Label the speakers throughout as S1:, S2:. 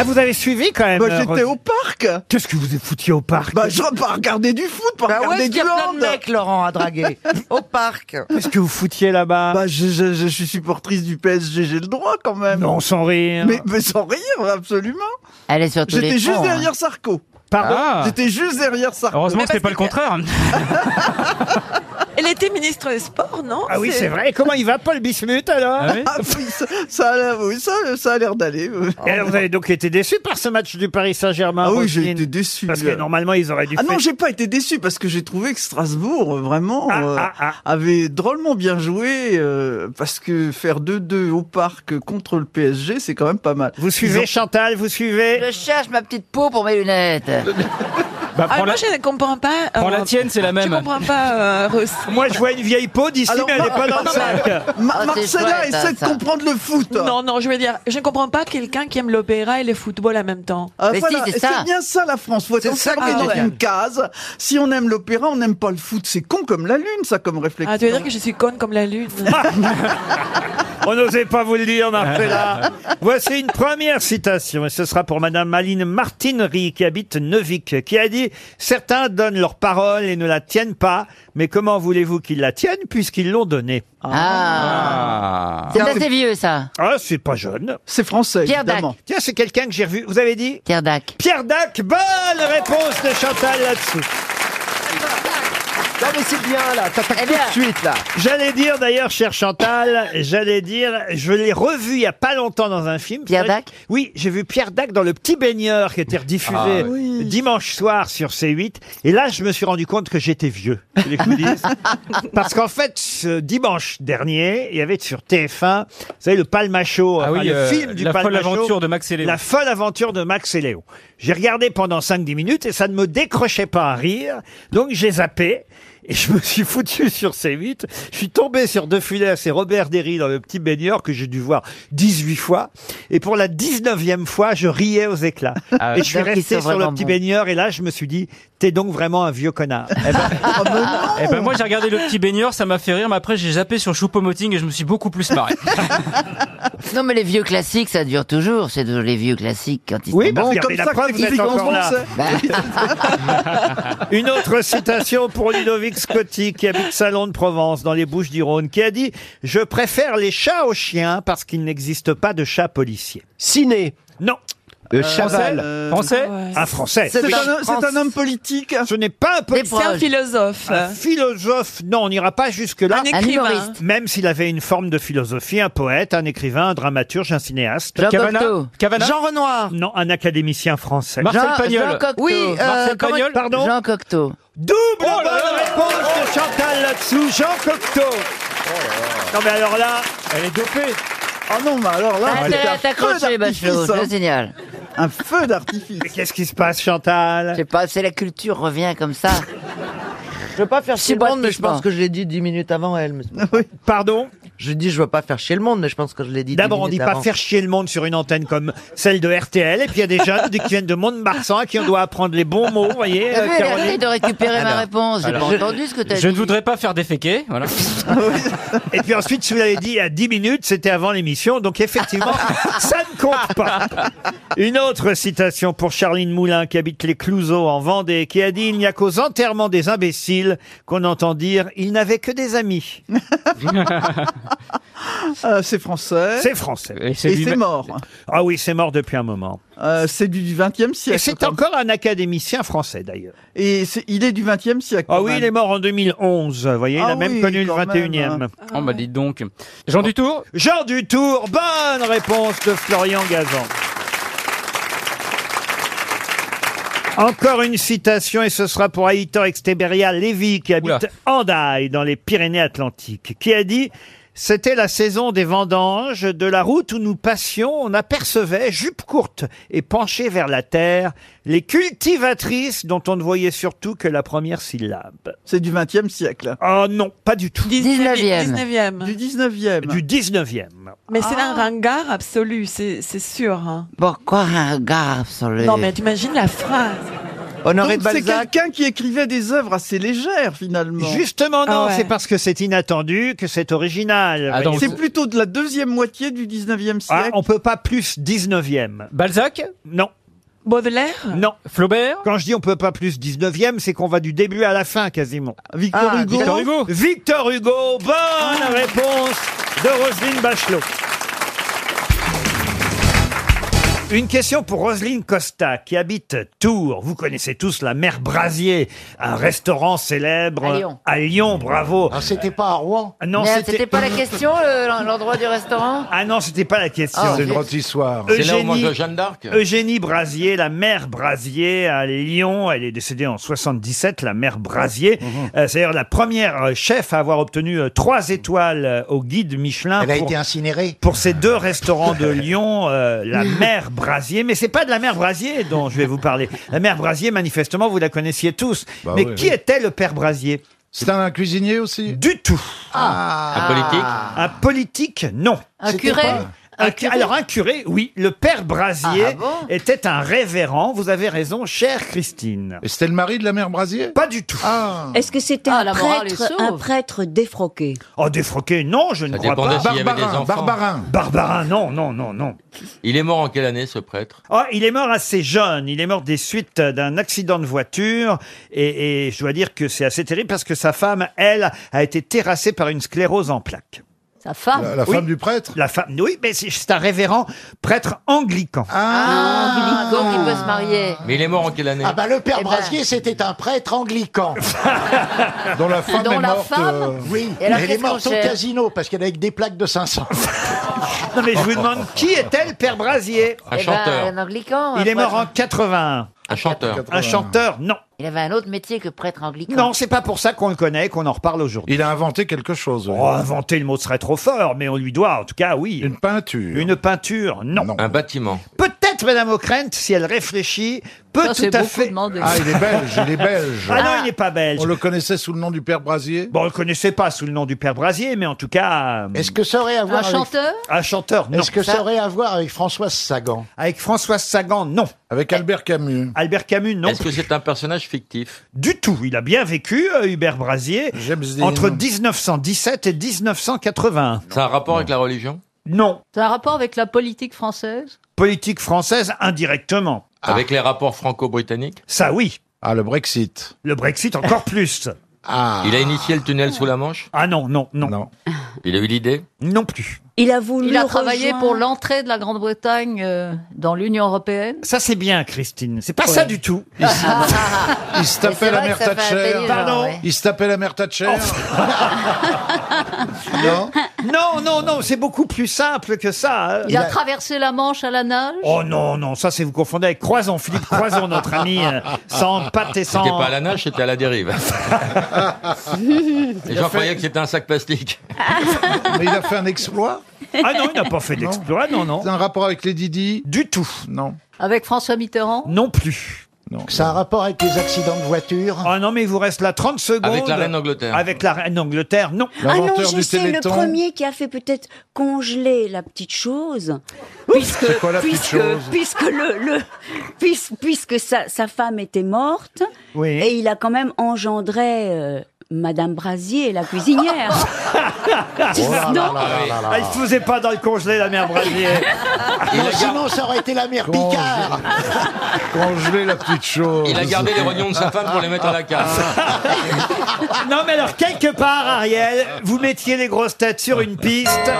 S1: Ah, vous avez suivi quand même
S2: Bah,
S1: euh,
S2: j'étais
S1: Rose-
S2: au parc.
S1: Qu'est-ce que vous foutiez au parc
S2: Bah, je pas regarder du foot, pas
S3: Bah ouais,
S2: regarder
S3: il y
S2: du
S3: a plein de
S2: hand.
S3: mecs, Laurent, à draguer. Au parc.
S1: Qu'est-ce que vous foutiez là-bas
S2: Bah, je, je- je suis supportrice du PSG, j'ai le droit quand même.
S1: Non, sans rire.
S2: Mais, mais sans rire, absolument.
S3: Elle est sur tous
S2: J'étais
S3: les hein.
S2: juste
S3: fronts, hein.
S2: derrière Sarko.
S1: Pardon
S4: Ah.
S2: J'étais juste derrière Sarko.
S4: Heureusement que
S5: Mais
S4: c'est pas
S5: parce
S4: le contraire.
S5: Elle était ministre des Sports, non
S1: Ah oui, c'est vrai. Et comment il va, Paul Bismuth, alors
S4: Ah oui
S2: Ah, oui, ça, ça a l'air, oui, ça, euh, ça a l'air d'aller. oui.
S1: Et alors, vous avez donc été déçu par ce match du Paris Saint-Germain
S2: Ah oui,
S1: Roselyne
S2: j'ai été déçu. euh.
S1: Parce que normalement, ils auraient dû
S2: Ah non,
S1: fêter-
S2: j'ai pas été déçu parce que j'ai trouvé que Strasbourg euh, vraiment
S1: Ah,
S2: euh,
S1: ah, ah.
S2: avait drôlement bien joué euh, parce que faire 2-2 au parc contre le PSG, c'est quand même pas mal.
S1: Vous suivez, Chantal, vous suivez
S3: Je cherche ma petite peau pour mes lunettes.
S4: Bah,
S5: Ah,
S4: prends,
S5: moi,
S4: la...
S5: je ne comprends pas. euh,
S4: prends la tienne, c'est la
S5: Je
S4: même.
S5: comprends pas, euh, Russe.
S1: Moi, je vois une vieille peau d'ici,
S2: Alors,
S1: mais elle n'est pas dans le sac.
S2: Ma-
S3: Ah, c'est
S2: Marcella
S3: chouette,
S2: essaie de
S3: ça.
S2: comprendre le foot.
S5: Non, non, je veux dire, je ne comprends pas quelqu'un qui aime l'opéra et le football en même temps.
S2: Ah,
S3: Mais
S2: voilà,
S3: si,
S2: et
S3: c'est ça.
S2: c'est bien ça la France. Faut être
S3: C'est ça
S2: enfermé
S5: qui est
S2: dans
S5: génial.
S2: une case. Si on aime l'opéra, on n'aime pas le foot. C'est con comme la lune, ça, comme réflexion.
S5: Ah, tu veux dire que je suis conne comme la lune
S1: On n'osait pas vous le dire, Marcella.
S3: Ah.
S1: Voici une première citation, et ce sera pour Madame Aline Martinery, qui habite Neuvik, qui a dit « Certains donnent leur parole et ne la tiennent pas, mais comment voulez-vous qu'ils la tiennent puisqu'ils l'ont donnée
S3: Ah,
S4: Ah.
S3: c'est assez vieux ça. ?»
S1: Ah, c'est pas jeune.
S2: C'est français,
S3: Pierre Dac.
S2: évidemment.
S1: Tiens, c'est quelqu'un que j'ai revu. Vous avez dit
S3: Pierre Dac.
S1: Pierre Dac, bonne réponse de Chantal là-dessous.
S2: Non, mais c'est bien, là. T'attaques
S3: Eh bien.
S2: suite, là.
S1: J'allais dire d'ailleurs, cher Chantal, j'allais dire, je l'ai revu il y a pas longtemps dans un film.
S3: Pierre
S1: C'est vrai
S3: Dac
S1: que- Oui, j'ai vu Pierre Dac dans Le Petit Baigneur qui était rediffusé
S4: Ah,
S2: oui.
S1: dimanche soir sur C8. Et là, je me suis rendu compte que j'étais vieux. Vous voulez que je vous dise Parce qu'en fait, ce dimanche dernier, il y avait sur TF1, vous savez, le Palmacho,
S4: Ah
S1: enfin,
S4: oui,
S1: le
S4: euh,
S1: film du
S4: la folle
S1: Palmacho.
S4: aventure de Max et Léo.
S1: La folle aventure de Max et Léo. J'ai regardé pendant 5-10 minutes et ça ne me décrochait pas à rire. Donc j'ai zappé et je me suis foutu sur C8. Je suis tombé sur De Funès et Robert Derry dans le petit baigneur que j'ai dû voir 18 fois. Et pour la 19e fois, je riais aux éclats.
S4: Ah ouais.
S1: et je suis
S3: Donc, ils
S1: resté
S3: sont
S1: sur le
S3: vraiment
S1: petit
S3: bons.
S1: baigneur et là je me suis dit, t'es donc vraiment un vieux connard. Eh ben,
S4: Eh ben moi j'ai regardé le petit baigneur, ça m'a fait rire, mais après j'ai zappé sur Choupo-Moting et je me suis beaucoup plus marré.
S3: Non mais les vieux classiques ça dure toujours. C'est toujours les vieux classiques quand ils
S1: oui,
S3: sont
S1: bah,
S3: bons.
S1: regardez,
S2: comme
S1: la
S2: ça,
S1: preuve,
S2: c'est
S1: vous êtes
S2: expliqué en
S1: encore là.
S2: français.
S4: Bah.
S1: Une autre citation pour Ludovic Scotti, qui habite Salon de Provence, dans les Bouches du Rhône, qui a dit « Je préfère les chats aux chiens parce qu'il n'existe pas de chat policier. » Ciné Non,
S4: Chaval
S2: Euh,
S4: Français
S5: Ouais.
S1: un français.
S2: C'est un, c'est un homme politique.
S1: Ce n'est pas un
S3: Des
S1: policier.
S5: C'est un
S3: proches.
S5: philosophe.
S1: Un philosophe, non, on n'ira pas jusque-là.
S5: Un écrivain.
S3: humoriste.
S1: Même s'il avait une forme de philosophie, un poète, un écrivain, un dramaturge, un cinéaste.
S3: Jean
S4: Cavana
S3: Cocteau.
S4: Cavana
S5: Jean Renoir.
S1: Non, un académicien français.
S4: Marcel
S3: Jean-
S4: Pagnol.
S3: Jean Cocteau.
S4: Oui,
S3: euh,
S4: Marcel
S3: comment-
S4: Pagnol.
S1: Pardon Ah,
S3: Jean Cocteau.
S1: Double
S4: Oh
S1: bonne réponse de Chantal là-dessous, Jean Cocteau. Non mais alors là,
S4: Oh Elle est dopée.
S2: Oh non, mais alors là,
S3: Ah,
S2: c'est un
S3: t'as
S2: feu
S3: t'accroché Bachelot,
S2: d'artifice.
S3: je le
S2: hein.
S3: signale.
S2: Un feu d'artifice.
S1: mais qu'est-ce qui se passe Chantal
S3: Je sais pas, c'est la culture revient comme ça.
S6: Je veux pas faire chier le monde, mais je
S3: Subrepticement.
S6: pense que je l'ai dit dix minutes avant elle. mais-
S1: Pardon
S6: Je dis, je veux pas faire chier le monde, mais je pense que je l'ai dit. dix
S1: D'abord, on dit
S6: minutes
S1: pas
S6: avant.
S1: faire chier le monde sur une antenne comme celle de RTL. Et puis il y a des jeunes qui viennent de Mont-de-Marsan à qui on doit apprendre les bons mots, vous voyez,
S3: T'as vu, elle
S1: Caroline.
S3: essaye de récupérer ma réponse. J'ai pas
S4: alors, je-
S3: entendu ce que t'as dit.
S4: Je ne voudrais pas faire déféquer, voilà.
S1: Et puis ensuite, si vous l'avez dit à 10 minutes, c'était avant l'émission, donc effectivement, ça ne compte pas. Une autre citation pour Charline Moulin, qui habite les Clouseaux en Vendée, qui a dit « Il n'y a qu'aux enterrements des imbéciles qu'on entend dire « Ils n'avaient que des amis
S2: Euh, c'est ». français.
S1: C'est français.
S4: Et
S2: Et
S4: lui-même-
S2: c'est mort.
S1: Ah oui, c'est mort depuis un moment.
S2: Euh, c'est du 20e siècle. hein.
S1: Et c'est encore un académicien français, d'ailleurs.
S2: Et c'est- il est du 20e siècle.
S1: Ah
S2: quand
S1: oui,
S2: même.
S1: il est mort en 2011, vous voyez, il
S2: Ah
S1: a même
S2: oui,
S1: connu le
S2: quand même,
S1: 21e.
S2: hein.
S4: Oh bah dites donc. Jean Dutour
S1: Oh. Jean Dutour, bonne réponse de Florian Gazan. Encore une citation, et ce sera pour Aitor Exteberia Lévy, qui habite
S4: Oula.
S1: Andaille, dans les Pyrénées-Atlantiques, qui a dit « C'était la saison des vendanges, de la route où nous passions, on apercevait, jupe courte et penchée vers la terre, les cultivatrices dont on ne voyait surtout que la première syllabe.
S2: C'est du 20e siècle. »
S1: Ah non, pas du tout.
S3: 19e.
S5: 19e.
S2: Du 19e.
S1: Du 19e.
S5: Mais c'est
S2: Ah.
S5: un ringard absolu, c'est c'est sûr. hein.
S3: Pourquoi un regard sur le...
S5: Non, mais t'imagines la phrase.
S7: Honoré
S2: Donc
S7: de
S2: c'est
S7: Balzac.
S2: quelqu'un qui écrivait des œuvres assez légères finalement.
S1: Justement, non,
S8: Ah ouais.
S1: c'est parce que c'est inattendu que c'est original.
S4: Ah,
S1: Vous
S4: donc-
S1: voyez.
S2: C'est plutôt de la deuxième moitié du 19e siècle.
S1: Ah, on peut pas plus 19e.
S4: Balzac,
S1: Non,
S8: Baudelaire
S1: non.
S4: Flaubert,
S1: Quand je dis on peut pas plus 19e, c'est qu'on va du début à la fin quasiment.
S2: Victor
S7: Ah,
S2: Hugo.
S4: Victor Hugo.
S1: Victor Hugo, bonne réponse de Roselyne Bachelot. Une question pour Roselyne Costa, qui habite Tours. Vous connaissez tous la Mère Brasier, un restaurant célèbre
S9: À Lyon.
S1: à Lyon, bravo.
S10: Ah, c'était pas à Rouen
S1: Ah Non,
S9: Merde, c'était pas la question,
S3: euh,
S9: le- l'endroit du restaurant
S1: Ah non, c'était pas la question.
S9: Ah,
S10: C'est une
S9: zut.
S10: grosse histoire.
S1: Eugénie,
S11: Jeanne d'Arc
S1: Eugénie Brasier, la mère Brasier à Lyon. Elle est décédée en 77, la mère Brasier.
S10: Mhm.
S1: Euh, C'est d'ailleurs la première euh, chef à avoir obtenu euh, trois étoiles euh, au guide Michelin.
S10: Elle a
S1: pour-
S10: été incinérée.
S1: pour ces deux restaurants de Lyon, euh, la mère Brasier. Mais c'est pas de la mère Brasier dont je vais vous parler. La mère Brasier, manifestement, vous la connaissiez tous.
S10: Bah
S1: Mais
S10: oui,
S1: qui
S10: oui.
S1: était le père Brasier
S10: C'est un cuisinier aussi
S1: Du tout.
S10: Ah,
S11: politique
S1: Un politique, non.
S9: Un
S10: C'était
S9: curé
S10: pas-
S1: Un cu- alors un curé, oui. Le père Brasier
S9: Ah, ah bon
S1: était un révérend. Vous avez raison, chère Christine.
S10: Et c'était le mari de la mère Brasier
S1: Pas du tout.
S10: Ah
S12: Est-ce que c'était
S9: Ah,
S12: un,
S9: la morale est
S12: prêtre,
S9: sauve.
S12: un prêtre défroqué
S1: Oh, défroqué, non, je ne
S11: Ça
S1: crois
S11: dépendait
S1: pas.
S11: s'il y avait des
S10: Barbarin,
S11: enfants.
S10: Barbarin.
S1: Barbarin, non, non, non, non.
S11: Il est mort en quelle année ce prêtre
S1: Ah, il est mort assez jeune. Il est mort des suites d'un accident de voiture. Et, et je dois dire que c'est assez terrible parce que sa femme, elle, a été terrassée par une sclérose en plaques.
S12: Sa
S9: Ah.
S12: femme
S10: La, la
S1: Oui.
S10: femme du prêtre
S1: La femme, oui, mais c'est c'est un révérend prêtre anglican.
S9: Ah, donc il peut se marier.
S11: Mais il est mort en quelle année
S10: Ah bah le père
S9: Eh ben.
S10: Brasier, c'était un prêtre anglican. dont la femme
S9: Dont
S10: est
S9: la
S10: morte. euh,
S9: femme
S10: Oui,
S9: Et alors,
S10: elle est
S9: qu'est-ce qu'on
S10: morte au
S9: cherche
S10: casino parce qu'elle a avec des plaques de 500.
S1: Non, mais je vous demande qui était le père Brasier
S11: Un
S9: Eh ben,
S11: chanteur.
S9: un anglican. un
S1: Il est mort en
S9: prêtre.
S1: 81.
S11: Un chanteur.
S1: Un chanteur, non.
S9: Il avait un autre métier que prêtre anglican.
S1: Non, c'est pas pour ça qu'on le connaît, qu'on en reparle aujourd'hui.
S10: Il a inventé quelque chose. oui.
S1: Oh, inventer le mot serait trop fort, mais on lui doit, en tout cas, oui.
S10: Une peinture.
S1: Une peinture, non.
S10: Non.
S11: Un bâtiment.
S1: Peut-être Madame O'Krent, si elle réfléchit, peut
S12: Ça,
S1: tout
S12: c'est
S1: à
S12: beaucoup
S1: fait.
S12: demandé.
S10: Ah, il est belge, il est belge.
S1: Ah, non, il n'est pas belge.
S10: On le connaissait sous le nom du père Brasier
S1: Bon, on le connaissait pas sous le nom du père Brasier, mais en tout cas, euh,
S10: Est-ce que ça aurait à
S12: Un
S10: voir avec...
S12: chanteur
S1: un chanteur, non.
S10: Est-ce que ça aurait à voir avec Françoise Sagan
S1: Avec François Sagan, non.
S10: Avec Albert Camus
S1: Albert Camus, non.
S11: Est-ce que c'est un personnage fictif
S1: Du tout. Il a bien vécu, euh, Hubert Brasier,
S10: James Dean.
S1: entre 1917 et 1981.
S11: C'est un rapport avec la religion
S1: Non.
S12: Ça a un rapport avec la politique française
S1: Politique française, indirectement.
S11: Avec les rapports franco-britanniques
S1: Ah. Ça, oui.
S10: Ah, le Brexit.
S1: Le Brexit, encore plus.
S10: Ah,
S11: Il a initié le tunnel sous la Manche
S1: Ah non, non, non. Non,
S10: non.
S11: Il a eu l'idée
S1: plus.
S12: Il a voulu
S13: Il a travaillé
S12: rejoindre-
S13: pour l'entrée de la Grande-Bretagne euh, dans l'union européenne.
S1: Ça, c'est bien, Christine. C'est pas ça du tout.
S10: Il se
S9: Mais c'est
S10: tapait la
S9: vrai
S10: mère
S9: que ça fait
S10: Thatcher.
S9: intelligent,
S1: Pardon
S9: ouais.
S10: Il se tapait la mère Thatcher. non
S1: Oh. Non, non, non, c'est beaucoup plus simple que ça. hein.
S13: Il a traversé la Manche à la nage.
S1: Oh non, non, ça c'est vous confondez avec Croison, Philippe Croison, notre ami, euh, sans pâte et sans...
S11: C'était pas à la nage, c'était à la dérive. Les gens croyaient que c'était un sac plastique.
S10: Mais il a fait un exploit
S1: Ah non, il n'a pas fait d'exploit, non, non.
S10: C'est un rapport avec les Didi
S1: Du tout,
S10: Non.
S13: Avec François Mitterrand.
S1: non plus.
S10: non. C'est un rapport avec les accidents de voiture
S1: Ah non, mais il vous reste là 30 secondes.
S11: Avec la reine d'Angleterre.
S1: Avec la reine d'Angleterre, non.
S12: Ah
S10: L'inventeur
S12: non, je
S10: du
S12: sais, le
S10: Téléthon
S12: premier qui a fait peut-être congeler la petite chose, puisque
S10: C'est quoi la petite
S12: puisque
S10: chose
S12: puisque le, le puisque, puisque sa, sa femme était morte
S1: Oui.
S12: et il a quand même engendré euh, Madame Brasier, la cuisinière.
S10: Oh là là
S12: Non.
S10: là là là
S1: Ah, il ne faisait pas dans le congelé, la mère Brasier.
S11: Il a, gar-
S10: ça aurait été la mère Picard Congeler la petite chose
S11: il a gardé les rognons de sa femme pour les mettre à la cave.
S1: non, mais alors, quelque part, Ariel, vous mettiez les grosses têtes sur une piste.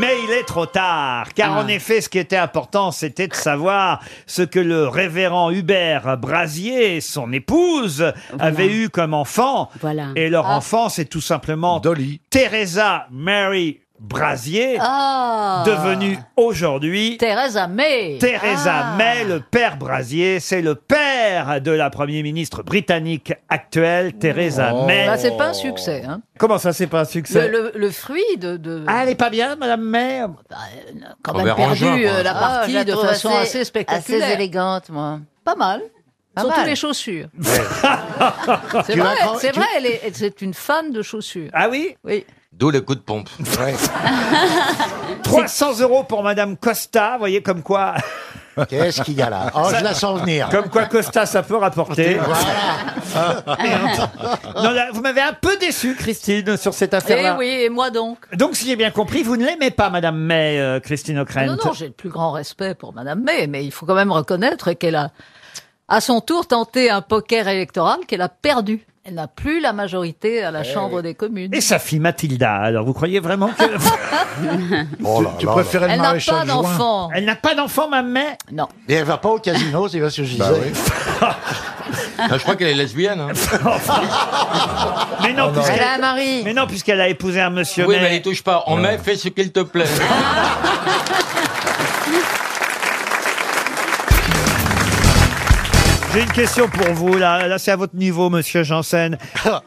S1: Mais il est trop tard, car en effet, ce qui était important, c'était de savoir ce que le révérend Hubert Brasier, et son épouse, avait eu comme enfant.
S12: Voilà.
S1: Et leur enfant, c'est tout simplement
S10: Dolly
S1: Teresa Mary Brasier,
S13: Ah
S1: devenue aujourd'hui
S13: Theresa May.
S1: Theresa May, le père Brasier. C'est le père de la première ministre britannique actuelle, Theresa May.
S13: Bah, c'est pas un succès. hein.
S1: Comment ça, c'est pas un
S13: Le,
S1: succès
S13: le- le fruit de, de-
S1: Ah, elle est pas bien, Madame May
S13: quand
S11: Robert
S13: même perdu
S11: Rangin, quoi.
S13: euh, la
S9: Ah,
S13: partie
S9: je la
S13: de
S9: trouve
S13: façon assez, spectaculaire.
S9: Assez élégante, moi.
S13: Pas mal.
S9: Pas
S13: Surtout
S9: mal.
S13: les chaussures. c'est
S10: Tu
S13: vrai,
S10: vas-
S13: c'est
S10: tu-
S13: vrai, elle est- c'est une fan de chaussures.
S1: Ah oui
S13: Oui.
S11: D'où le coup de pompe.
S10: Ouais.
S1: 300 euros pour Madame Costa, vous voyez comme quoi
S10: Qu'est-ce qu'il y a là Oh, je la sens venir.
S1: Comme quoi Costa, ça peut rapporter. Non, là, vous m'avez un peu déçu, Christine, sur cette
S14: Eh
S1: affaire-là.
S14: oui, et moi donc
S1: Donc, si j'ai bien compris, vous ne l'aimez pas, Madame May, euh, Christine O'Krent.
S14: Non, non, j'ai le plus grand respect pour Madame May, mais il faut quand même reconnaître qu'elle a, à son tour, tenté un poker électoral qu'elle a perdu. Elle n'a plus la majorité à la Chambre des communes.
S1: Et sa fille Mathilda, alors vous croyez vraiment qu'elle
S10: Oh là
S15: tu
S10: là
S15: préférais
S14: Elle
S15: le
S14: n'a
S15: maréchal
S14: pas
S15: Juin
S14: d'enfant.
S1: Elle n'a pas d'enfant, ma mère
S14: Non.
S10: là. Et elle va pas au casino, c'est bien ce que je disais.
S11: Ah, Bah je crois qu'elle est lesbienne. hein.
S1: Mais non,
S15: Oh
S3: Elle a un
S1: puisqu'elle...
S3: mari.
S1: Mais non, puisqu'elle a épousé un monsieur
S11: Oui,
S1: May.
S11: mais elle y touche pas. En mai, fais ce qu'il te plaît.
S1: J'ai une question pour vous, là. Là, c'est à votre niveau, monsieur Janssen.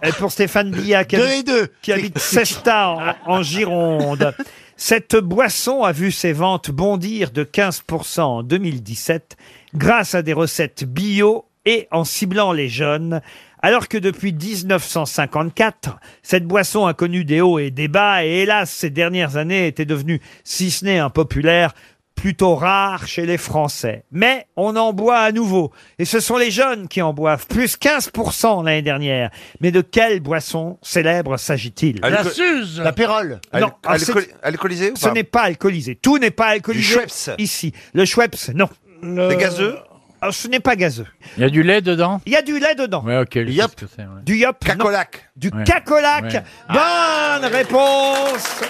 S1: Et pour Stéphane Billac, qui,
S10: Deux
S1: habite-
S10: et deux.
S1: qui habite Sesta, en, en Gironde. Cette boisson a vu ses ventes bondir de 15% en 2017 grâce à des recettes bio et en ciblant les jeunes. Alors que depuis 1954, cette boisson a connu des hauts et des bas et hélas, ces dernières années était devenue, si ce n'est impopulaire, plutôt rare chez les Français. Mais on en boit à nouveau. Et ce sont les jeunes qui en boivent. Plus 15% l'année dernière. Mais de quelle boisson célèbre s'agit-il
S15: Alco-
S10: La pérole.
S1: Non,
S15: alco-
S1: ah, c'est-
S15: alcool- Alcoolisé ou
S1: Ce
S15: pas
S1: n'est pas alcoolisé. Tout n'est pas alcoolisé.
S15: Schweppes.
S1: Ici. Le Schweppes, non. Euh,
S15: C'est gazeux
S1: Ah, ce n'est pas gazeux.
S16: Il y a du lait dedans
S1: Il y a du lait dedans.
S16: Ouais, ok. je sais
S1: Yop.
S16: ce que c'est, ouais.
S1: Du yop. non.
S15: Cacolac.
S1: Du
S16: Ouais.
S1: cacolac.
S16: Ouais.
S17: Ah,
S1: Bonne réponse.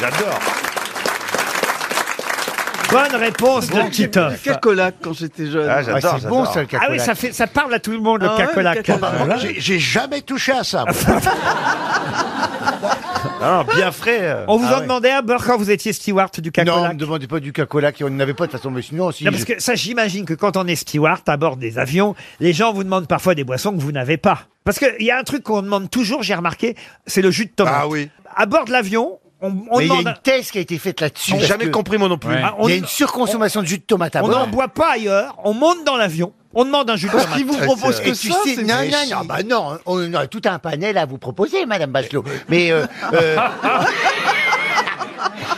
S15: J'adore.
S1: Bonne réponse de Titoff.
S2: Cacolac quand j'étais jeune.
S15: Ah, j'adore.
S10: c'est bon,
S15: j'adore.
S10: ça, le
S1: Ah
S10: cacolac.
S1: oui, ça, fait, ça parle à tout le monde,
S2: Ah
S1: le
S2: ouais, le
S1: cacolac.
S2: cacolac.
S10: Ah, voilà. J'ai- J'ai jamais touché à ça. moi.
S15: Ah, bien frais. euh.
S1: On vous
S15: Ah
S1: en
S15: ouais.
S1: demandait un beurre quand vous étiez steward du
S10: non, ne
S1: cacolac
S10: me demandez pas du cacolac, on n'avait pas de toute façon. Mais sinon, si.
S1: Non, parce
S10: je-
S1: que ça, j'imagine que quand on est steward à bord des avions, les gens vous demandent parfois des boissons que vous n'avez pas. Parce qu'il y a un truc qu'on demande toujours, j'ai remarqué, c'est le jus de tomate.
S15: Ah oui.
S1: À bord de l'avion, on, on
S10: Mais il y a
S1: demande.
S10: une thèse qui a été faite là-dessus.
S15: J'ai
S10: parce
S15: jamais
S10: que
S15: compris moi non plus.
S16: Ouais.
S1: Ah, on-
S10: Il y a une surconsommation de jus de tomate à
S1: on n'en
S10: bord.
S1: boit pas ailleurs, on monte dans l'avion, on demande un jus de tomate.
S10: vous
S15: propose
S10: que tu sais, non, non, non, bah non, on a tout un panel à vous proposer, Madame Bachelot. Mais euh, euh,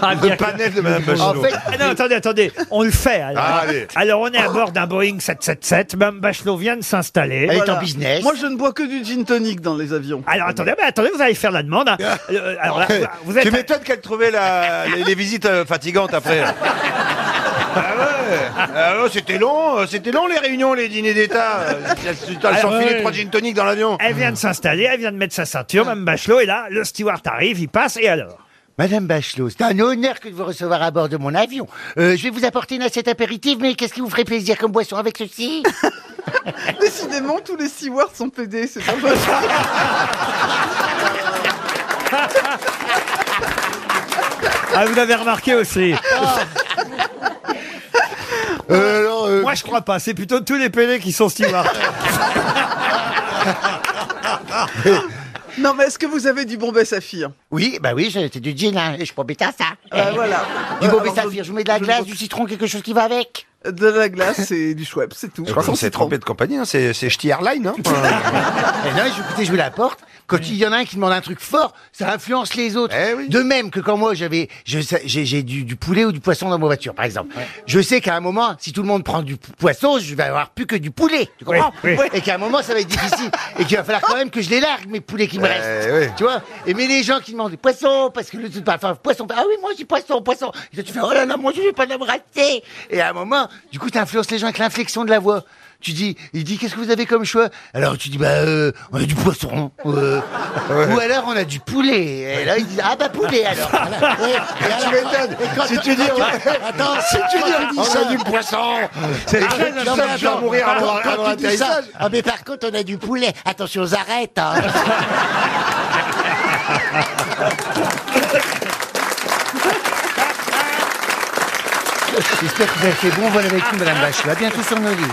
S15: Le panel de Madame Bachelot.
S10: Ah, en fait,
S1: Ah non, attendez, attendez, on le fait. Alors,
S15: Ah, allez.
S1: alors on est à bord d'un Boeing 777, Mme Bachelot vient de s'installer.
S10: elle est
S2: Voilà.
S10: en business.
S2: Moi, je ne bois que du gin tonic dans les avions.
S1: Alors attendez, mais attendez, vous allez faire la demande. hein. Euh, alors là, vous vous
S15: Tu
S1: êtes
S15: m'étonnes qu'elle trouvait la- les, les visites euh, fatigantes après. Ah ouais, Ah ouais, c'était long, euh, c'était long les réunions, les dîners d'État. Euh, Elles elles s'enfilaient trois gin tonic dans l'avion.
S1: Ah, Elle vient de s'installer, elle vient de mettre sa ceinture, Mme Bachelot, et là, le steward arrive, il passe, et alors
S10: Madame Bachelot, c'est un honneur que de vous recevoir à bord de mon avion. Euh, je vais vous apporter une assiette apéritive, mais qu'est-ce qui vous ferait plaisir comme boisson avec ceci
S2: Décidément, tous les stewards sont PD, c'est pas possible.
S1: Ah, vous l'avez remarqué aussi.
S10: Ah. euh, alors, euh,
S1: Moi, je crois pas, c'est plutôt tous les PD qui sont stewards.
S2: Non, mais est-ce que vous avez du Bombay Saphir
S10: Oui, bah oui, c'était du gin, hein, et je prends ça, ça.
S2: Euh, Voilà.
S10: Du
S2: Euh,
S10: mauvais
S2: alors,
S10: saphir, je vous mets de la
S2: je-
S10: glace, du citron, quelque chose qui va avec.
S2: De la glace et du Schweppes, c'est tout.
S15: Je crois
S2: Sans
S15: qu'on s'est
S2: citron.
S15: trompé de compagnie, hein, c'est c'est Ch'ti Airline. Hein.
S10: Et là, je, écoutez, je vous la porte. Quand il y en a un qui demande un truc fort, ça influence les autres.
S15: Eh oui.
S10: De même que quand moi j'avais, je sais- j'ai j'ai du, du poulet ou du poisson dans ma voiture, par exemple. Je sais qu'à un moment, si tout le monde prend du p- poisson, je vais avoir plus que du poulet. Tu comprends
S1: Oui, oui.
S10: Et qu'à un moment, ça va être difficile. et qu'il va falloir quand même que je les largue mes poulets qui me
S15: Eh
S10: restent.
S15: oui.
S10: Tu vois Et mais les gens qui demandent du poisson parce que le truc, enfin poisson. Ah oui, moi j'ai poisson, poisson. Et là, tu fais oh là là, moi je vais pas l'embrasser. Et à un moment, du coup, tu influences les gens avec l'inflexion de la voix. Tu dis, il dit, qu'est-ce que vous avez comme choix Alors tu dis, bah, euh, on a du poisson. euh, Ou alors on a du poulet. Et là, ils disent, ah bah poulet alors. Voilà. Et- et alors- et quand-
S15: Si tu dis-
S10: attends, si tu dis, on dit ça du poisson.
S15: C'est
S10: Ah,
S15: Arrête,
S10: non,
S15: tu
S10: mais
S15: sais, tu vas
S10: attends,
S15: mourir avant,
S10: quand- quand
S15: avant
S10: tu dis ça,
S15: l'atterrissage.
S10: Ah, mais par contre, on a du poulet. Attention aux arêtes. hein. J'espère que vous avez fait bon vol avec nous, Madame Bachelot. À bientôt sur nos lignes.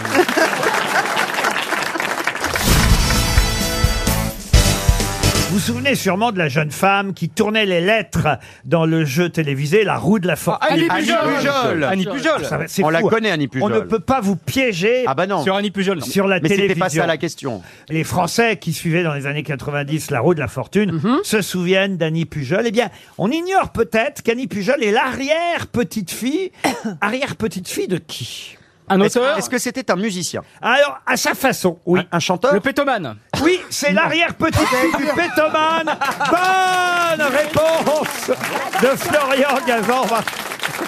S1: Vous vous souvenez sûrement de la jeune femme qui tournait les lettres dans le jeu télévisé La roue de la fortune. Ah,
S6: Ah, Annie Annie Pujol. Pujol. Annie Pujol.
S1: Ça va, c'est
S6: On la
S1: fou. hein.
S6: connaît, Annie Pujol.
S1: On ne peut pas vous piéger
S6: Ah bah non.
S1: sur Annie Pujol
S6: Non.
S1: sur la
S6: Mais c'était
S1: télévision.
S6: pas ça la question.
S1: Les Français qui suivaient dans les années 90 La roue de la fortune
S6: Mhm.
S1: se souviennent d'Annie Pujol. Eh bien, on ignore peut-être qu'Annie Pujol est l'arrière-petite-fille. Arrière-petite-fille de qui
S4: Un
S6: Est-ce-
S1: auteur
S6: Est-ce que c'était un musicien
S1: Alors, à sa façon, oui.
S6: Un, un chanteur
S4: Le pétomane.
S1: Oui, c'est l'arrière-petite-fille du pétomane. Bonne réponse de Florian Gazan.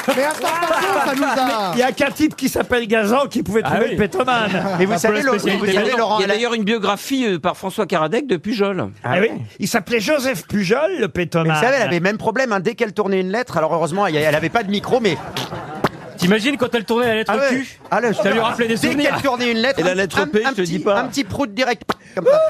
S17: Mais attends, attends, ça nous a-
S1: Il y a qu'un type qui s'appelle Gazan qui pouvait trouver
S18: oui.
S1: le pétomane.
S18: Et vous savez, Laurent- vous savez, Laurent, il y a
S1: Alain-
S18: d'ailleurs une biographie euh, par François Caradec de Pujol.
S1: Ah oui, il s'appelait Joseph Pujol, le pétomane.
S6: Mais vous savez, elle avait le même problème. hein, dès qu'elle tournait une lettre, alors heureusement, elle elle avait pas de micro, mais.
S4: T'imagines quand elle tournait la lettre
S6: Ah ouais.
S4: Q
S6: Ah là, je te
S4: Ça lui
S6: jure.
S4: rappelait des
S6: Dès
S4: souvenirs.
S6: qu'elle tournait une lettre.
S4: Et la
S6: un-
S4: lettre P,
S6: un, un
S4: je te
S6: petit-
S4: dis pas.
S6: Un petit prout direct. Comme ça.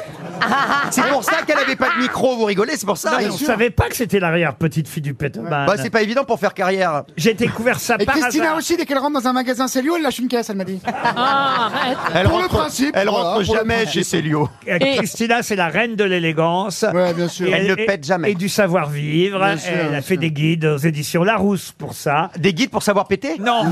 S6: c'est pour ça qu'elle avait pas de micro, vous rigolez, c'est pour ça.
S1: Non, mais on savait pas que c'était l'arrière-petite-fille du pétomane.
S6: Bah, c'est pas évident pour faire carrière.
S1: J'ai découvert ça
S17: Et
S1: par
S17: Christina
S1: hasard.
S17: aussi, dès qu'elle rentre dans un magasin Célio, elle lâche une caisse, elle m'a dit.
S1: Ah,
S9: Ah.
S6: Elle
S17: pour le
S6: rentre-
S17: principe.
S6: elle
S17: voilà,
S6: rentre
S17: pour le
S6: jamais
S17: principe.
S6: chez Célio.
S1: Et Euh, Christina, c'est la reine de l'élégance.
S6: sûr.
S1: Et
S6: Elle ne
S1: et-
S6: pète jamais.
S1: Et du savoir-vivre.
S6: Bien sûr,
S1: Elle
S6: bien
S1: a fait des guides aux éditions Larousse pour ça.
S6: Des guides pour savoir péter
S1: Non.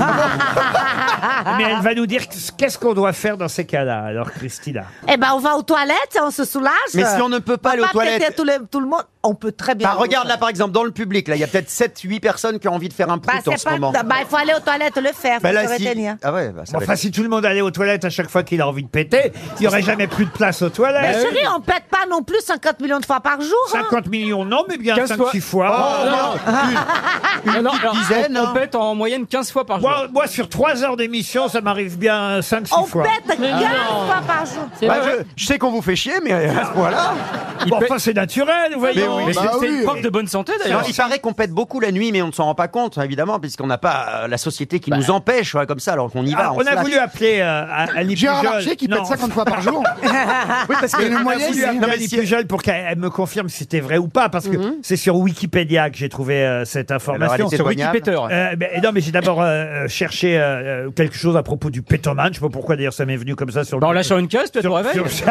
S1: Mais elle va nous dire qu'est-ce qu'on doit faire dans ces cas-là, alors, Christina.
S9: Eh ben, on va aux toilettes, on se soulage.
S6: Mais si on ne peut pas
S9: On
S6: aller aux
S9: va péter
S6: toilettes-
S9: Tout le, tout le monde, on peut très Ah, bien.
S6: Bah, regarde là par exemple dans le public, là il y a peut-être 7-8 personnes qui ont envie de faire un
S9: Bah,
S6: prout en
S9: c'est
S6: ce
S9: pas-
S6: moment.
S9: bah, il faut aller aux toilettes le faire.
S6: Bah,
S9: faut
S6: là,
S9: se hein.
S6: si-
S9: retenir.
S6: Ah ouais, bah, ça va
S1: Enfin,
S6: être-
S1: si tout le monde allait aux toilettes à chaque fois qu'il a envie de péter, il n'y aurait jamais plus de place aux
S6: bah,
S1: toilettes.
S9: Mais Bah, chérie, on pète pas non plus 50 millions de fois par jour. hein.
S1: 50 millions, non, mais Eh bien
S4: 15 fois.
S1: 5-6 fois.
S4: Oh, non. Non, non, alors,
S1: dizaine,
S4: On
S1: hein.
S4: pète en moyenne 15 fois par jour.
S1: Moi, moi, sur 3 heures d'émission, ça m'arrive bien 5-6 fois.
S9: Pète 15
S4: Ah non.
S9: fois par jour.
S6: Bah, je, je sais qu'on vous fait chier mais à ce point-là.
S1: Ah, Bon, enfin, c'est naturel, vous voyez.
S6: Mais oui,
S4: Mais c'est
S6: bah
S4: c'est une
S6: oui.
S4: preuve de bonne santé
S6: Non,
S4: d'ailleurs.
S6: il paraît qu'on pète beaucoup la nuit, mais on ne s'en rend pas compte, hein, évidemment, puisqu'on n'a pas euh, la société
S9: Bah.
S6: qui nous empêche, ouais, comme ça, alors qu'on y va.
S1: Ah, on
S6: se
S1: a
S6: lâche.
S1: voulu appeler euh, à- Annie
S17: Gérard
S1: Pujol.
S17: Larcher qui
S1: Non.
S17: pète 50 fois par jour.
S1: Oui, parce
S17: Et
S1: que
S17: le moyen,
S1: on a voulu
S17: c'est-
S1: appeler
S17: Non, mais
S1: Annie
S17: si-
S1: Pujol pour qu'elle me confirme si c'était vrai ou pas, parce que
S17: Mhm.
S1: c'est sur Wikipédia que j'ai trouvé euh, cette information.
S6: elle était
S1: sur
S6: joignable
S1: Wikipéteur. Euh, ben, non, mais j'ai d'abord euh, euh, cherché euh, euh, quelque chose à propos du pétoman. Je sais pas pourquoi d'ailleurs ça m'est venu comme ça sur.
S4: Bah, en
S1: le...
S4: lâchant une caisse, peut-être au réveil.
S1: sur, sur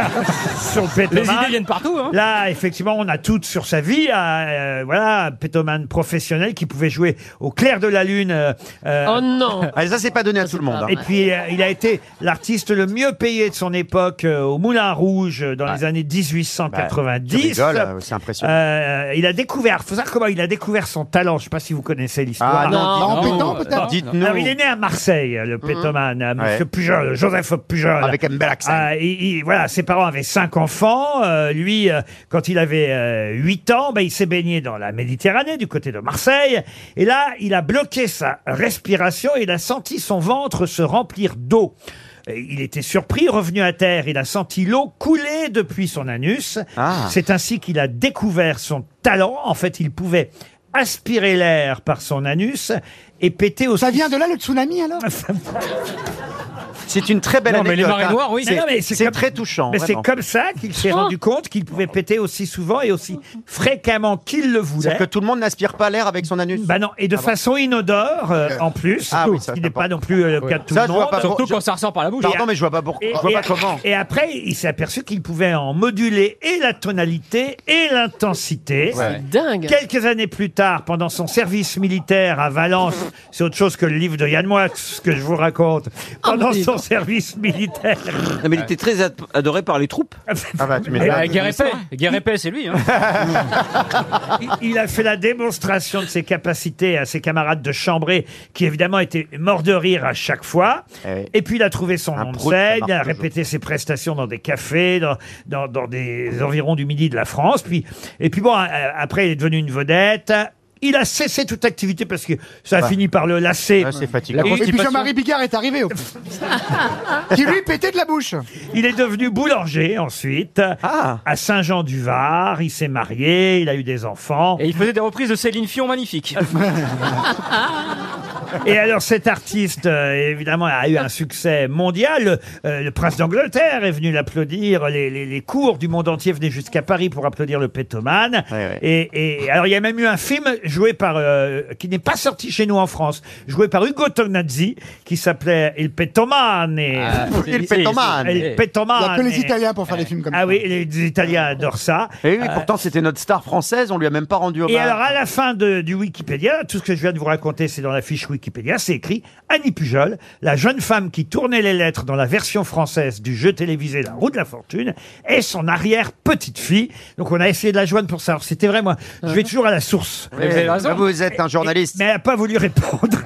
S1: le
S4: Les
S1: pétoman.
S4: idées viennent partout. Hein.
S1: Là, effectivement, on a toutes sur sa vie. euh, euh, voilà, un pétomane professionnel qui pouvait jouer au clair de la lune. euh, euh,
S6: non ah, Ça, c'est pas donné à tout le monde.
S1: et puis, euh, il a été l'artiste le mieux payé de son époque euh, au Moulin Rouge euh, dans les années 1890.
S6: Bah, tu rigoles, euh, c'est impressionnant.
S1: Euh, il a découvert, faut savoir comment il a découvert son talent. Je sais pas si vous connaissez l'histoire.
S6: Ah, non,
S17: Ah, en pétant, peut-être
S6: dites-nous. Mhm.
S1: Alors, il est né à Marseille, le pétomane, euh, Monsieur
S6: Ouais.
S1: Pujol, Joseph Pujol.
S6: Avec un bel accent.
S1: Ah, il- il- voilà, ses parents avaient cinq enfants. Euh, lui, euh, quand il avait euh, huit ans, ben, il s'est baigné dans la Méditerranée, du côté de Marseille. Et là, il a bloqué sa respiration et il a senti son ventre se remplir d'eau. Et Il était surpris, revenu à terre, il a senti l'eau couler depuis son anus.
S6: Ah.
S1: C'est ainsi qu'il a découvert son talent. En fait, il pouvait aspirer l'air par son anus et péter au
S17: Ça vient de là le tsunami alors
S6: C'est une très belle
S4: Non, mais
S6: anecdote.
S4: les marées
S6: hein.
S4: noires, oui.
S6: C'est-
S1: Mais non, mais c'est
S6: C'est
S1: comme-
S6: très touchant.
S1: Mais c'est
S6: vraiment.
S1: comme ça qu'il s'est rendu compte qu'il pouvait péter aussi souvent et aussi fréquemment qu'il le voulait.
S6: C'est-à-dire que tout le monde n'aspire pas l'air avec son anus.
S1: Bah non, et de
S6: Ah bon.
S1: façon inodore euh, en plus,
S6: Ah oui,
S1: ce
S6: ça,
S1: qui
S6: c'est
S1: n'est pas non plus euh, le cas de tout
S6: Ça,
S1: le
S6: je
S1: monde.
S6: vois pas.
S4: Surtout
S6: je-
S4: quand ça
S1: Ah
S4: ressort par la bouche.
S6: Pardon, mais je vois pas pourquoi.
S1: Et-
S6: Je vois
S1: et-
S6: pas comment.
S1: Et après, il s'est aperçu qu'il pouvait en moduler et la tonalité et l'intensité.
S6: Ouais.
S19: Dingue.
S1: Quelques années plus tard, pendant son service militaire à Valence, c'est autre chose que le livre de Yann Moix, ce que je vous raconte. Pendant
S19: dis
S1: son service militaire,
S18: Non, mais il était très ad- adoré par les troupes.
S6: Ah bah, tu
S4: Eh
S6: m'étonnes.
S4: bah, Guerre épais. Guerre épais, c'est lui. Hein.
S1: il, il a fait la démonstration de ses capacités à ses camarades de chambrée, qui évidemment étaient morts de rire à chaque fois.
S6: Eh oui.
S1: Et puis il a trouvé son
S6: Un
S1: nom de
S6: prout, ça
S1: scène,
S6: marche
S1: il a
S6: toujours.
S1: répété ses prestations dans des cafés, dans, dans, dans des environs du midi de la France. Puis, et puis bon, a- a- après, il est devenu une vedette. Il a cessé toute activité parce que ça a
S6: Ouais.
S1: fini par le lasser.
S6: Ouais, C'est fatigué.
S17: Et puis Jean-Marie Bigard est arrivé. au- qui lui pétait de la bouche.
S1: Il est devenu boulanger ensuite,
S6: Ah.
S1: à Saint-Jean-du-Var. Il s'est marié, il a eu des enfants.
S4: Et il faisait des reprises de Céline Fion magnifiques.
S1: Et alors, cet artiste, euh, évidemment, a eu un succès mondial. Euh, le prince d'Angleterre est venu l'applaudir. Les, les- les cours du monde entier venaient jusqu'à Paris pour applaudir le pétoman. Et, et- alors, il y a même eu un film joué par, euh, qui n'est pas sorti chez nous en France, joué par Ugo Tognazzi, qui s'appelait Il pétoman.
S16: Ah, c'est- Il pétomane.
S1: Il pétoman.
S16: Il y a que les Italiens pour faire des films comme
S1: Ah oui, les, les Italiens adorent ça.
S9: Et Eh oui,
S1: Euh,
S9: pourtant c'était notre star française, on lui a même pas rendu hommage.
S1: et alors, à la fin de- du Wikipédia, tout ce que je viens de vous raconter, c'est dans la fiche Wikipédia, c'est écrit Annie Pujol, la jeune femme qui tournait les lettres dans la version française du jeu télévisé La Roue de la Fortune, et son arrière-petite-fille. Donc, on a essayé de la joindre pour savoir. C'était vrai, moi. Je vais toujours à la source.
S9: Mais Uh-huh. vous avez raison. Vous êtes un
S1: Et- et-
S9: journaliste.
S1: Mais elle n'a pas voulu répondre.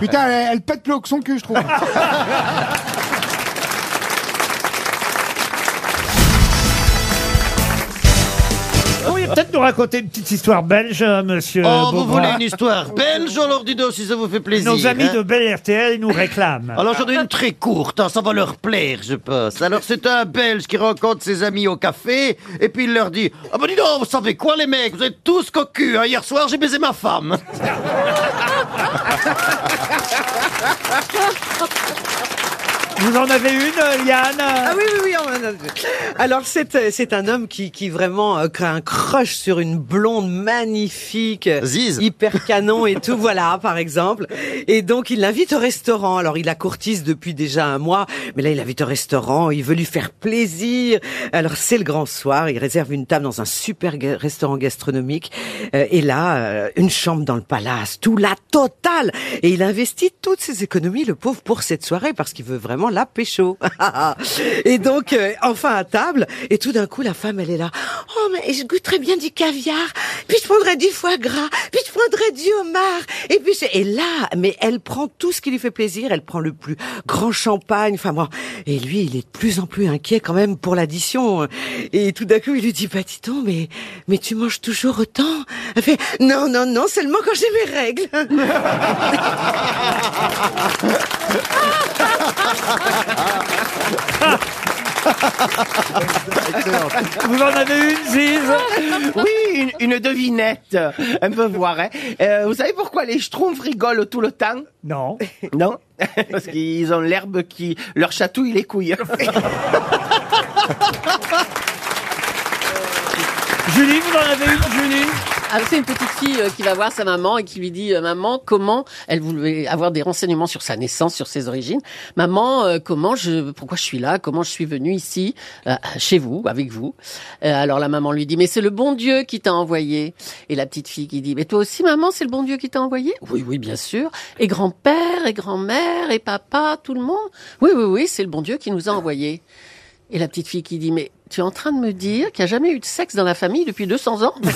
S16: Putain, elle, elle pète le haut que son cul, je trouve.
S1: Vous pourriez peut-être nous raconter une petite histoire belge, euh, monsieur.
S6: Oh, vous
S1: Beaugrand.
S6: voulez une histoire belge Alors dis donc si ça vous fait plaisir.
S1: Nos amis
S6: hein.
S1: de Belle RTL nous réclament.
S6: Alors j'en ai une très courte, hein, ça va leur plaire je pense. Alors c'est un Belge qui rencontre ses amis au café et puis il leur dit « Ah ben dis donc, vous savez quoi les mecs, vous êtes tous cocus, hein. hier soir j'ai baisé ma femme
S1: Vous en avez une, euh, Liane
S20: Ah oui, oui, oui. on en a deux. Alors, c'est, euh, c'est un homme qui, qui vraiment euh, crée un crush sur une blonde magnifique, euh, hyper canon et tout, voilà, par exemple. Et donc, il l'invite au restaurant. Alors, il la courtise depuis déjà un mois, mais là, il l'invite au restaurant, il veut lui faire plaisir. Alors, c'est le grand soir, il réserve une table dans un super ga- restaurant gastronomique. Euh, et là, euh, une chambre dans le palace, tout la totale. Et il investit toutes ses économies, le pauvre, pour cette soirée, parce qu'il veut vraiment la pécho. et donc, euh, enfin à table, et tout d'un coup, la femme, elle est là.
S21: Oh, mais je goûterais bien du caviar, puis je prendrais du foie gras, puis je prendrais du homard.
S20: Et puis, c'est- et là, mais elle prend tout ce qui lui fait plaisir. Elle prend le plus grand champagne. Enfin, moi, et lui, il est de plus en plus inquiet quand même pour l'addition. Et tout d'un coup, il lui dit, bah, Titon, mais, mais tu manges toujours autant? Elle fait, non, non, non, seulement quand j'ai mes règles.
S1: Vous en avez une, Ziz
S22: Oui, une, une devinette. Un peu voir. hein. Euh, vous savez pourquoi les schtroumpfs rigolent tout le temps
S1: Non.
S22: Non Parce qu'ils ont l'herbe qui leur chatouille les couilles.
S1: Julie, vous en avez une, Julie
S19: ah, C'est une petite fille euh, qui va voir sa maman et qui lui dit euh, Maman, comment Elle voulait avoir des renseignements sur sa naissance, sur ses origines. Maman, euh, comment je, pourquoi je suis là Comment je suis venue ici, euh, chez vous, avec vous Euh, Alors la maman lui dit Mais c'est le bon Dieu qui t'a envoyé. Et la petite fille qui dit Mais toi aussi, maman, c'est le bon Dieu qui t'a envoyé Oui, oui, bien sûr. Et grand-père, et grand-mère, et papa, tout le monde Oui, oui, oui, c'est le bon Dieu qui nous a envoyés. Et la petite fille qui dit Mais tu es en train de me dire qu'il n'y a jamais eu de sexe dans la famille depuis 200 ans
S1: Vous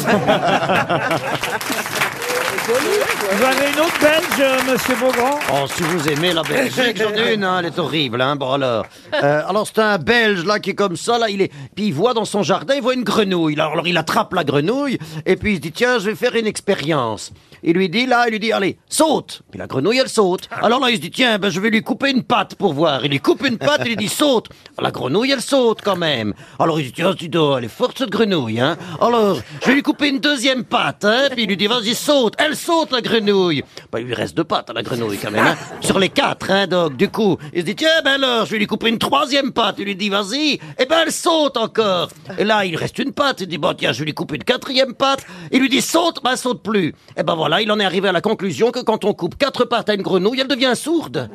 S1: avez une autre belge, euh, monsieur Beaugrand
S6: Oh, si vous aimez la Belgique, j'en ai une, hein, elle est horrible, hein, bon alors. Euh, alors c'est un Belge, là, qui est comme ça, là, il est... Puis il voit dans son jardin, il voit une grenouille. Alors, alors, il attrape la grenouille, et puis il se dit, tiens, je vais faire une expérience. Il lui dit, là, il lui dit, allez, saute Puis la grenouille, elle saute. Alors là, il se dit, tiens, ben, je vais lui couper une patte pour voir. Il lui coupe une patte, il lui dit, saute La grenouille, elle saute, quand même. Alors il se dit, tiens, dis donc, elle est forte, cette grenouille, hein. Alors, je vais lui couper une deuxième patte, hein. Puis il lui dit, vas-y, saute Elle saute, la grenouille Bah, il lui reste deux pattes à la grenouille, quand même, hein. Sur les quatre, hein, donc, du coup. Il se dit, tiens, ben alors, je vais lui couper une troisième patte. Il lui dit, vas-y Eh ben, elle saute encore Et là, il reste une patte. Il dit, bon, tiens, je vais lui couper une quatrième patte. Il lui dit, saute Ben, elle saute plus Et ben voilà, il en est arrivé à la conclusion que quand on coupe quatre pattes à une grenouille, elle devient sourde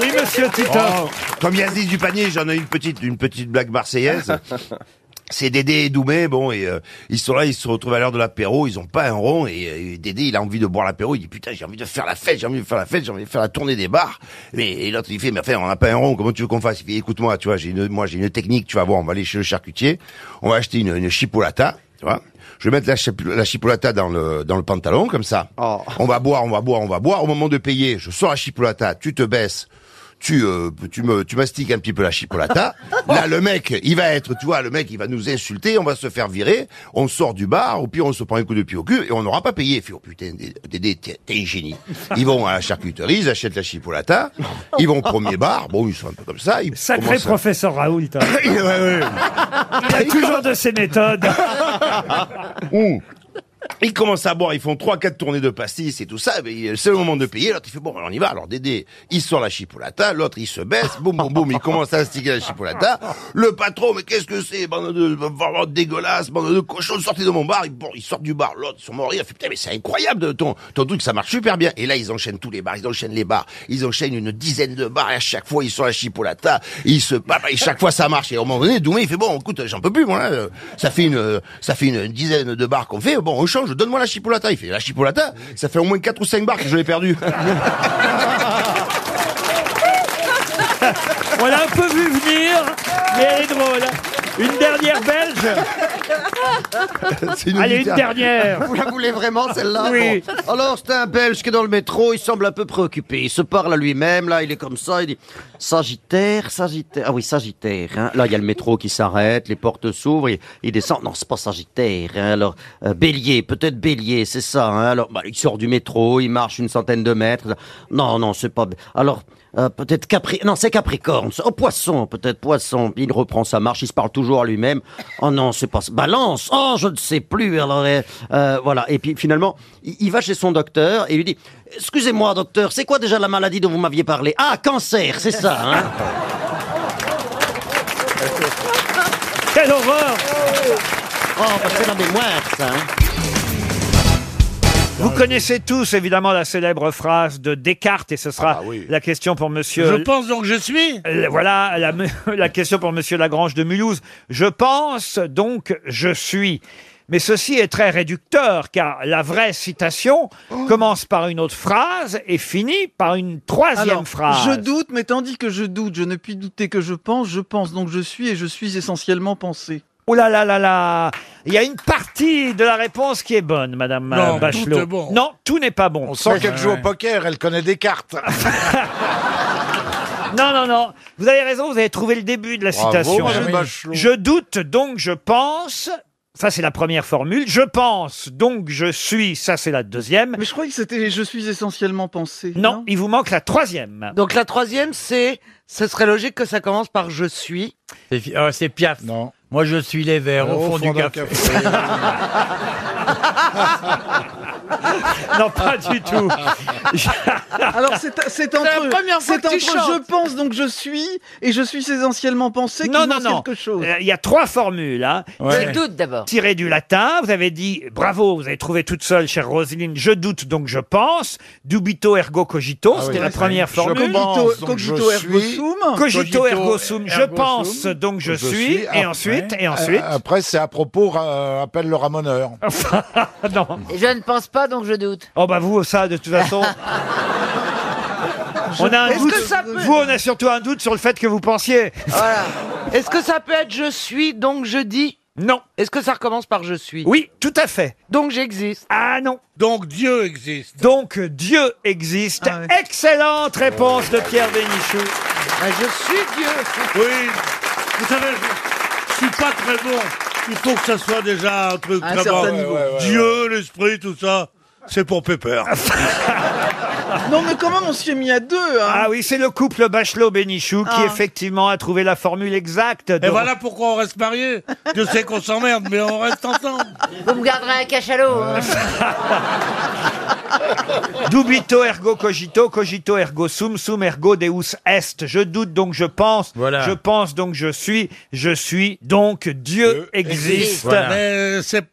S1: Oui, monsieur Tito.
S15: Oh. comme Yazid du panier, j'en ai une petite, une petite blague marseillaise. C'est Dédé et Doumé, bon, et euh, ils sont là, ils se retrouvent à l'heure de l'apéro, ils ont pas un rond, et, euh, et Dédé, il a envie de boire l'apéro, il dit putain, j'ai envie de faire la fête, j'ai envie de faire la fête, j'ai envie de faire la tournée des bars. Mais et l'autre, il fait, mais enfin, on n'a pas un rond, comment tu veux qu'on fasse Il fait, écoute-moi, tu vois, j'ai une, moi, j'ai une technique, tu vas voir, on va aller chez le charcutier, on va acheter une, une chipolata, tu vois. Je vais mettre la, chip- la chipolata dans le, dans le pantalon, comme ça. On va boire, on va boire, on va boire. Au moment de payer, je sors la chipolata, tu te baisses, tu euh, tu me tu mastiques un petit peu la chipolata. Là le mec, il va être tu vois le mec, il va nous insulter, on va se faire virer, on sort du bar ou puis on se prend un coup de pied au cul et on n'aura pas payé. Fait, oh putain Dédé, t'es t'es un génie. Ils vont à la charcuterie, ils achètent la chipolata, ils vont au premier bar, bon ils sont un peu comme ça, ils
S1: Sacré
S15: commencent à-
S1: professeur Raoult. hein.
S15: Ouais, ouais.
S1: Il a toujours de ses méthodes.
S15: Ouh. Ils commencent à boire, ils font 3-4 tournées de pastis et tout ça, mais c'est le moment de payer. L'autre, il fait bon, alors on y va. Alors Dédé, il sort la chipolata, l'autre, il se baisse, boum, boum, boum, il commence à instiguer la chipolata. Le patron, mais qu'est-ce que c'est Bande de vraiment dégueulasse, bande de cochons, sortez de mon bar. Il, bon, il sort du bar, l'autre, son mort, il fait putain, mais c'est incroyable de ton, ton truc, ça marche super bien. Et là, ils enchaînent tous les bars, ils enchaînent les bars, ils enchaînent une dizaine de bars, et à chaque fois, ils sont la chipolata, ils se battent, et chaque fois, ça marche. Et à un moment donné, Doumé, il fait bon, écoute, j'en peux plus, moi, là, euh, ça fait une, ça fait une dizaine de bars qu'on fait, bon, on change, donne-moi la chipolata. Il fait la chipolata, ça fait au moins 4 ou 5 bars que je l'ai perdu.
S1: On l'a un peu vu venir, mais elle est drôle. Une dernière belge. Allez, une dernière.
S6: Vous la voulez vraiment, celle-là
S1: Oui.
S6: Bon. Alors, c'est un Belge qui est dans le métro, il semble un peu préoccupé. Il se parle à lui-même, là, il est comme ça, il dit Sagittaire, Sagittaire. Ah oui, Sagittaire. hein. Là, il y a le métro qui s'arrête, les portes s'ouvrent, il, il descend. Non, c'est pas Sagittaire. hein. Alors, euh, Bélier, peut-être Bélier, c'est ça. hein. Alors, bah, il sort du métro, il marche une centaine de mètres. Non, non, c'est pas. Alors. euh, peut-être Capri... Non, c'est Capricorne. Oh, Poisson, peut-être Poisson. Puis Il reprend sa marche, il se parle toujours à lui-même. Oh non, c'est pas... Balance Oh, je ne sais plus Alors, euh, euh, voilà. Et puis, finalement, il, il va chez son docteur et lui dit... Excusez-moi, docteur, c'est quoi déjà la maladie dont vous m'aviez parlé Ah, cancer, c'est ça, hein
S1: Quelle horreur
S6: Oh, bah, c'est la mémoire, ça, hein
S1: Vous connaissez tous évidemment la célèbre phrase de Descartes et ce
S2: Ah
S1: sera
S2: bah
S1: la question pour monsieur
S23: Je pense donc je suis.
S1: Euh, Voilà la, la question pour Monsieur Lagrange de Mulhouse. Je pense, donc je suis. Mais ceci est très réducteur, car la vraie citation
S2: Oh.
S1: commence par une autre phrase et finit par une troisième
S2: Alors,
S1: phrase.
S2: Je doute, mais tandis que je doute, je ne puis douter que je pense, je pense donc je suis et je suis essentiellement pensé.
S1: Oh là là là là Il y a une partie de la réponse qui est bonne, Madame euh,
S23: Non,
S1: Bachelot.
S23: tout est bon.
S1: Non, tout n'est pas bon.
S23: On sent qu'elle joue au poker, elle connaît des cartes.
S1: Non, non, non. Vous avez raison, vous avez trouvé le début de la
S23: Bravo,
S1: citation.
S23: Madame Bachelot.
S1: Je doute, donc je pense. Ça, c'est la première formule. Je pense, donc je suis. Ça, c'est la deuxième.
S2: Mais je croyais que c'était je suis essentiellement pensé.
S1: Non, il vous manque la troisième.
S17: Donc la troisième, c'est, ce serait logique que ça commence par je suis.
S24: C'est euh, c'est Piaf. Non. Moi, je suis les verts au, fond, du
S23: d'un
S24: café.
S1: non, pas du tout.
S2: Alors c'est c'est entre
S17: la première fois
S2: c'est
S17: que
S2: entre
S17: tu chantes.
S2: je pense donc je suis et je suis essentiellement pensé
S1: Non,
S2: qui
S1: non,
S2: pense
S1: non.
S2: quelque chose.
S1: Euh, Il y a trois formules. Hein.
S2: Ouais.
S1: Qui-
S2: Je doute d'abord.
S1: Tiré du latin, vous avez dit bravo, vous avez trouvé toute seule, chère Roselyne, je doute donc je pense. Dubito ergo cogito,
S23: Ah
S1: c'était
S23: oui,
S1: la
S23: ça,
S1: première
S23: je
S1: formule.
S23: pense, Cogito- donc cogito je ergo suis. sum.
S1: Cogito
S23: Cogito
S1: ergo sum, je
S23: ergo
S1: pense
S23: sum.
S1: donc je, suis. Et
S23: Après-
S1: ensuite, et
S23: euh,
S1: ensuite.
S23: Après, c'est à propos,
S16: euh,
S23: ra- appelle le ramoneur.
S1: non.
S3: Je ne pense pas, donc je doute.
S1: Oh bah vous, ça, de toute façon. on a un
S17: Est-ce
S1: doute.
S17: que ça peut-
S1: Vous, on a surtout un doute sur le fait que vous pensiez.
S17: Voilà. Est-ce que ça peut être je suis donc je dis
S1: Non.
S17: Est-ce que ça recommence par je suis
S1: Oui, tout à fait.
S17: Donc j'existe.
S1: Ah non.
S23: Donc Dieu existe.
S1: Donc euh, Dieu existe.
S2: Ah
S1: Excellente réponse de Pierre Bénichou.
S2: Ah,
S17: je suis Dieu.
S23: Oui. Vous savez, je, je suis pas très bon. Il faut que ça soit déjà un truc
S2: À un
S23: très
S2: certain
S23: bon.
S2: niveau. Ouais, ouais, ouais,
S23: Dieu, l'esprit, tout ça, c'est pour Pépère.
S2: Non mais comment on s'y est mis à deux hein
S1: Ah oui, c'est le couple Bachelot-Bénichou qui
S2: Ah.
S1: effectivement a trouvé la formule exacte. de-
S23: Et voilà pourquoi on reste mariés. Dieu sait qu'on s'emmerde, mais on reste ensemble.
S3: Vous me garderez un cachalot. hein.
S1: Dubito ergo cogito, cogito ergo sum, sum ergo deus est. Je doute donc je pense,
S24: Voilà.
S1: je pense donc je suis, je suis donc Dieu existe.
S23: Mais euh, c'est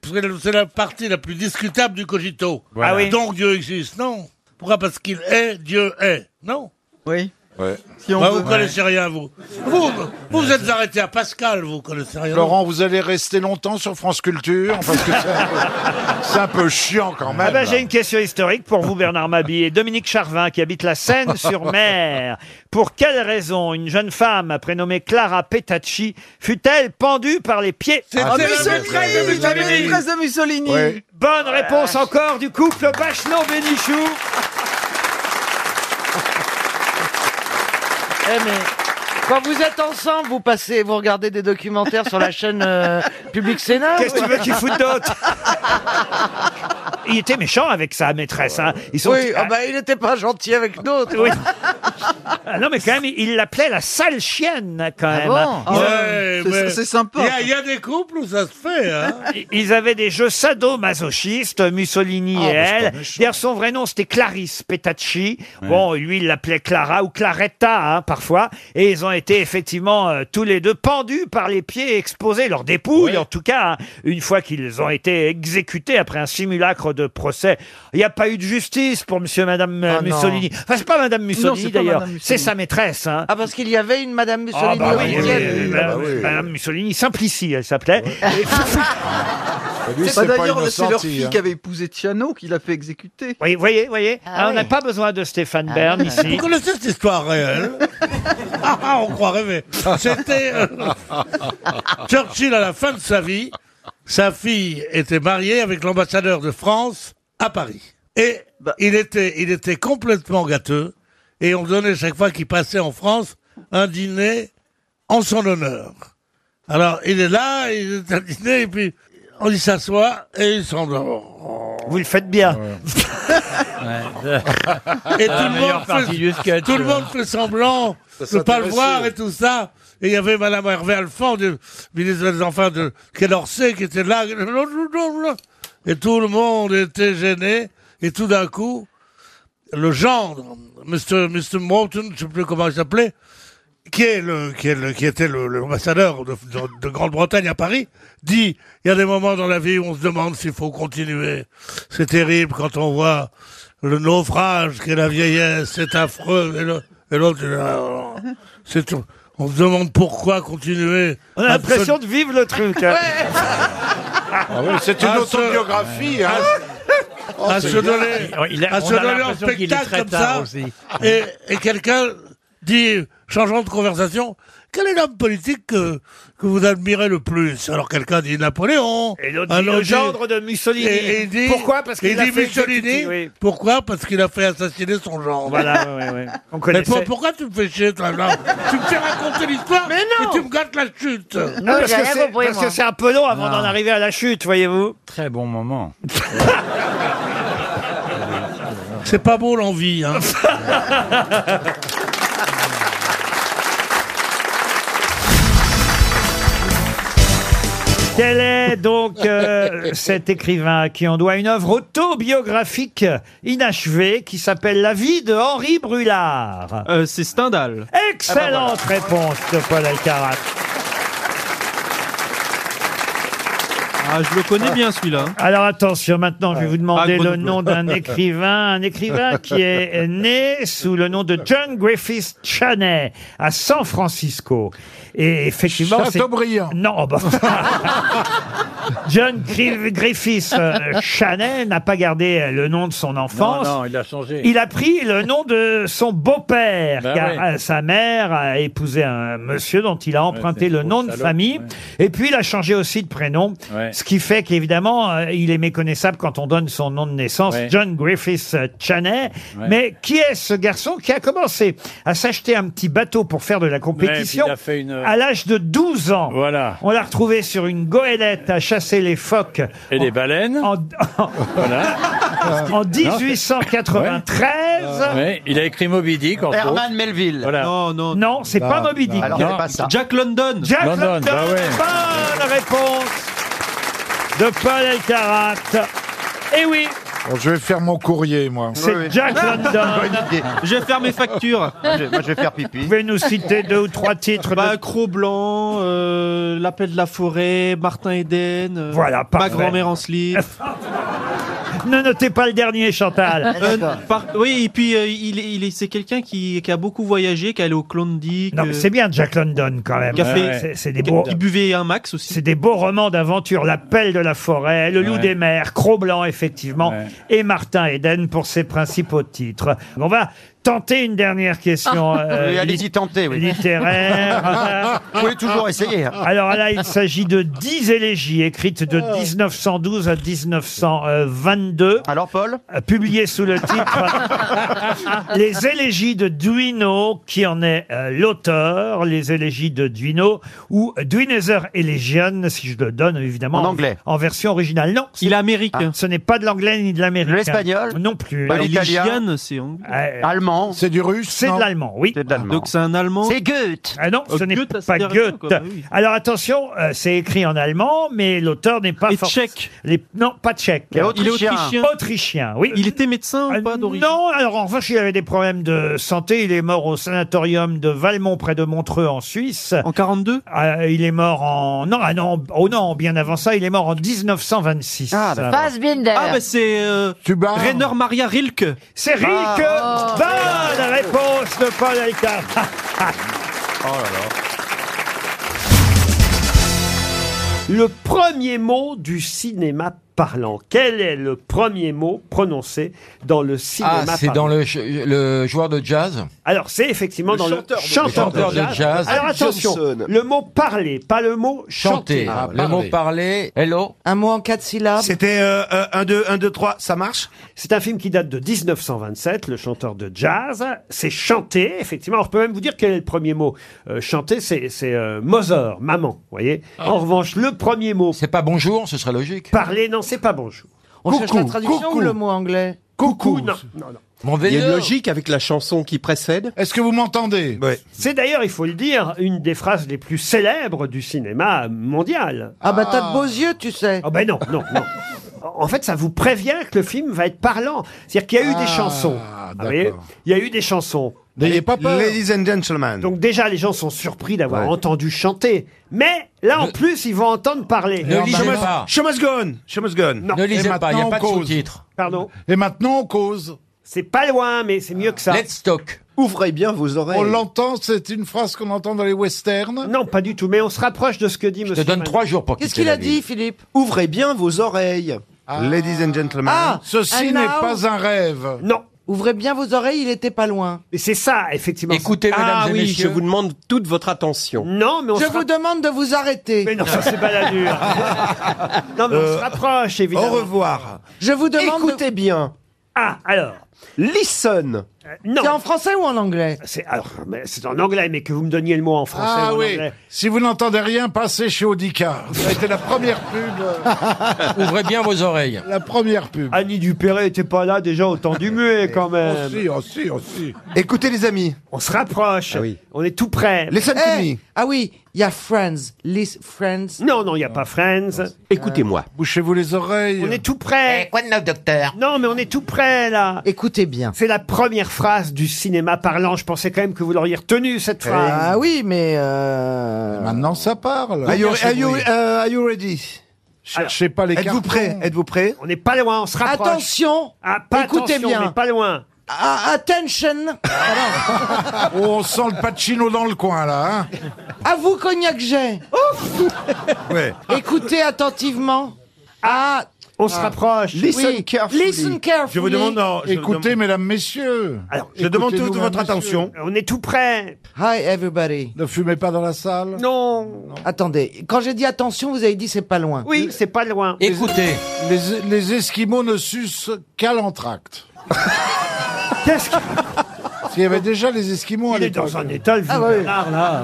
S23: c'est la partie la plus discutable du cogito.
S1: Voilà. Ah oui.
S23: Donc Dieu existe, non Pourquoi Parce qu'il est, Dieu est, non
S2: Oui.
S23: Ouais.
S2: Si on
S23: vous
S2: veut.
S23: connaissez rien, vous. Vous, vous vous êtes arrêté à Pascal, vous connaissez rien.
S25: Laurent, vous allez rester longtemps sur France Culture parce que c'est un peu- c'est un peu chiant quand même.
S1: Ah ben, j'ai une question historique pour vous, Bernard Mabie et Dominique Charvin, qui habite la Seine-sur-Mer. pour quelle raison une jeune femme prénommée Clara Petacci fut-elle pendue par les pieds
S2: C'était Ah, la Mussolini, maîtresse de la Mussolini. maîtresse de Mussolini. Ouais.
S1: Bonne réponse encore du couple Bachelot-Bénichou.
S17: Eh, mais quand vous êtes ensemble, vous passez, vous regardez des documentaires sur la chaîne euh, Public Sénat.
S1: Qu'est-ce que
S17: ou-
S1: tu veux qu'ils foutent d'autre Il
S17: ah bah,
S1: était méchant avec sa maîtresse. Hein. Ils sont
S17: Oui, ah bah, il n'était pas gentil avec d'autres.
S1: Oui. Ah non, mais quand même, il l'appelait la sale chienne, quand
S17: Ah
S2: Ah
S1: même. hein. Ils avaient-
S23: Ouais, mais Il y a- il y, a des couples où ça se fait. Hein.
S1: Ils avaient des jeux sadomasochistes, Mussolini
S17: Ah,
S1: et
S23: bah, c'est pas
S1: elle. D'ailleurs, son vrai nom, c'était Clarisse Petacci. Bon, lui, il l'appelait Clara ou Claretta, hein, parfois. Et ils ont été effectivement euh, tous les deux pendus par les pieds et exposés, leurs dépouilles en tout cas, hein, une fois qu'ils ont été exécutés après un simulacre de procès. Il n'y a pas eu de justice pour monsieur et madame euh,
S17: Ah, non.
S1: Mussolini. Enfin, c'est pas madame Mussolini
S17: c'est pas
S1: d'ailleurs,
S17: madame
S1: c'est sa maîtresse. hein.
S17: Ah, parce qu'il y avait une
S1: Ah
S17: Madame Mussolini
S1: bah oui, oui,
S17: officielle.
S1: oui, madame- Madame Mussolini, Simplici, elle s'appelait.
S24: Bah,
S2: Ah, C'est Bah, d'ailleurs c'est leur
S24: hein.
S2: fille qui
S1: Vous
S2: avait épousé Tiano qui l'a fait exécuter.
S1: voyez, voyez, voyez.
S2: Ah
S1: Ah, on
S2: oui.
S1: n'a pas besoin de Stéphane
S2: Ah
S1: Bern
S2: oui.
S1: ici.
S2: Vous connaissez
S1: cette histoire réelle
S23: Ah, ah, on croit rêver. C'était euh, Churchill à la fin de sa vie. Sa fille était mariée avec l'ambassadeur de France à Paris. Et il, était, il était complètement gâteux. Et on donnait chaque fois qu'il passait en France un dîner en son honneur. Alors il est là, il est à dîner et puis on y s'assoit et il s'endort.
S1: Vous le faites bien.
S23: Et tout,
S24: La
S23: le
S24: meilleure
S23: monde
S24: partie du
S23: fait,
S24: sketch,
S23: tout le
S24: euh.
S23: monde fait semblant
S24: Ça
S23: de pas le
S24: s'intéressait.
S23: voir et tout ça. Et il y avait Madame Hervé Alphand, du ministre des Enfants de Quai d'Orsay, qui était là. Et tout le monde était gêné. Et tout d'un coup, le gendre, Mr. Mr. Morton, je sais plus comment il s'appelait, qui, est le, qui, est le- qui était le- le- l'ambassadeur de, de- de Grande-Bretagne à Paris, dit il y a des moments dans la vie où on se demande s'il faut continuer. C'est terrible quand on voit le naufrage qu'est la vieillesse, c'est affreux. Et le- Et l'autre, il dit, Ah, non, non, c'est tout. On se demande pourquoi continuer.
S1: On a l'impression de vivre le truc. hein. Ah
S25: ouais, c'est une autobiographie, hein. Oh,
S23: à
S25: c'est
S23: se
S25: bien.
S23: donner,
S25: Il a-
S23: à
S25: on
S23: se
S25: a
S23: donner en
S25: l'impression qu'il est
S23: spectacle
S25: très
S23: comme
S25: tard
S23: ça.
S25: aussi.
S23: Et, et quelqu'un dit, changeant de conversation, quel est l'homme politique que, que vous admirez le plus Alors quelqu'un dit Napoléon.
S1: Et l'autre
S23: un
S1: dit,
S23: autre
S1: le gendre de Mussolini.
S23: Et, et il dit,
S1: Pourquoi Parce qu'il
S23: il
S1: a
S23: dit
S1: fait
S23: Mussolini.
S1: exécuter, oui.
S23: Pourquoi Parce qu'il a fait assassiner son gendre.
S1: Voilà, ouais, ouais, ouais. On
S23: Mais
S1: connaissait.
S23: pour- pourquoi tu me fais chier, toi là Tu me fais raconter l'histoire mais non. et tu me gâtes la chute.
S1: Non, parce que c'est- parce que c'est un peu long avant d'en arriver à la chute, voyez-vous.
S24: Très bon moment.
S23: C'est pas beau l'envie. Hein.
S1: Quel est donc euh, cet écrivain à qui on doit une œuvre autobiographique inachevée qui s'appelle La vie de Henri Brulard Euh, C'est Stendhal. Ah, bah, Excellente réponse de Paul Alcarat.
S4: Ah, je le connais bien celui-là. hein.
S1: Alors attention, maintenant je vais vous demander le
S4: Ah, Grenoble.
S1: nom d'un écrivain, un écrivain qui est né sous le nom de John Griffith Chaney à San Francisco. Et effectivement, c'est-
S25: Chateaubriand.
S1: Non, bah. John Gri- Griffith euh, Chaney n'a pas gardé euh, le nom de son enfance.
S24: Non, non, il a changé.
S1: Il a pris le nom de son beau-père,
S24: Ben
S1: car
S24: oui.
S1: euh, sa mère a épousé un monsieur dont il a emprunté
S24: c'est
S1: le
S24: une
S1: nom
S24: grosse
S1: de
S24: salope,
S1: famille. Et puis il a changé aussi de prénom,
S24: Ouais.
S1: ce qui fait qu'évidemment euh, il est méconnaissable quand on donne son nom de naissance,
S24: Ouais.
S1: John Griffith euh, Chaney.
S24: Ouais.
S1: Mais qui est ce garçon qui a commencé à s'acheter un petit bateau pour faire de la compétition
S24: puis il a fait une-
S1: à l'âge de 12 ans
S24: Euh, Voilà.
S1: On l'a retrouvé sur une goélette à chasser les phoques.
S24: Et les baleines. voilà.
S1: En 1893.
S24: euh, Ouais, il a écrit Moby Dick. entre
S1: Herman
S24: autres.
S1: Melville.
S24: Voilà.
S1: Non, non. Non, c'est pas Moby Dick. Alors, c'est pas ça.
S24: Jack London.
S1: Jack
S24: London,
S1: London,
S24: bah ouais.
S1: bonne réponse de Paul Elkarat. Eh oui,
S25: Bon, je vais faire mon courrier, moi.
S1: c'est Jack London.
S4: Je vais faire mes factures.
S1: Vous pouvez nous citer deux ou trois titres
S4: Bah, Cro Blanc, euh, L'Appel de la Forêt, Martin Eden, euh,
S1: Voilà,
S4: Ma
S1: parfait.
S4: grand-mère en slip.
S1: Ne notez pas le dernier, Chantal.
S4: Euh, par- oui, et puis euh, il, est- il est- c'est quelqu'un qui, qui a beaucoup voyagé, qui est allé au Klondike.
S1: Non, mais
S4: euh,
S1: c'est bien Jack London quand même.
S4: Qui a fait-
S1: C'est- C'est des
S4: qui-
S1: beaux.
S4: qui buvait un max aussi.
S1: C'est des beaux romans d'aventure, L'appel de la forêt, Le loup
S4: Ouais.
S1: des mers, Cro-Blanc effectivement, et Martin Eden pour ses principaux titres. On va tenter une dernière question. euh,
S6: Ah. Oui, allez-y,
S1: lit-
S6: tentez, oui.
S1: Littéraire.
S6: Vous pouvez toujours essayer, hein.
S1: Alors là, il s'agit de 10 élégies écrites de
S6: Oh.
S1: 1912 à 1922. Alors Paul Euh, Publiées sous le titre Les élégies de Duino, qui en est euh, l'auteur, les élégies de Duino, ou Duinezer Elegian, si je le donne évidemment.
S6: En anglais.
S1: En version originale. Non. Ah. Il est américain. Ce n'est pas de l'anglais ni de l'américain.
S6: L'espagnol
S1: Non plus.
S6: Bah, l'italien.
S4: L'Ichiane, c'est anglais.
S1: Euh, Allemand.
S26: l'allemand.
S27: C'est du russe C'est de
S26: non
S27: l'allemand, oui. Donc c'est un allemand C'est Goethe. Ah non,
S26: Euh,
S27: ce n'est pas Goethe.
S26: quoi, bah oui.
S27: Alors attention, euh, c'est écrit en allemand, mais l'auteur n'est pas...
S26: Et
S27: forc-
S26: tchèque.
S27: Les- Non, pas tchèque.
S26: Il est autrichien.
S27: Autrichien, Ah oui. Il était médecin ou pas d'origine Non, alors en revanche, il avait des problèmes de santé. Il est mort au sanatorium de Valmont, près de Montreux, en Suisse. En 42 Il est mort en... Non, ah non, oh non, bien avant ça, il est mort en 1926. Ah,
S9: Fassbinder.
S27: Ah, bah, c'est Rainer Maria Rilke. C'est Rilke
S9: Ah.
S27: Bonne réponse de Paul Alcarat.
S10: Oh
S1: Le premier mot du cinéma parlant. Quel est le premier mot prononcé dans le cinéma
S11: Ah, c'est
S1: parlant
S11: dans le, ch- le joueur de jazz
S1: Alors, c'est effectivement
S11: Le
S1: dans
S11: chanteur
S1: le
S11: de-
S1: chanteur,
S11: le chanteur
S1: de, jazz. Alors, attention,
S11: Johnson.
S1: le mot parler, pas le mot chanter. Ah,
S11: Chanter. le mot parler, hello.
S1: Un mot en quatre syllabes. C'était euh, 1, 2, 1, 2, 3, ça marche C'est un film qui date de 1927, le chanteur de jazz. C'est chanter, effectivement. Alors, je peux même vous dire quel est le premier mot. Euh, chanter, c'est c'est, euh, Mother, maman, vous voyez. En revanche, le premier mot... C'est pas bonjour, ce serait logique. Parler, non, c'est pas bonjour.
S17: On cherche la traduction ou le mot anglais
S1: Coucou, non, non, non.
S4: Il y a une logique avec la chanson qui précède.
S1: Est-ce que vous m'entendez C'est d'ailleurs, il faut le dire, une des phrases les plus célèbres du cinéma mondial.
S17: Ah bah, t'as de beaux yeux, tu sais.
S1: Ah ben non, non, non. En fait, ça vous prévient que le film va être parlant. C'est-à-dire qu'il y a eu des chansons. Vous voyez Il y a eu des chansons.
S15: N'ayez pas peur. Ladies
S1: and gentlemen. Donc déjà, les gens sont surpris d'avoir entendu chanter. Mais là, en plus, ils vont entendre parler.
S15: Ne lisez pas. Chemas Gone. Chemas Gone.
S1: Ne
S15: lisez pas, il y a pas de
S1: sous-titre. Pardon. Et maintenant, on cause. C'est pas loin, mais c'est mieux que ça. Let's talk. Ouvrez bien vos oreilles.
S16: On l'entend, c'est une phrase qu'on entend dans les westerns.
S1: Non, pas du tout, mais on se rapproche de ce que dit
S16: monsieur. Je te donne
S15: trois jours pour
S17: Qu'est-ce qu'il a dit, Philippe
S4: Ouvrez bien vos oreilles.
S15: Ladies and gentlemen.
S17: Ah
S16: Ceci
S17: and
S16: n'est
S17: now-
S16: pas un rêve.
S1: Non.
S17: Ouvrez bien vos oreilles, il était pas loin.
S1: Et c'est ça, effectivement.
S4: Écoutez,
S1: Ah
S4: mesdames et
S1: oui,
S4: messieurs,
S1: je
S4: je vous demande toute votre attention.
S1: Non, mais on
S17: Je
S1: se
S17: vous demande de vous arrêter.
S1: Mais non, ça c'est pas la dure. Ah, non, mais on se rapproche, évidemment.
S4: Euh, au revoir.
S17: Je vous demande.
S4: Écoutez bien.
S1: Ah, alors. Euh,
S4: Listen.
S1: Non.
S17: C'est en français ou en anglais
S1: C'est alors, mais c'est en anglais, mais que vous me donniez le mot en français.
S16: Ah
S1: ou en
S16: oui,
S1: anglais.
S16: si vous n'entendez rien, passez chez Audica. Ça a été la première pub. euh,
S11: Ouvrez bien vos oreilles.
S16: la première pub. Oh,
S1: Annie Dupéret était pas là déjà au temps du muet quand même.
S16: Aussi, aussi, aussi.
S1: Écoutez les amis. On se
S4: Ah
S1: rapproche. On est tout près.
S17: Eh, Ah oui, il y a Friends. List Friends.
S1: Non, non, il n'y a pas Friends.
S4: Écoutez-moi.
S16: Euh, Bouchez-vous les oreilles.
S1: On est tout près.
S4: Eh, quoi de neuf, docteur
S1: Non, mais on est tout près là.
S17: Écoutez bien.
S1: C'est la première phrase du cinéma parlant. Je pensais quand même que vous l'auriez retenue
S4: Eh
S1: cette phrase.
S17: Ah oui, mais. euh, Ah,
S16: Maintenant, ça parle.
S17: Are you- are you-
S1: ready?
S16: Cherchez pas les cartons.
S1: Êtes-vous prêt On n'est pas loin, on se rapproche.
S17: Attention
S1: Ah, pas
S17: Écoutez
S1: attention,
S17: bien.
S1: On n'est pas loin.
S17: Ah, attention
S16: Oh, on sent le Pacino dans le coin, là. hein.
S17: À vous, Cognac Jet
S16: Ouais.
S17: Ah. Écoutez attentivement. Ah
S1: On se rapproche.
S17: Listen carefully. Listen carefully.
S16: Écoutez, mesdames, messieurs.
S15: je demande toute votre
S16: attention.
S1: On est tout prêt.
S17: Hi everybody.
S16: Ne fumez pas dans la salle.
S1: Non.
S17: Attendez, quand j'ai dit attention, vous avez dit c'est pas loin.
S1: Oui, Euh, c'est pas loin.
S16: Écoutez. Les, les Esquimaux ne sucent qu'à l'entracte.
S1: Qu'est-ce que...
S16: Parce qu'il y avait déjà les Esquimaux à
S1: Il est
S16: l'époque.
S1: dans un état,
S9: Ah
S1: le vieux là.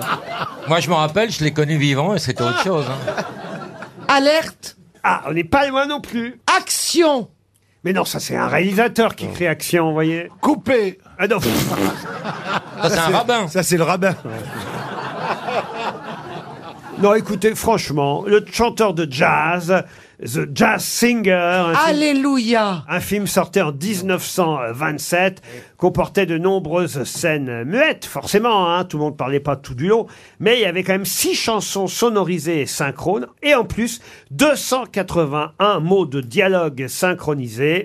S11: Moi, je m'en rappelle, je l'ai connu vivant et c'était autre chose. hein.
S17: Alerte.
S1: Ah, on n'est pas loin non plus.
S17: Action.
S1: Mais non, ça c'est un réalisateur qui crée action, vous voyez.
S16: Coupé.
S1: Ah non.
S11: Ça, c'est un rabbin.
S15: Ça, c'est le rabbin.
S1: non, écoutez, franchement, le chanteur de jazz, The Jazz Singer. un film-
S17: Alléluia.
S1: Un film sorti en 1927, comportait de nombreuses scènes muettes, forcément, hein, tout le monde parlait pas tout du long, mais il y avait quand même six chansons sonorisées et synchrones, et en plus 281 mots de dialogue synchronisés.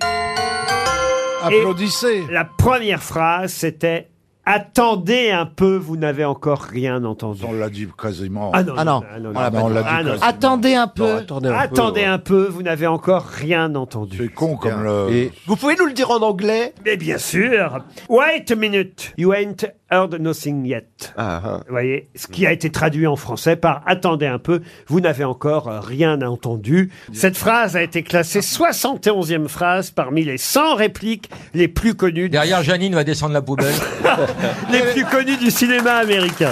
S16: Applaudissez.
S1: La première phrase, c'était Attendez un peu, vous n'avez encore rien entendu.
S16: On l'a dit quasiment.
S1: Ah non,
S17: Ah non.
S1: ah non,
S16: Ah bah, on l'a dit
S1: ah non.
S16: quasiment.
S17: Attendez un peu.
S1: Attendez un, peu, vous n'avez encore rien entendu.
S16: C'est con comme le.
S1: Vous pouvez nous le dire en anglais Mais bien sûr. Wait a minute, you ain't heard nothing yet. Vous voyez, ce qui a été traduit en français par attendez un peu, vous n'avez encore euh, rien entendu. Cette phrase a été classée 71e phrase parmi les 100 répliques les plus connues du,
S11: Derrière, Janine va descendre la poubelle.
S1: les plus connues du cinéma américain.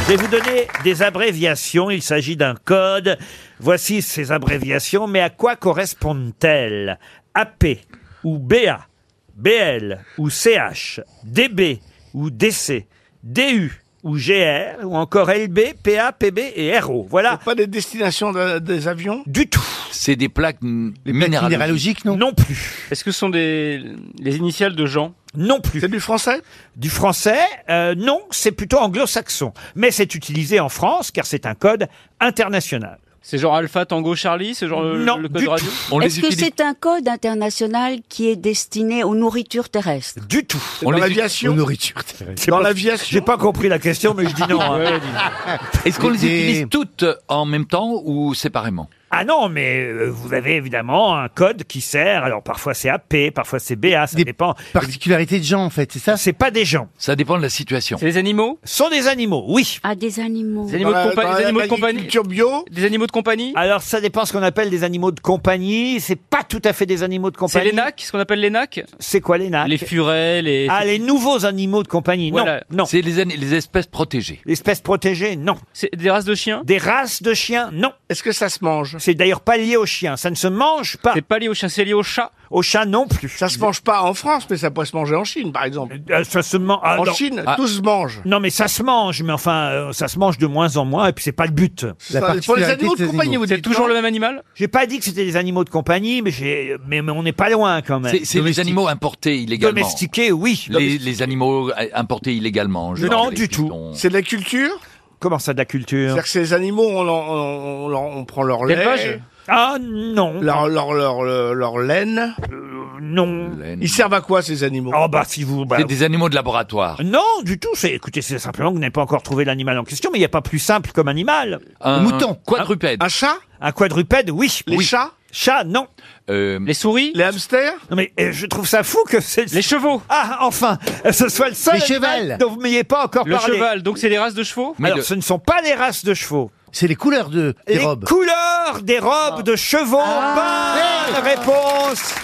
S1: Je vais vous donner des abréviations. Il s'agit d'un code. Voici ces abréviations, mais à quoi correspondent-elles AP ou BA, BL ou CH, DB ou DC, DU ou GR ou encore LB, PA, PB et RO. Voilà. Pas des destinations des avions Du tout.
S14: C'est des plaques minérales.
S1: non Non plus.
S4: Est-ce que ce sont des, les initiales de Jean
S1: Non plus. C'est du français Du français, euh, non, c'est plutôt anglo-saxon. Mais c'est utilisé en France car c'est un code international.
S4: C'est genre Alpha Tango Charlie, c'est genre le-
S1: Non,
S4: le
S1: du
S4: code radio
S1: tout.
S12: Est-ce que c'est un code international qui est destiné aux nourritures terrestres
S1: Du tout.
S12: On les utilise-
S1: Dans l'aviation. J'ai pas compris la question, mais je dis non. hein.
S14: Est-ce qu'on les
S1: Des-
S14: utilise toutes en même temps ou séparément
S1: Ah non, mais euh, vous avez évidemment un code qui sert. Alors parfois c'est AP, parfois c'est BA, ça dépend. Particularité de gens en fait, c'est ça C'est pas des gens.
S14: Ça dépend de la situation.
S1: des animaux Sont des animaux, oui.
S12: Ah, des animaux.
S1: Des animaux de Dans la- compa- dans des la animaux de compagnie.
S4: bio Des animaux de compagnie
S1: Alors ça dépend ce qu'on appelle des animaux de compagnie. C'est pas tout à fait des animaux de
S4: C'est
S1: compagnie.
S4: les nacs, ce qu'on appelle les nacs
S1: C'est quoi les nacs
S4: Les furets, les...
S1: Ah, les nouveaux animaux de compagnie.
S4: Voilà.
S1: Non, non.
S14: C'est les, an- les espèces protégées.
S1: Espèces protégées, non.
S4: C'est des races de chiens
S1: Des races de chiens, non.
S4: Est-ce que ça se mange
S1: C'est d'ailleurs pas lié aux chiens, ça ne se mange pas.
S4: C'est pas lié aux chiens, c'est lié aux chats
S1: Aux chats non plus.
S4: Ça se mange
S25: Pas en France, mais ça pourrait se manger en Chine, par exemple.
S1: Euh, ça se mange.
S23: ah,
S25: En Chine,
S4: Ah.
S1: Ah.
S25: tout se mange.
S1: Non, mais ça se mange, mais enfin, euh, ça se mange de moins en moins, et puis c'est pas le but.
S25: La Ça- pour les animaux de particularité de ces compagnie, animaux. vous
S4: C'est toujours le même animal
S1: J'ai pas dit que c'était des animaux de compagnie, mais, j'ai- mais, mais on n'est pas loin quand même.
S14: C'est c'est les animaux importés illégalement.
S1: Domestiqués, oui.
S14: Les, les animaux euh, importés illégalement. genre
S1: Non,
S14: les
S1: du tout.
S14: pitons.
S25: C'est de la culture
S1: Comment ça, de la culture
S25: C'est-à-dire que ces animaux, on, l'en- on- on l'en- on prend leur lait.
S1: L'élevage Ah non. Euh,
S25: Leur, leur, leur, leur, leur laine.
S1: non.
S25: Ils servent à quoi ces animaux
S1: Oh bah si vous.
S14: C'est des animaux de laboratoire.
S1: Non, du tout. C'est, écoutez, c'est simplement que vous n'avez pas encore trouvé l'animal en question, mais il n'y a pas plus simple comme animal.
S14: Un mouton. quadrupède.
S1: Un, chat Un quadrupède, oui.
S25: Les
S1: Oui.
S25: chats
S1: Chat, non.
S14: Euh,
S4: Les souris
S25: Les hamsters
S1: Non mais euh, je trouve ça fou que c'est...
S4: Les chevaux
S1: Ah, enfin euh, Ce soit le seul
S4: Les
S1: animal
S4: chevals.
S1: dont vous m'ayez pas encore
S4: Le
S1: parlé.
S4: cheval, donc c'est des races de chevaux
S1: Alors, ce ne sont pas les races de chevaux. C'est les couleurs de, des robes. couleurs des robes de chevaux.
S4: Ah.
S1: Bonne réponse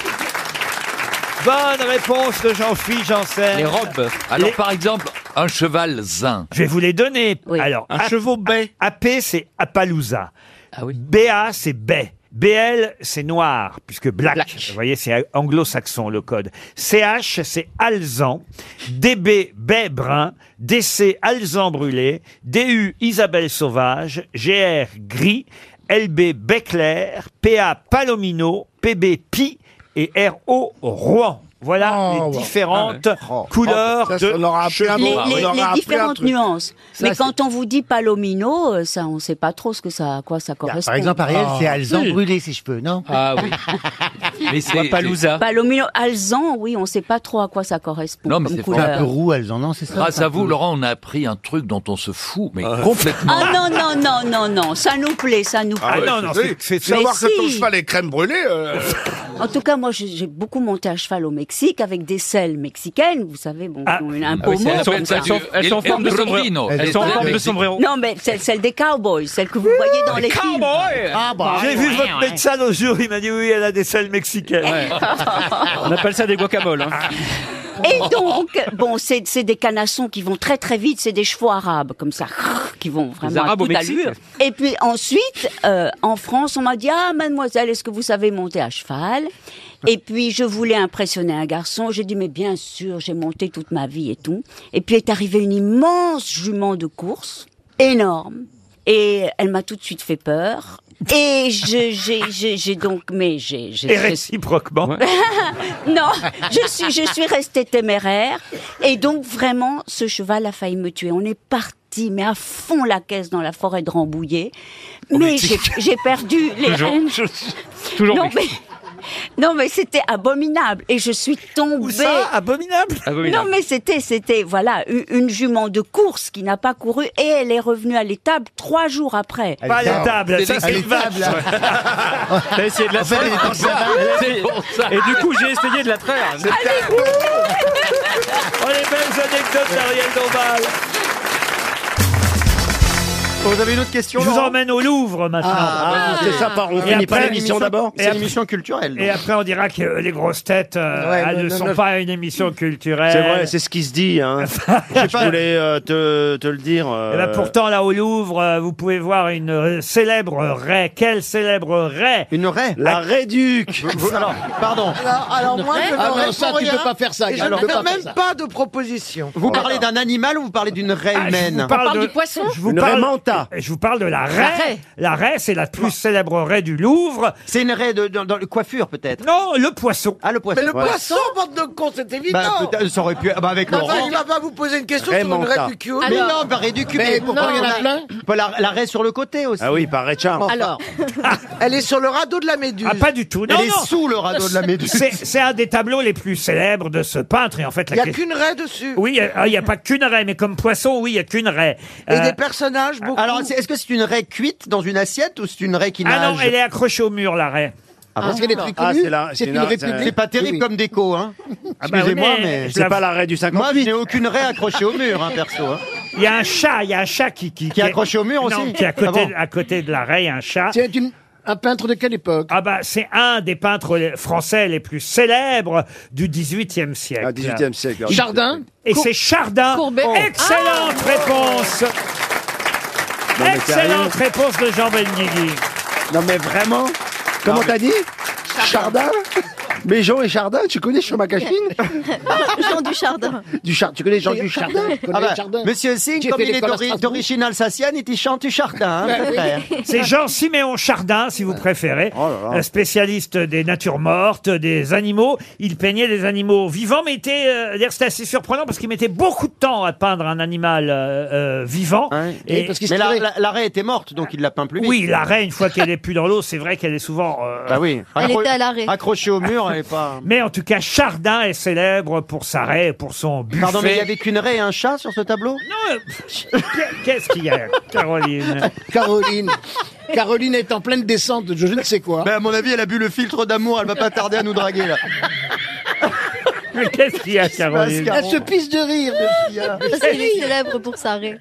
S1: Bonne réponse de Jean-Philippe Janssen.
S14: Les robes. Alors par exemple, un cheval zin.
S1: Je vais vous les donner. Alors,
S14: Un
S1: chevaux baie. AP, c'est Appaloosa.
S14: Ah
S1: BA, c'est baie. BL, c'est noir, puisque black. Vous voyez, c'est anglo-saxon, le code. CH, c'est alzan. DB, baie brun. DC, alzan brûlé. DU, Isabelle sauvage. GR, gris. LB, baie clair. PA, palomino. PB, pi. Et RO, Rouen. Voilà
S25: Oh,
S17: Oh,
S1: les différentes
S14: Ah
S25: Ah,
S1: couleurs bah,
S25: Ça,
S1: de
S25: on aura appris un
S1: chevaux.
S25: mot.
S12: Les,
S25: Ah, on
S12: les-
S25: aura appris
S12: les
S25: un
S12: différentes
S25: truc.
S12: nuances.
S25: Ça,
S12: Mais quand on vous dit palomino, euh, ça, on ne sait pas trop ce que ça, à quoi ça correspond.
S9: Par exemple, Ariel,
S25: Ah.
S9: c'est
S10: Ah,
S9: Alzan
S12: Oui.
S9: brûlé, si je peux, non
S14: Ah oui. Mais Ah, c'est- Wapalooza.
S12: Palomino, alzan, oui, on ne sait pas trop à quoi ça correspond.
S14: Non, mais
S12: comme
S14: c'est
S12: couleur.
S14: pas un peu roux,
S9: Alzan, non, c'est
S14: Grâce à vous, Laurent, on a appris un truc dont on se fout, mais complètement.
S12: Ah non, non, non, non, non, ça nous plaît, ça nous plaît.
S25: Ah, ouais, oui. Savoir que
S12: Mais
S25: ton
S12: si.
S25: cheval est crème brûlée. euh,
S12: En tout cas, moi, j'ai j'ai beaucoup monté à cheval au Mexique avec des selles mexicaines, vous savez, bon, on a un
S14: Ah oui,
S12: pommeau.
S14: c'est- elles sont-
S12: comme ça.
S14: elles sont- elles sont en forme de sombrero. Elles sont en forme de sombrero.
S12: Non, mais celle, celle des cowboys, celle que vous voyez dans les, films. Ah, bah,
S1: J'ai
S12: ouais,
S1: vu votre
S12: ouais.
S1: médecin l'autre jour, il m'a dit oui, elle a des selles mexicaines.
S4: On appelle ça des guacamoles. hein.
S12: Et donc, bon, c'est c'est des canassons qui vont très très vite, c'est des chevaux arabes comme ça, qui vont vraiment à
S4: Arabes au
S12: toute
S4: Mexique.
S17: Euh,
S12: allure. Et puis ensuite, euh, en France, on m'a dit ah mademoiselle, est-ce que vous savez monter à cheval Et puis je voulais impressionner un garçon, j'ai dit mais bien sûr, j'ai monté toute ma vie et tout. Et puis est arrivée une immense jument de course, énorme, et elle m'a tout de suite fait peur. Et je- j'ai j'ai- j'ai donc mais j'ai j'ai-
S1: Et réciproquement.
S12: non, je suis, je suis restée téméraire. Et donc, vraiment, ce cheval a failli me tuer. On est parti, mais à fond la caisse dans la forêt de Rambouillet.
S1: Oh,
S12: Mais j'ai j'ai perdu les
S28: Toujours.
S12: rênes.
S28: Toujours
S12: Non,
S28: lui.
S12: mais. Non mais c'était abominable et je suis tombée.
S1: ça abominable.
S12: Non mais c'était c'était voilà u- une jument de course qui n'a pas couru et elle est revenue à l'étable trois jours après.
S1: Pas à l'étable, ça c'est une vache.
S4: T'as essayé de la
S1: En fait, elle est
S4: traire.
S1: dans sa barre.
S4: Et- Et du coup, j'ai essayé de la traire.
S1: Oh les belles anecdotes d'Ariel Dombal. Vous avez une autre question Je vous emmène au Louvre maintenant.
S6: Ah, Ah, ouais. c'est ça, par- on
S1: Et
S6: finit pas
S1: après-
S6: l'émission d'abord
S1: et
S6: C'est
S1: après-
S6: l'émission culturelle, donc.
S1: Et après, on dira que euh, les grosses têtes euh,
S6: Ouais,
S1: ah,
S6: non,
S1: ne
S6: non,
S1: sont
S6: non.
S1: pas une émission culturelle.
S6: C'est vrai, c'est ce qui se dit. Hein. Je voulais euh, te, te le dire.
S1: Eh ben,
S6: euh,
S1: pourtant, là, au Louvre, euh, vous pouvez voir une euh, célèbre raie. Quelle célèbre raie Une raie
S6: La raie duc Alors, pardon.
S17: Alors, alors moi, je
S6: Ah,
S17: ne
S6: non,
S17: réponds
S6: ça, tu
S17: rien,
S6: peux pas faire ça,
S17: et Je
S6: Gaël, tu
S17: ne
S6: peux pas
S17: fais
S6: faire
S17: même
S6: ça.
S17: pas de proposition.
S6: Vous parlez d'un animal ou vous parlez d'une raie
S1: Ah,
S6: humaine
S1: Je vous
S6: Une
S1: parle,
S6: raie manta.
S1: Je vous parle de la raie. La raie,
S6: raie.
S1: c'est la plus célèbre raie du Louvre.
S6: C'est une raie de, dans, dans le coiffure, peut-être
S1: Non, le poisson.
S6: Ah, le poisson.
S17: Mais le
S6: ouais.
S17: poisson, bande de cons, c'est évident.
S6: Bah, peut-être, ça aurait pu. ah, Bah, avec
S17: Enfin,
S6: Laurent.
S17: il va pas vous poser une question
S6: Raie
S17: sur une
S6: manta.
S17: raie du cul.
S6: Mais non, bah, raie du cul. Mais pourquoi il y en a plein la, la raie sur le côté aussi. Ah oui, par raie charme.
S17: Alors. Elle est sur le radeau de la méduse.
S1: Ah, pas du tout. Non,
S17: Elle est
S1: non.
S17: sous le radeau de la Méduse.
S1: C'est c'est un des tableaux les plus célèbres de ce peintre. Et en fait,
S17: Il n'y a qu'une raie dessus.
S1: Oui, euh, ah, il n'y a, pas qu'une raie, mais comme poisson, oui, il n'y a qu'une raie.
S17: Et
S1: Euh,
S17: des personnages beaucoup.
S6: Alors, c'est- est-ce que c'est une raie cuite dans une assiette ou c'est une raie qui nage
S1: Ah non, elle est accrochée au mur, la raie.
S6: Ah, parce qu'elle est trucs
S1: Ah,
S6: connus.
S1: c'est la- c'est
S6: C'est une
S1: la-
S6: république.
S1: c'est-
S6: C'est pas terrible
S1: Oui, oui.
S6: comme déco, hein.
S1: Ah bah oui,
S6: Excusez-moi,
S1: mais
S6: mais.
S1: je la-
S6: Moi, je n'ai aucune raie accrochée au mur, hein, perso. hein.
S1: Il y a un chat, il y a un chat qui... Qui,
S6: est accroché au mur
S1: Non,
S6: aussi
S1: qui est à côté,
S6: Ah bon
S1: à côté de la raie, un chat. C'est un peintre de quelle époque Ah bah, c'est un des peintres français les plus célèbres du 18e siècle.
S16: Ah, 18e siècle, alors.
S1: Chardin Oh. Et c'est Chardin. Excellente réponse
S16: Non, mais
S1: Excellente
S16: sérieux
S1: réponse de Jean Benguigui.
S16: Non mais vraiment Comment t'as dit Chardin Mais Jean et Chardin, tu connais Chomakashi
S28: Jean du Chardin.
S16: Du Char- tu connais Jean du Chardin
S6: Ah bah, Monsieur Singh, comme il est d'ori- d'origine alsacienne, il était chante du chardin, hein, mon frère.
S1: C'est Jean Siméon Chardin, si vous préférez, Euh, spécialiste des natures mortes, des animaux. Il peignait des animaux vivants, mais était, euh, d'ailleurs, c'était assez surprenant parce qu'il mettait beaucoup de temps à peindre un animal euh, euh, vivant.
S6: Et- mais la, la- la raie était morte, donc il l'a peint plus vite.
S1: oui, la raie, une fois qu'elle est plus dans l'eau, c'est vrai qu'elle est souvent. euh,
S6: Bah oui. Accro- Accrochée au mur, elle est pas.
S1: Mais en tout cas, Chardin est célèbre pour sa raie, et pour son buffet.
S6: Pardon, mais il y avait qu'une raie et un chat sur ce tableau
S1: Non, euh, qu'est-ce qu'il y a, Caroline
S16: Caroline. Caroline est en pleine descente de je ne sais quoi.
S6: Ben, à mon avis, elle a bu le filtre d'amour, elle va pas tarder à nous draguer, là.
S1: Mais qu'est-ce qu'il y a, Caroline
S16: Elle se pisse de rire.
S28: Parce qu'il est célèbre pour sa raie.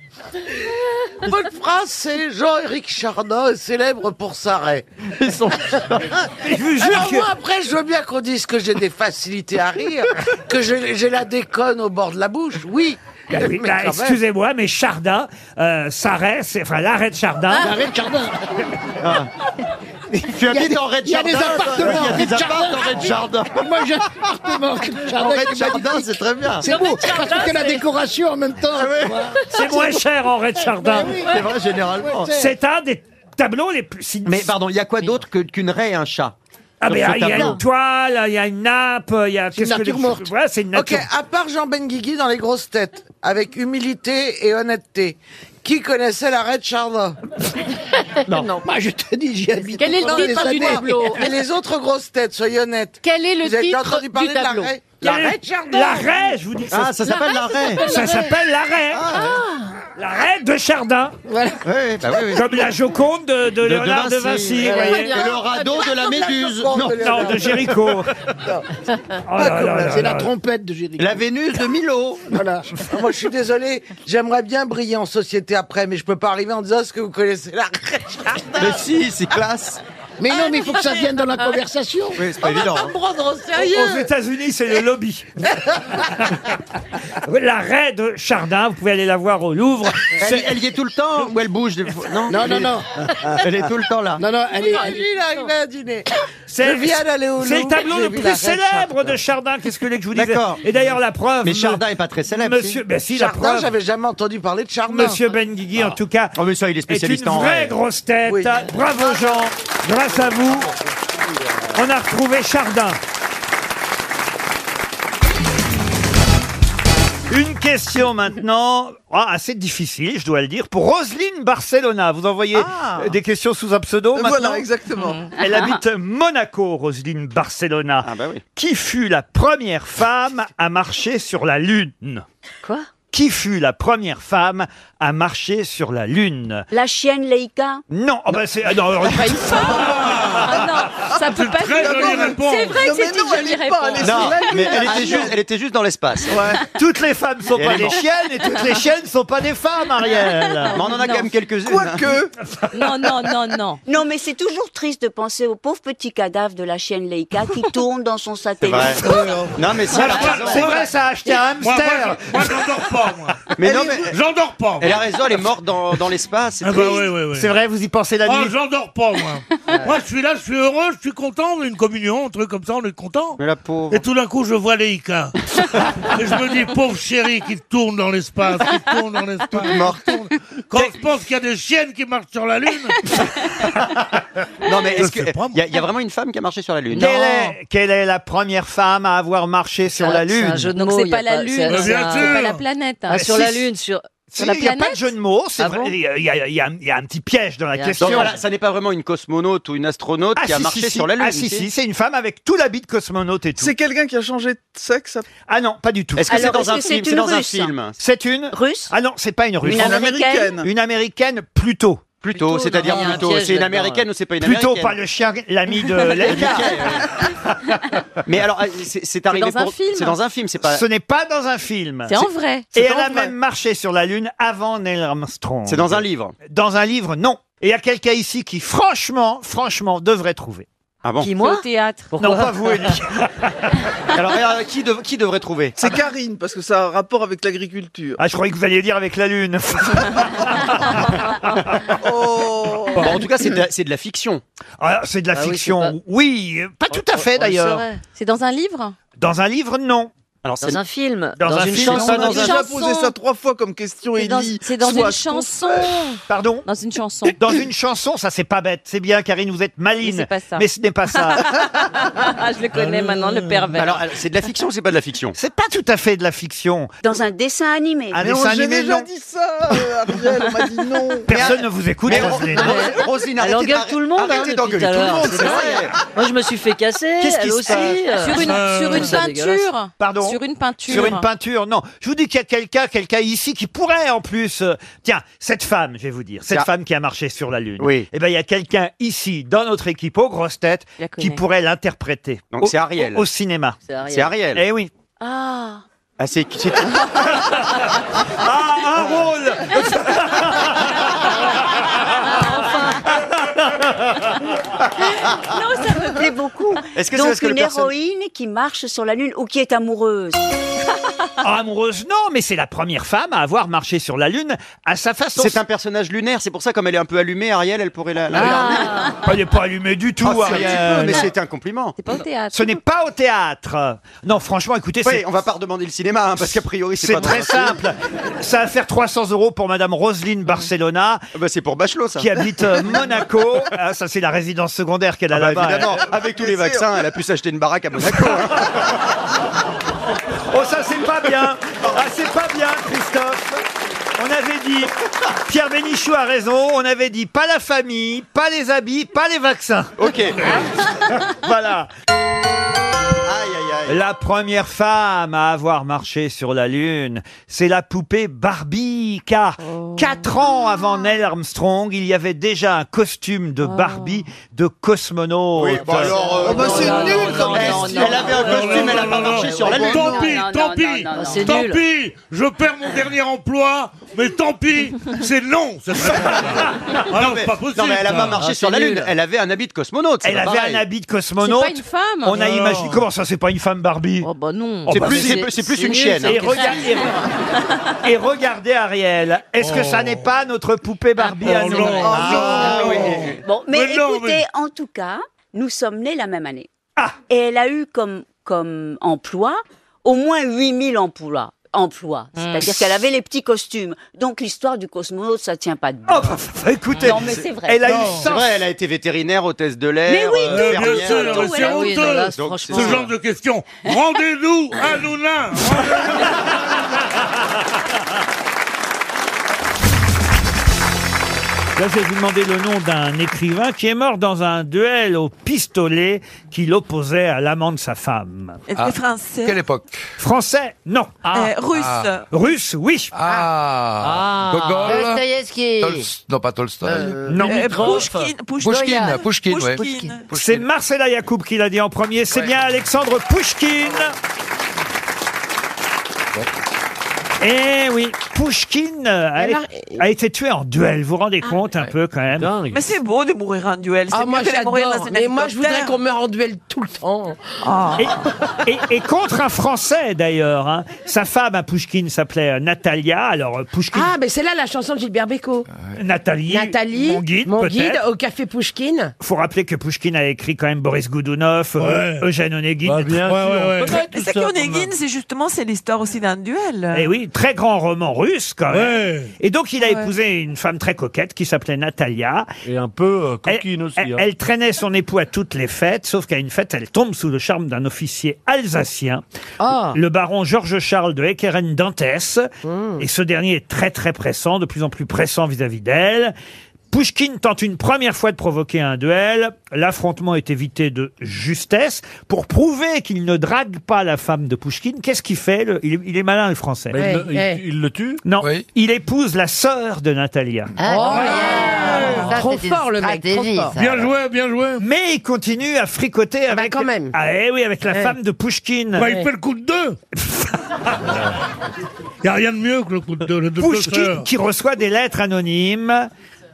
S17: Votre phrase, c'est Jean-Éric Chardin est célèbre pour sa raie. Ils sont...
S1: jure
S17: Alors
S1: que-
S17: moi, après, je veux bien qu'on dise que j'ai des facilités à rire, que je- j'ai la déconne au bord de la bouche, oui.
S1: Bah oui, bah,
S17: Mais quand même.
S1: Excusez-moi, mais Chardin, hein. euh, sa raie, c'est- enfin l'arrêt de Chardin.
S16: La raie de Chardin.
S6: Tu habites en raie de
S16: Ah, Il y a
S6: jardin
S16: des appartements.
S6: Il y a des appartements en raie de jardin.
S16: Moi, j'ai un appartement en raie de jardin.
S6: En raie de
S16: qui est
S6: jardin,
S16: magnifique.
S6: c'est très bien.
S16: C'est beau. Parce que la décoration en même temps. tu vois.
S1: C'est moins cher en raie de Chardin.
S16: Ben oui.
S6: C'est vrai, généralement.
S1: C'est un des tableaux les plus
S6: Mais pardon, il y a quoi d'autre que- qu'une raie et un chat
S1: Ah
S6: sur
S1: mais
S6: ce
S1: ah, il y a
S6: tableau
S1: une toile, il y a une nappe, euh, il y a
S17: C'est une
S1: qu'est-ce que
S17: nature
S1: les-
S17: morte.
S1: Voilà, c'est une
S17: Ok,
S1: nature.
S17: à part Jean Benguigui dans les grosses têtes, avec humilité et honnêteté, qui connaissait la raie de Chardin
S6: Non.
S16: Moi, je te dis, j'y habite.
S17: Quel
S28: est le titre du tableau
S17: Mais les autres grosses têtes, soyez honnêtes.
S28: Quel est le
S17: Vous avez déjà
S28: titre
S17: entendu
S28: du
S17: parler de la
S28: tableau
S17: raie
S1: Quel
S17: La
S1: est-
S17: raie de Chardin
S1: La raie, je vous dis.
S6: Ah, ça s'appelle la raie.
S1: Ça s'appelle la raie.
S17: hein.
S28: Ah.
S1: La raie de Chardin.
S6: Oui, bah oui, oui.
S1: Comme la Joconde de, de
S6: de
S1: Léonard de
S6: Vinci,
S1: Vinci.
S6: ouais.
S1: vous voyez.
S6: Et le radeau de la Méduse.
S1: Non, non, de Géricault. Oh là là là
S17: C'est
S1: là
S17: la
S1: là.
S17: trompette de Jéricho.
S6: La Vénus de Milo.
S17: Voilà. Ah, Moi, je suis désolé. J'aimerais bien briller en société après, mais je peux pas arriver en disant ce que vous connaissez la raie de Chardin.
S6: Mais si, c'est classe. Ah,
S17: Mais
S16: non, mais il faut que ça vienne dans la conversation.
S6: Oui, c'est pas évident. hein.
S17: prendre au
S1: Aux États-Unis, c'est le lobby. la raie de Chardin, vous pouvez aller la voir au Louvre.
S6: Elle, elle y est tout le temps ou elle bouge des fois Non,
S17: Non,
S6: elle
S17: non,
S6: est-
S17: non.
S6: Elle est tout le temps là.
S17: Non, non,
S16: elle est-
S17: elle est... Il arrivait à dîner.
S1: C'est-
S17: Je viens d'aller au
S1: C'est le
S17: Louvre,
S1: tableau
S17: j'ai
S1: le
S17: vu la
S1: plus
S17: reine
S1: célèbre de Chardin. Qu'est-ce que vous voulez que je vous dise
S6: D'accord.
S1: Et d'ailleurs, la preuve.
S6: Mais
S1: me-
S6: Chardin est pas très célèbre.
S1: Monsieur,
S6: si.
S1: ben si, la
S17: Chardin,
S1: preuve.
S17: j'avais jamais entendu parler de Chardin.
S1: Monsieur Benguigui, en tout cas,
S6: Oh, mais ça, il est
S1: est
S6: spécialiste
S1: une
S6: en
S1: vraie
S6: raie.
S1: grosse tête.
S17: Oui.
S1: Bravo Jean, grâce à vous, on a retrouvé Chardin. Une question maintenant, ah, assez difficile, je dois le dire, pour Roselyne Barcelona. Vous envoyez
S17: Ah.
S1: euh, des questions sous un pseudo maintenant
S17: Voilà, exactement.
S28: Mmh.
S1: Elle habite Monaco, Roselyne Barcelona. Qui fut la première femme à marcher sur la Lune
S12: Quoi
S1: Qui fut la première femme à marcher sur la Lune
S12: La chienne Leica
S1: non, oh bah c'est. ah non, alors-
S12: Ah non, ça
S20: ça peut pas
S23: très
S20: être-
S23: jolie réponse.
S20: C'est vrai que
S23: Non, mais
S20: c'est
S23: non,
S20: une jolie
S23: elle est pas,
S20: réponse.
S23: Non,
S21: mais elle était, juste, elle était juste dans l'espace.
S1: Toutes les femmes sont
S21: Et elle
S1: pas
S21: est
S1: des
S21: morte.
S1: chiennes et toutes les chiennes sont pas des femmes, Ariel.
S21: Mais on en a quand même quelques-unes.
S12: Non, non, non, non. Non, mais c'est toujours triste de penser au pauvre petit cadavre de la chienne Leica qui tourne dans son
S21: C'est
S12: satellite.
S21: vrai. non, mais ça, elle a raison.
S1: ça a acheté un
S21: Moi,
S12: hamster.
S21: Mais non, mais.
S23: J'endors pas.
S21: Elle a raison, elle est morte dans, dans l'espace. c'est
S23: Ah bah
S21: triste.
S23: oui, oui, oui.
S1: vous y pensez la
S23: Oh,
S21: nuit
S23: j'endors pas, moi. moi, je suis là, je suis heureux, je suis content, une communion, un truc comme ça, on est content.
S21: Mais la pauvre.
S23: Et tout d'un coup, je vois Leica. Et je me dis, pauvre chérie qui tourne dans l'espace, qui tourne dans l'espace. qui tourne. Quand je pense qu'il y a des chiennes qui marchent sur la Lune.
S21: Non, mais est-ce
S23: Je sais
S21: que. Il y, a- il y a vraiment une femme qui a marché sur la Lune.
S1: Quelle est, quelle est la première femme à avoir marché sur
S21: C'est
S1: la
S21: un- c'est
S1: Lune
S21: un jeu de
S20: Donc c'est pas la lune, c'est
S1: Mais bien
S20: c'est pas
S1: sûr.
S20: la planète. hein.
S1: Ah,
S20: sur
S1: si,
S20: la
S1: si.
S20: lune, sur,
S1: Si,
S20: sur la
S1: il n'y a
S20: planète.
S1: pas de jeu de mots, c'est
S20: Ah
S1: vrai,
S20: bon
S1: il y, a- il y a- il y a- il y a un petit piège dans la
S21: Donc
S1: question.
S21: voilà, ça n'est pas vraiment une cosmonaute ou une astronaute
S1: Ah,
S21: qui a
S1: si,
S21: marché
S1: si, si.
S21: sur la Lune.
S1: Ah si, si, c'est une femme avec tout l'habit de cosmonaute et tout.
S2: C'est quelqu'un qui a changé de sexe ça
S1: Ah non, pas du tout.
S21: Est-ce que c'est Alors, dans est-ce un que film c'est C'est une dans un Russe film.
S1: C'est une Russe Ah non, c'est pas une Russe.
S21: Une Une Américaine Américaine
S1: Une Américaine plutôt.
S21: Plutôt, Plutôt, c'est-à-dire non, il y a un plutôt. piège C'est une là-dedans, Américaine ouais. ou c'est pas une
S1: Plutôt
S21: Américaine
S1: pas le chien, l'ami de Leica.
S21: Mais alors, euh, c'est- c'est arrivé
S1: dans un
S21: pour-
S1: film.
S21: C'est dans un film, c'est pas.
S1: Ce n'est pas dans un film.
S21: C'est en vrai.
S1: Et
S21: C'est
S1: elle
S21: en
S1: a
S21: vrai.
S1: même marché sur la Lune avant Neil Armstrong.
S21: C'est dans un livre.
S1: Dans un livre, non. Et il y a quelqu'un ici qui, franchement, franchement, devrait trouver.
S21: Ah bon
S20: Qui, moi C'est au théâtre.
S1: Non, pas vous, Elie.
S21: Alors, euh, qui, dev- qui devrait trouver
S2: C'est Karine, parce que ça a un rapport avec l'agriculture.
S1: Ah, je croyais que vous alliez dire avec la Lune.
S21: Bon, En tout cas, c'est de, la- c'est de la fiction.
S1: Ah, c'est de la
S21: Ah oui,
S1: fiction.
S21: c'est
S1: Oui, euh, pas... tout à fait
S21: on le
S1: d'ailleurs.
S21: saurait.
S20: C'est dans un livre
S1: Dans un livre, non.
S21: Alors,
S20: Dans un film
S1: Dans un
S20: une
S1: film,
S20: chanson
S1: pas dans
S20: Une
S1: un-
S20: chanson.
S2: J'ai posé ça trois fois comme question,
S20: C'est dans,
S2: Ellie.
S20: c'est dans
S2: Soit
S20: une
S2: je
S20: chanson.
S1: Pardon
S20: Dans une chanson.
S1: Dans une chanson, ça c'est pas bête. C'est bien, Karine, vous êtes maline.
S20: Mais c'est pas ça.
S1: ce n'est pas ça. Euh,
S20: Ah, je le connais maintenant, le pervers.
S21: Alors, alors, c'est de la fiction ou c'est pas de la fiction
S1: c'est pas tout à fait de la fiction.
S12: Dans un dessin animé.
S1: Un Mais dessin on- j'ai animé, déjà non.
S12: dit ça, Ariel, on m'a dit non.
S1: Personne ne vous écoute,
S21: Mais-
S1: Roselyne.
S21: Ro- Roselyne,
S20: Elle
S21: arrêtez
S20: engueule
S21: d'arr-
S20: tout le monde, hein,
S21: arrêtez
S20: depuis
S21: d'engueuler
S20: tout à
S21: tout le
S20: l'heure,
S21: monde,
S20: c'est
S21: c'est vrai.
S20: vrai. Moi, je me suis fait casser.
S21: Qu'est-ce qui
S20: elle
S21: se
S20: aussi.
S21: passe
S20: Sur une,
S1: Euh,
S20: sur une
S1: ça,
S20: peinture.
S1: Pardon
S20: Sur une peinture.
S1: Sur une peinture, non. Je vous dis qu'il y a quelqu'un, quelqu'un ici qui pourrait en plus. euh, tiens, cette femme, je vais vous dire, cette
S21: Tiens.
S1: femme qui a marché sur la lune.
S21: Oui.
S1: Eh ben, il y a quelqu'un ici dans notre équipe aux grosses têtes qui
S20: connais.
S1: pourrait l'interpréter.
S21: Donc
S1: Au-
S21: c'est Ariel.
S1: Au, au cinéma.
S20: C'est Ariel.
S21: C'est Ariel.
S1: Eh oui.
S20: Ah.
S21: Ah, c'est. c'est-
S1: Ah, un rôle.
S12: Non, ça me plaît beaucoup.
S21: Est-ce que c'est
S12: Donc
S21: parce que
S12: une
S21: le perso-
S12: héroïne qui marche sur la lune ou qui est amoureuse.
S1: Ah, amoureuse, non, mais c'est la première femme à avoir marché sur la lune à sa façon. Ah.
S21: C'est un personnage lunaire, c'est pour ça, comme elle est un peu allumée, Ariel, elle pourrait la. la regarder.
S1: Elle n'est pas allumée du tout,
S21: Ah, c'est un petit peu,
S1: Ariel.
S21: mais c'est un compliment.
S20: C'est pas au théâtre.
S1: Ce n'est pas au théâtre. Non, franchement, écoutez,
S21: Oui,
S1: c'est-
S21: on va pas redemander le cinéma, hein, parce qu'a priori, c'est
S1: c'est
S21: pas
S1: très
S21: dans un film.
S1: simple. Ça va faire 300 euros pour Madame Roselyne Barcelona,
S21: Ah bah, c'est pour Bachelot, ça.
S1: qui habite euh, Monaco. Ah, ça, c'est la résidence secondaire qu'elle a
S21: Ah bah,
S1: là-bas.
S21: évidemment, avec tous les vaccins, elle a pu s'acheter une baraque à Monaco. hein.
S1: Oh, ça, c'est pas bien. Ah, c'est pas bien, Christophe. On avait dit, Pierre Bénichou a raison, on avait dit pas la famille, pas les habits, pas les vaccins.
S21: Ok. Aïe,
S1: Voilà.
S21: aïe, aïe.
S1: La première femme à avoir marché sur la Lune, c'est la poupée Barbie, car quatre ans avant Neil Armstrong, il y avait déjà un costume de Barbie de cosmonaute.
S21: Oui, bah alors, euh,
S2: Ah bah, c'est
S20: non,
S2: nul
S20: non,
S2: comme
S21: elle,
S2: question.
S21: si
S20: oh
S21: elle avait un costume, elle a pas marché sur la lune.
S23: Tant
S20: Non,
S23: pis,
S20: non,
S23: tant
S20: non,
S23: pis,
S20: non, non, c'est
S23: tant
S20: nul.
S23: pis. Je perds mon dernier emploi, mais tant pis. C'est non. c'est vraiment non. Ah non,
S21: mais-
S23: c'est pas possible.
S21: non, mais elle a
S23: ça.
S21: pas marché sur la lune. Elle avait un habit de cosmonaute. c'est
S1: Elle
S21: pas
S1: avait
S21: pareil.
S1: un habit de
S20: C'est
S1: cosmonaute.
S20: pas une femme.
S1: On a imaginé. Comment ça, c'est pas une femme Barbie
S20: Oh bah non.
S1: Oh,
S21: C'est
S1: bah,
S21: plus,
S1: c'est-
S21: c'est- c'est plus
S20: c'est
S21: une
S20: nul,
S21: chienne.
S20: c'est
S1: Et,
S21: hein.
S1: rega- et re- et regardez Ariel. Est-ce que ça n'est pas notre poupée Barbie à
S23: Oh
S1: nous
S23: non,
S21: Ah,
S23: non,
S21: oui.
S23: non.
S12: Bon, Oh, mais,
S23: Mais non,
S12: écoutez,
S23: mais-
S12: en tout cas, nous sommes nés la même année.
S1: Ah.
S12: Et elle a eu comme, comme emploi au moins 8000 emplois. emplois.
S1: Hmm.
S12: C'est-à-dire qu'elle avait les petits costumes. Donc l'histoire du cosmonaute, ça tient pas de
S1: Oh, bah, bah, écoutez,
S12: Non, mais c'est vrai.
S1: elle a eu
S21: C'est
S1: cent-
S21: vrai, elle a été vétérinaire, hôtesse de l'air.
S12: Mais oui,
S23: Mais
S21: euh,
S23: bien sûr,
S21: fermière.
S23: mais c'est
S20: oui, non, là,
S23: honteux.
S20: franchement.
S23: Ce genre de question. Rendez-nous à Nouna.
S1: Là, je vais vous demander le nom d'un écrivain qui est mort dans un duel au pistolet qui l'opposait à l'amant de sa femme.
S22: Est-ce que Ah. français Quelle
S1: époque Français, non.
S22: Ah. Euh, russe. Ah.
S1: Russe, oui.
S19: Ah, Gogol.
S3: Dostoïevski.
S19: Tolst- Non, pas Tolstoy.
S1: non.
S22: Euh, Pouchkine,
S19: Pouchkine, Pouchkine, ouais.
S1: C'est Marcella Yacoub qui l'a dit en premier. C'est bien Alexandre Pouchkine. Eh oui, Pouchkine euh, a,
S22: Elle a-
S1: a été tué en duel. Vous vous rendez compte un peu quand même
S22: Mais c'est beau de mourir en duel.
S24: Ah,
S22: c'est
S24: moi,
S22: mieux que de mourir
S24: j'adore.
S22: dans un
S24: Mais moi, je voudrais
S1: Ah.
S22: hélicoptère.
S24: qu'on meure en duel tout le temps.
S1: Et, et- et contre un Français d'ailleurs. hein. Sa femme à Pouchkine s'appelait euh, Natalia. Alors euh, Pouchkine, Euh,
S24: Ah, mais c'est là la chanson de Gilbert Bécaud.
S1: Nathalie,
S24: Nathalie,
S1: mon guide,
S24: mon
S1: peut-être.
S24: guide au café Pouchkine.
S1: faut rappeler que Pouchkine a écrit quand même Boris Goudounov, euh,
S24: Ouais.
S1: Eugène Onegin.
S24: bien
S1: Ouais, ouais, ouais.
S22: Mais c'est qu'on est guine, c'est justement c'est l'histoire aussi d'un duel.
S1: Eh oui, très grand roman russe quand même.
S22: Euh, Ouais.
S1: Et donc il a
S22: Ouais.
S1: épousé une femme très coquette qui s'appelait Natalia.
S29: Et un peu euh, coquine aussi.
S1: Elle, elle traînait son époux à toutes les fêtes, sauf qu'à une fête, elle tombe sous le charme d'un officier alsacien,
S15: Ah.
S1: le baron Georges Charles de Eckeren Dantès. Et ce dernier est très très pressant, de plus en plus pressant vis-à-vis d'elle. Pushkin tente une première fois de provoquer un duel. L'affrontement est évité de justesse. Pour prouver qu'il ne drague pas la femme de Pushkin, qu'est-ce qu'il fait le- il, est- il est malin, le français.
S29: Mais il le- il- Eh, eh.
S1: le tue Non. Il épouse la sœur de Natalia.
S15: Ah.
S1: Ah.
S24: Trop fort le mec, trop fort. Bah,
S1: joué, bien joué. Mais il continue à fricoter avec.
S24: quand même.
S1: Ah eh oui, avec la
S24: Eh.
S1: femme de Pushkin.
S24: Bah, il Ouais. fait
S1: le coup de deux.
S23: Il n'y a rien de mieux que le coup de deux. Le double
S1: Pushkin
S23: fleur.
S1: qui reçoit des lettres anonymes.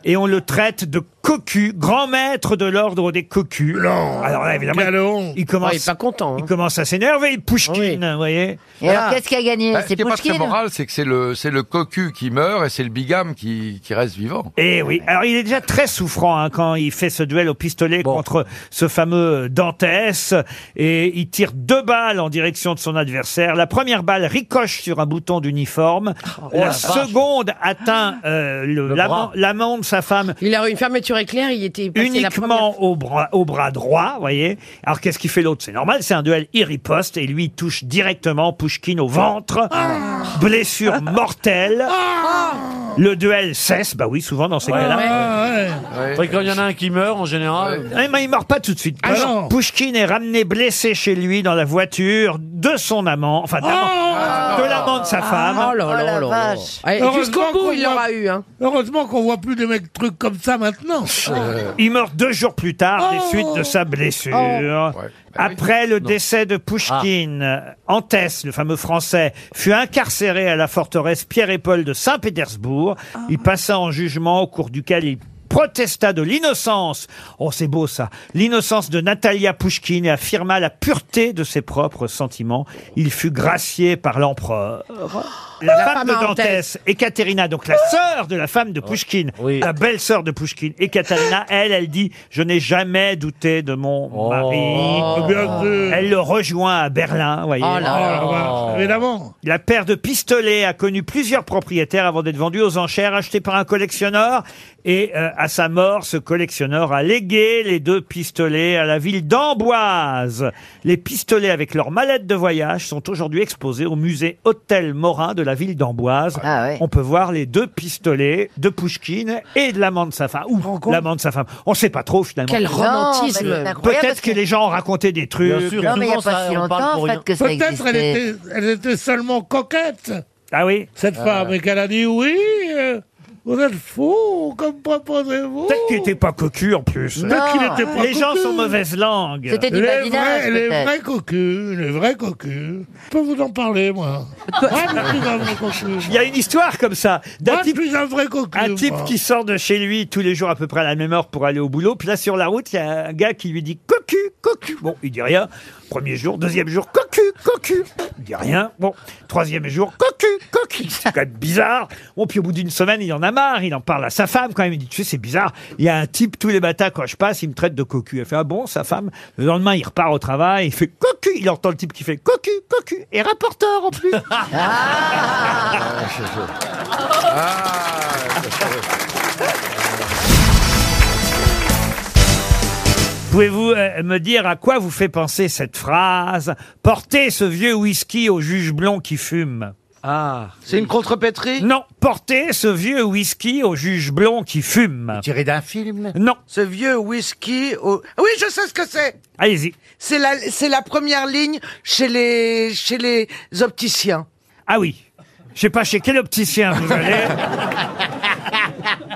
S1: Et on le traite de cocu, grand maître de l'ordre des cocus.
S23: Non.
S1: Alors là, évidemment,
S23: Quelle
S1: il- il commence.
S24: Ouais, il est pas content, hein. Ah
S1: Il commence à s'énerver, Pushkin, vous Ah. voyez.
S3: Et alors, qu'est-ce qui a gagné
S19: Bah, ce
S3: C'est
S19: qui est pas très
S3: Pouchkine
S19: moral, c'est que c'est le, c'est le cocu qui meurt et c'est le bigame qui, qui reste vivant.
S1: Eh oui, alors il est déjà très souffrant hein, quand il fait ce duel au pistolet contre ce fameux Dantès et il tire deux balles en direction de son adversaire. La première balle ricoche sur un bouton d'uniforme, la
S24: Ah, oh, la vache.
S1: seconde atteint euh, le- l'amant l'amant de sa femme
S24: Il a eu une fermeture éclair, il était passé la première.
S1: uniquement au bras, au bras droit, vous voyez. Alors qu'est-ce qu'il fait l'autre C'est normal, c'est un duel irriposte et lui il touche directement Pushkin au ventre,
S24: Ah.
S1: blessure mortelle. Le duel cesse, bah oui, souvent dans ces cas-là.
S29: Après, quand il y en a un qui meurt, en général.
S1: Ah, mais il meurt pas tout de suite.
S29: Ah,
S1: Alors,
S29: non.
S1: Pouchkine est ramené blessé chez lui dans la voiture de son amant, enfin de l'amant- de l'amant de sa femme.
S24: Oh là là là là. Ouais,
S23: Heureusement
S24: Jusqu'au bout,
S23: qu'on
S24: il
S23: voit-
S24: l'aura eu. Hein.
S23: Heureusement qu'on voit plus des mecs trucs comme ça maintenant.
S1: Euh,
S23: Oh.
S1: Il meurt deux jours plus tard des suites de sa blessure. Après le décès de Pouchkine, euh, Antès, le fameux français, fut incarcéré à la forteresse Pierre et Paul de Saint-Pétersbourg.
S23: Ah
S1: Il passa en jugement au cours duquel il protesta de l'innocence, oh c'est beau ça, l'innocence de Natalia Pouchkine et affirma la pureté de ses propres sentiments. Il fut gracié par l'empereur. La, femme de
S24: femme à
S1: Dantès, Ekaterina, donc la sœur de la femme de Pouchkine, la belle-sœur de Pouchkine, Ekaterina, elle, elle dit « Je n'ai jamais douté de mon mari ».
S23: Bien sûr.
S1: Elle le rejoint à Berlin, vous voyez.
S23: Oh là là. Oh la vache, évidemment.
S1: La paire de pistolets a connu plusieurs propriétaires avant d'être vendue aux enchères, achetée par un collectionneur. Et euh, à sa mort, ce collectionneur a légué les deux pistolets à la ville d'Amboise. Les pistolets avec leurs mallettes de voyage sont aujourd'hui exposés au musée Hôtel Morin de la ville d'Amboise.
S29: Ah
S1: On peut voir les deux pistolets de Pouchkine et de l'amant de sa femme. Ou l'amant de sa femme. On ne sait pas trop finalement.
S24: Quel romantisme.
S1: mais c'est incroyable Peut-être parce que que les gens ont raconté des trucs.
S29: Bien sûr, Non, mais il y a souvent, pas ça, si on parle longtemps, pour en fait, rien. que ça
S23: Peut-être elle
S29: existait.
S23: était, elle était seulement coquette.
S1: Ah oui
S23: Cette
S29: Ah.
S23: femme, et qu'elle a dit oui, euh, vous êtes fou, comme proposez-vous.
S1: Peut-être qu'il n'était pas cocu en plus.
S23: Peut-être qu'il était pas
S1: Les gens
S23: cocu.
S1: sont mauvaise langue.
S23: les vrais, les vrais cocus, les vrais cocus. Je peux vous en parler, moi. Moi, je suis un vrai cocu.
S1: Il y a une histoire comme ça. D'un type,
S23: un vrai cocu,
S1: un type
S23: moi.
S1: qui sort de chez lui tous les jours à peu près à la même heure pour aller au boulot. Puis là, sur la route, il y a un gars qui lui dit cocu, cocu. Bon, il dit rien. Premier jour, deuxième jour, cocu, cocu. Il dit rien. Bon, troisième jour, cocu, cocu. C'est quand même bizarre. Bon, puis au bout d'une semaine, il en a marre. Il en parle à sa femme quand même. Il dit, tu sais, c'est bizarre. Il y a un type tous les matins quand je passe, il me traite de cocu. Elle fait, ah bon, sa femme. Le lendemain, il repart au travail. Il fait cocu. Il entend le type qui fait cocu, cocu. Et rapporteur en plus. Ah.
S10: Ah.
S1: Pouvez-vous euh, me dire à quoi vous fait penser cette phrase Portez ce vieux whisky au juge blond qui fume. Ah. C'est une contrepétrie Non, porter ce vieux whisky au juge blond qui fume. Tiré d'un film Non.
S17: Ce vieux whisky au... Ah Oui, je sais ce que c'est
S1: Allez-y.
S17: C'est la, c'est la première ligne chez les, chez les opticiens.
S1: Ah oui. Je sais pas chez quel opticien vous allez.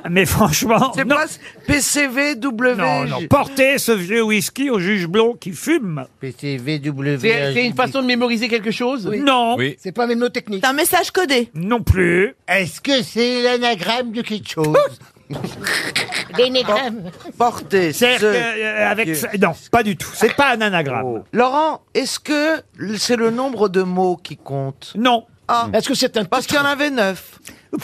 S1: Mais franchement. C'est pas PCV, W. Non, non. Porter ce vieux whisky au juge blond qui fume. PCV, W.
S10: C'est c'est une façon de mémoriser quelque chose
S1: Non. Oui.
S10: C'est pas mnémotechnique.
S1: un message codé Non plus.
S10: Est-ce que c'est l'anagramme de quelque chose
S17: L'énégramme. Porter.
S1: C'est-à-dire
S17: ce- Oh.
S1: que, euh, avec ça- non, pas du tout. C'est pas un anagramme.
S17: Laurent, est-ce que c'est le nombre de mots qui compte
S1: Non.
S17: Est-ce que c'est un Parce qu'il y en avait neuf. Non,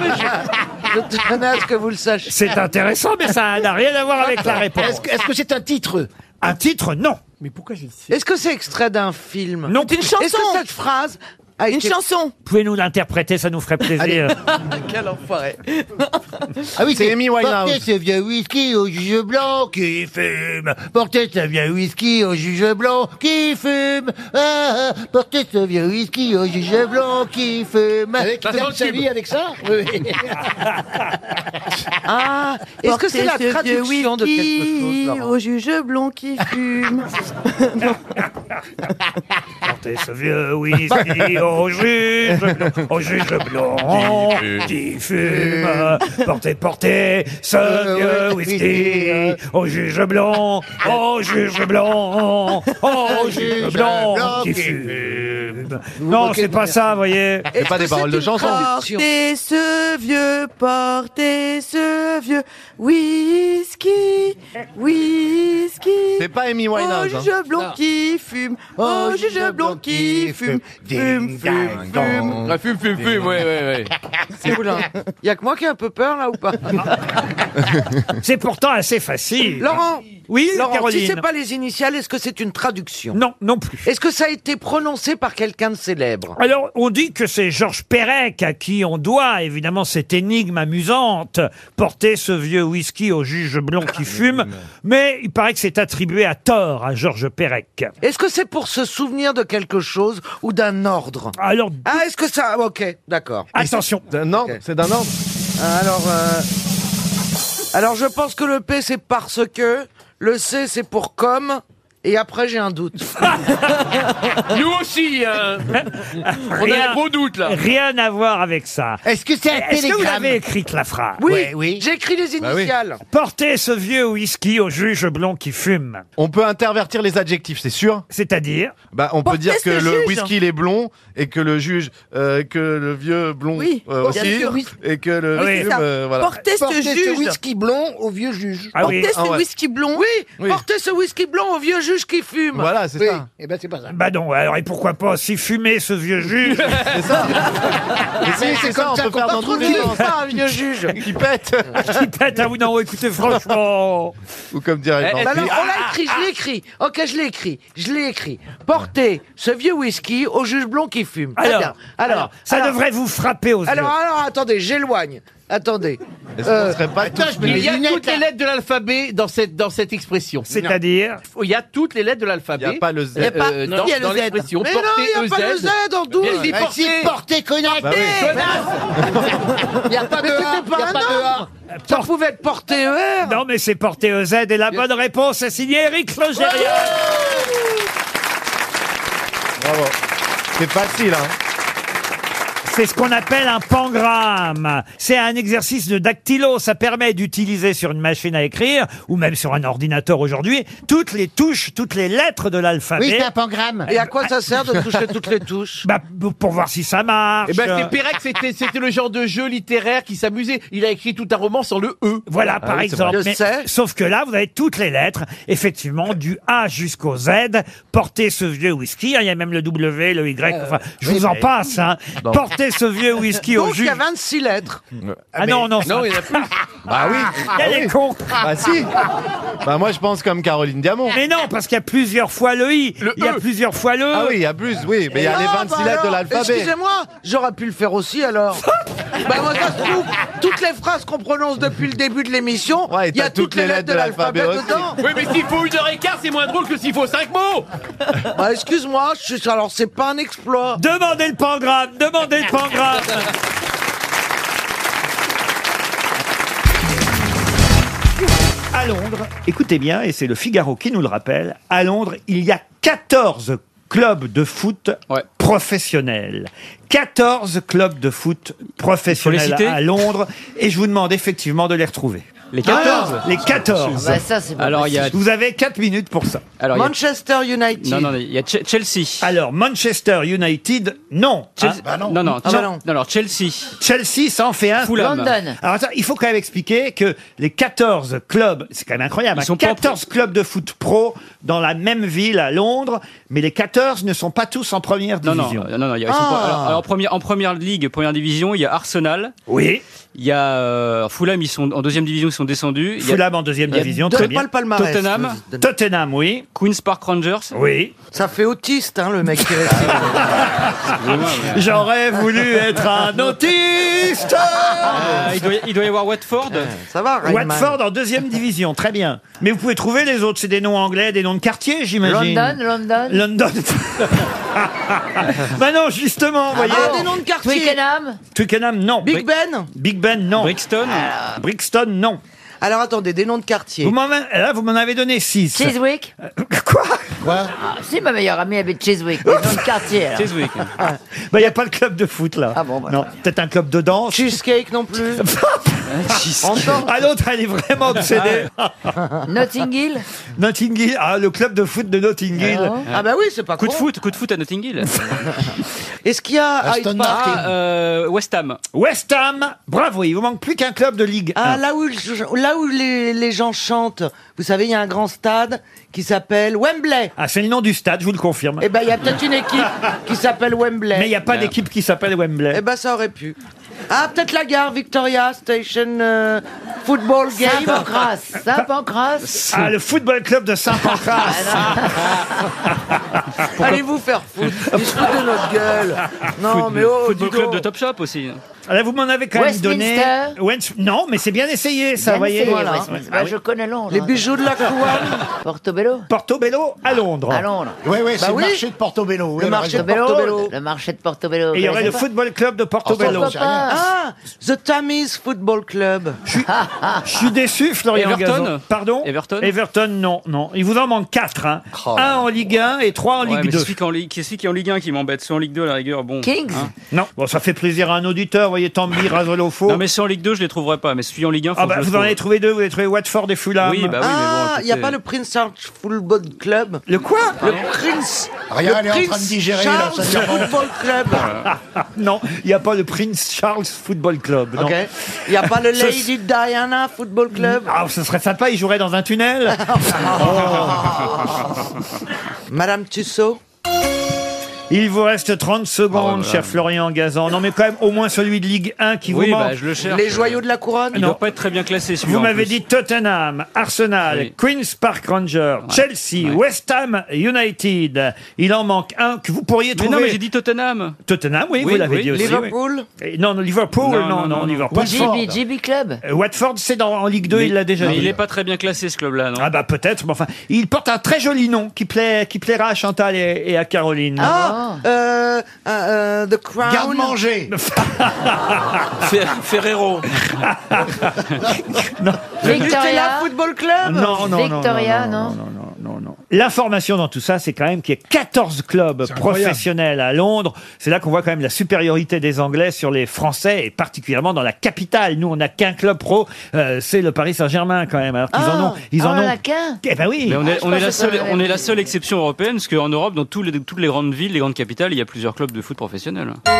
S17: mais je, je tenais à ce que vous le sachiez.
S1: C'est intéressant, mais ça n'a rien à voir avec la réponse.
S17: Est-ce que- est-ce que
S1: c'est un titre Un titre, non. Mais pourquoi j'ai dit
S17: Est-ce que c'est extrait d'un film Non,
S1: C'est une chanson.
S17: Est-ce que cette phrase a été-
S1: Pouvez-nous l'interpréter, ça nous ferait plaisir.
S17: Quel enfoiré.
S10: Ah oui, c'est Amy Winehouse. Portez ce vieux whisky au juge blanc qui fume. Portez ce vieux whisky au juge blanc qui fume. Ah, ah, portez ce vieux whisky au juge blanc qui fume. Avec Ça, c'est Isabelle dans le tube. Sylvie avec ça Oui, oui.
S17: Ah, est-ce que c'est la traduction de quelque chose Laurent
S20: Au juge blond qui fume.
S1: Portez ce vieux whisky au juge blond, au juge blond qui fume. Portez, portez ce
S17: Euh,
S1: vieux whisky au juge blond, au juge blond, au juge blond qui fume. Non, c'est pas ça, vous voyez.
S20: Est-ce que c'est une Portez ce vieux, portez ce vieux whisky, whisky.
S10: C'est pas Amy
S20: Au
S10: Winehouse, hein.
S20: juge blond
S10: Non.
S20: qui fume, au juge blond qui fume, fume, fume, fume.
S10: Ouais, fume, fume, fume, ouais, ouais, ouais.
S17: C'est
S1: hein.
S17: Oula. Y a que moi qui ai un peu peur là ou pas
S1: C'est pourtant assez facile.
S17: Laurent
S1: Oui,
S17: Laurent,
S1: Caroline.
S17: si c'est pas les initiales, est-ce que c'est une traduction
S1: Non, non plus.
S17: Est-ce que ça a été prononcé par quelqu'un de célèbre
S1: Alors, on dit que c'est Georges Perec à qui on doit, évidemment, cette énigme amusante, porter ce vieux whisky au juge blond
S10: Ah,
S1: qui fume, mais il paraît que c'est attribué à tort à Georges Perec.
S17: Est-ce que c'est pour se souvenir de quelque chose ou d'un ordre
S1: Alors,
S17: ah, est-ce que ça Ok, d'accord.
S1: Attention.
S17: D'un ordre, c'est d'un ordre. Alors, euh, alors je pense que le P c'est parce que, le C c'est pour comme, et après j'ai un doute.
S10: Nous aussi, hein.
S1: Rien- Rien à voir avec ça.
S10: Est-ce que c'est un
S1: Est-ce que vous
S10: télégramme
S1: avez écrit la phrase
S10: Oui, Ouais, oui.
S17: j'ai écrit les
S10: Bah oui. initiales.
S1: Portez ce vieux whisky au juge blond qui fume.
S16: On peut intervertir les adjectifs, c'est sûr.
S1: C'est-à-dire
S16: Bah, on peut
S1: Portez
S16: dire
S1: ce
S16: que le
S1: juge.
S16: whisky il est blond et que le juge, euh, que le vieux blond
S10: Oui,
S16: euh,
S10: bien
S16: aussi
S10: sûr.
S16: et que
S1: Ah
S16: le fume, euh, voilà.
S10: Portez ce whisky
S17: blond au vieux juge.
S16: Ah oui. Ah ouais.
S17: blond. Oui, portez ce whisky blond au vieux juge qui fume.
S16: Voilà, c'est
S17: Oui.
S16: ça.
S10: Eh ben, c'est pas ça.
S1: Bah non, alors et pourquoi pas si fumer ce vieux juge C'est ça
S10: Mais c'est comme ça qu'on
S17: Pas trop vieux, ça, un vieux juge.
S16: Qui pète
S1: Qui
S17: hein,
S1: pète, ah oui, non, écoutez, franchement
S16: Ou comme dirait
S17: Bah alors, on l'a écrit, je l'ai écrit. Ok, je l'ai écrit, je l'ai écrit. Portez ce vieux whisky au juge blond qui fume. Très
S1: Alors,
S17: bien.
S1: alors, ça devrait vous frapper aux yeux.
S17: Alors, alors, attendez, j'éloigne. Attendez. Euh,
S10: Attends, je me mets il y a des lunettes, toutes les lettres de l'alphabet dans cette, dans cette expression.
S1: C'est-à-dire
S10: Il y a toutes les lettres de l'alphabet.
S16: Il y a pas le Z.
S10: Il y a pas-
S16: Euh,
S10: non,
S16: non,
S10: il y a
S16: dans
S10: le Z.
S16: l'expression,
S10: Mais
S16: porter
S17: E
S10: non, il y
S16: EZ.
S10: a pas le Z
S16: Bien
S10: en douze.
S16: dit,
S10: Mais
S16: porter.
S10: si, porter, connasse.
S16: Bah oui.
S10: Il n'y a pas de A. Il y a pas de A.
S1: Ça pouvait être porté
S10: E
S1: ER Non, mais c'est porté EZ et la bonne réponse est signée Eric Logérias
S16: Bravo. C'est facile, hein.
S1: C'est ce qu'on appelle un pangramme. C'est un exercice de dactylo. Ça permet d'utiliser sur une machine à écrire, ou même sur un ordinateur aujourd'hui, toutes les touches, toutes les lettres de l'alphabet.
S10: Oui, c'est un pangramme. Et à quoi ça sert de toucher toutes les touches
S1: Bah, pour pour voir si ça marche.
S10: Eh ben, c'est Pérec, c'était, c'était le genre de jeu littéraire qui s'amusait. Il a écrit tout un roman sur le E.
S1: Voilà,
S17: Ah
S1: par exemple. Mais- sauf que là, vous avez toutes les lettres, effectivement, du A jusqu'au Z. Portez ce vieux whisky. Hein, Il y a même le W, le Y.
S16: Euh,
S1: Enfin, je vous en passe. Hein.
S17: Donc-
S1: Portez ce vieux whisky au
S17: Donc, il y
S1: jus.
S17: a 26 lettres.
S1: Ah non, non, ça-
S16: Non, il y en a plus. Bah
S17: Ah,
S16: oui.
S1: Elle est con.
S16: Bah si. Bah moi je pense comme Caroline Diamant.
S1: Mais non, parce qu'il y a plusieurs fois le I. il y a plusieurs fois le E. bah
S16: Ah oui, il y a plus, oui. Mais il y a les 26 lettres de l'alphabet.
S17: Excusez-moi, j'aurais pu le faire aussi alors. Bah, moi, ça se trouve, toutes les phrases qu'on prononce depuis le début de l'émission, il y a toutes les lettres de l'alphabet dedans.
S14: Oui, mais s'il faut une heure et quart, c'est moins drôle que s'il faut cinq mots.
S17: Bah, excuse-moi, je suis- alors c'est pas un exploit.
S1: Demandez le pangramme, demandez le pangramme. À Londres, écoutez bien, et c'est le Figaro qui nous le rappelle, à Londres, il y a 14 clubs de foot professionnels. 14 clubs de foot professionnels
S4: citer
S1: à Londres, et je vous demande effectivement de les retrouver. Les
S17: 14?
S1: Les 14
S17: Ah bah ça, c'est pas Alors, possible. il y a-
S1: Vous avez 4 minutes pour ça.
S17: Manchester United.
S1: il y a Chelsea. Alors, Manchester United, non.
S4: Chelsea- non, non, Chel- non,
S1: Chelsea. Chelsea, ça en fait un.
S4: Fulham. London.
S1: Alors, attends, il faut quand même expliquer que les 14 clubs, c'est quand même incroyable,
S4: Ils
S1: hein,
S4: sont pas
S1: 14 clubs de foot pro dans la même ville à Londres, mais les 14 ne sont pas tous en première
S4: Non, non,
S1: division.
S4: non, non, il y a- ils sont
S1: Ah.
S4: pas- alors, alors, en, première, en première ligue, première division, il y a Arsenal.
S1: Oui.
S4: Il y a euh, Fulham, ils sont en deuxième division, ils sont descendus. Il y a-
S1: Fulham en deuxième
S4: il y a-
S1: division,
S4: Donne
S1: très
S4: pas
S1: bien.
S4: le palmarès. Tottenham.
S1: Tottenham, oui.
S4: Queen's Park Rangers.
S1: Oui.
S17: Ça fait autiste, hein, le mec qui reste.
S1: Ah, J'aurais voulu être un autiste
S4: Euh, il, doit, il doit y avoir Watford.
S17: Eh, Ça va,
S4: Ah,
S1: Watford en deuxième division, très bien. Mais vous pouvez trouver les autres, c'est des noms anglais, des noms de quartiers, j'imagine.
S24: London, London.
S1: London. bah non,
S9: Ah,
S17: Ah
S1: justement, vous voyez.
S24: de quartier. Twickenham.
S1: Twickenham, non.
S17: bah, Big Ben Ah,
S1: Big Ben, non.
S4: Brixton
S1: Brixton, non.
S17: Alors attendez, des noms de quartier.
S1: Vous m'en avez- là, vous m'en avez donné 6.
S24: Chiswick.
S1: Quoi
S24: Ah, si, ma meilleure amie habite Chiswick. Dans le quartier. alors.
S9: Ah,
S17: Ah.
S1: Bah, il n'y a pas le club de foot, là. Ah bon, Non, peut-être un club de danse.
S17: bah, Cheesecake non plus.
S1: Encore Ah, l'autre, elle est vraiment obsédée.
S4: Ah
S24: Notting Hill.
S1: Notting Hill, ah, le club de foot de Notting Hill.
S17: Ah bah oui, c'est pas
S4: Coup de
S17: con.
S4: foot, coup de foot à Notting Hill.
S17: Est-ce qu'il y a
S4: Aston
S17: Hyde
S4: Martin.
S17: Park
S4: Ah, euh, West Ham.
S1: West Ham, bravo, il vous manque plus qu'un club de Ligue 1.
S17: Ah, là où, je- là où les, les gens chantent, vous savez, il y a un grand stade qui s'appelle Wembley.
S1: Ah, c'est le nom du stade, je vous le confirme.
S17: Eh ben, il y a peut-être une équipe qui s'appelle Wembley.
S1: Mais il n'y a pas d'équipe qui s'appelle Wembley.
S17: Eh ben, ça aurait pu. Ah, peut-être la gare Victoria Station euh, Football Game.
S24: Saint-Pancras. Saint-Pancras.
S1: Ah, le football club de
S17: Ah,
S1: Saint-Pancras.
S24: Ah,
S17: Allez vous faire foutre. Ils se foutent de notre gueule. Non,
S4: Foot-
S17: mais oh,
S4: Football
S17: dis
S4: club
S17: donc.
S4: de Top Shop aussi.
S1: Ah, Là, vous m'en avez quand même donné.
S24: Westminster.
S1: West- Non, mais c'est bien essayé, ça,
S24: Bien
S1: voyez.
S24: essayé,
S1: Voilà.
S24: Westminster.
S1: Ah
S9: Ben,
S24: Bah,
S1: oui.
S24: Je connais Londres.
S9: hein.
S1: Les bijoux
S9: Ah,
S1: de la
S24: couronne. Portobello.
S1: Portobello à Londres.
S24: À Londres.
S1: Ouais,
S17: Bah
S1: ouais, c'est le marché
S24: de Portobello.
S1: oui, alors, Portobello.
S24: Le marché de Portobello.
S1: Et il y aurait le football club de Portobello.
S24: Pourquoi pas
S17: Ah, The Tamise Football Club.
S1: Je suis déçu, Florian
S4: Everton
S1: Gazan. Pardon
S4: Everton
S1: Everton, non, non. Il vous en manque 4. Hein.
S16: Oh
S1: un en Ligue 1 et 3 en
S4: Oh Ouais,
S1: Ligue
S4: mais
S1: 2.
S4: c'est celui, qui est en Ligue- c'est celui qui est en Ligue 1 qui m'embête, celui en Ligue 2 à la rigueur. Bon,
S24: Kings
S4: hein.
S1: Non, bon, ça fait plaisir à un auditeur, vous voyez, Tambi, Razolofo.
S4: Non, mais si en Ligue 2, je les trouverai pas, mais celui en Ligue 1, faut
S1: Ah
S4: que
S1: bah,
S4: je le
S1: vous en
S4: trouve.
S1: avez trouvé deux, vous avez trouvé Watford et Fulham.
S4: Oui, bah oui,
S17: Ah,
S4: mais bon,
S17: il n'y a
S4: écoutez.
S17: pas le Prince Charles Football Club
S1: Le quoi
S17: Le Prince.
S16: Rien,
S17: le
S16: elle est en
S17: Prince
S16: train de digérer, là,
S17: Charles
S16: ça tient pas.
S17: Football Club.
S1: non, il n'y a pas le Prince Charles Football Club. non.
S17: Ok. Il n'y a pas le
S1: Ce-
S17: Lady Diana Football Club. Oh.
S1: Ah, ce serait sympa, il jouerait dans un tunnel. Oh.
S17: Madame Tussaud
S1: Il vous reste 30 secondes, cher Florian Gazan. Non, mais quand même, au moins celui de Ligue 1 qui
S4: Oui,
S1: vous
S4: bah,
S1: manque.
S4: je le cherche.
S17: Les joyaux de la couronne
S4: Il
S1: Non.
S4: doit pas être très bien classé celui
S1: Vous m'avez dit Tottenham, Arsenal,
S4: Oui.
S1: Queen's Park Rangers, Chelsea, West Ham United. Il en manque un que vous pourriez
S4: Mais
S1: trouver.
S4: non, mais j'ai dit Tottenham.
S1: Tottenham, oui, vous l'avez dit aussi. oui. Et Non, non, Liverpool, non, non, Liverpool.
S24: JB, JB Club.
S1: Euh, Watford, c'est dans en Ligue 2, il l'a déjà
S4: mais
S1: dit.
S4: Il est pas très bien classé ce club-là, non
S1: Ah bah peut-être, mais enfin, il porte un très joli nom qui plaît, qui plaira à Chantal et, et à Caroline.
S17: Ah, euh, euh, euh, The Crown.
S16: Garde-manger.
S4: Ferrero.
S17: Le
S24: Victoria.
S17: Nutella Football Club
S1: Non, non, non,
S24: Victoria,
S1: non,
S24: non,
S1: L'information dans tout ça, c'est quand même qu'il y a 14 clubs
S16: incroyable.
S1: professionnels à Londres. C'est là qu'on voit quand même la supériorité des Anglais sur les Français et particulièrement dans la capitale. Nous, on n'a qu'un club pro, euh, c'est le Paris Saint-Germain quand même. Alors qu'ils en ont, ils en
S24: Ah, on en
S1: ont.
S24: a qu'un.
S1: Eh ben oui.
S4: Mais on
S1: Ah,
S4: est,
S1: je
S4: on
S1: pensais
S4: est la
S1: que
S4: seule,
S1: ça
S4: on
S1: m'avait-
S4: est la seule exception européenne, parce qu'en Europe, dans tous les- toutes les grandes villes, les grandes capitales, il y a plusieurs clubs de foot professionnels.
S1: Hein,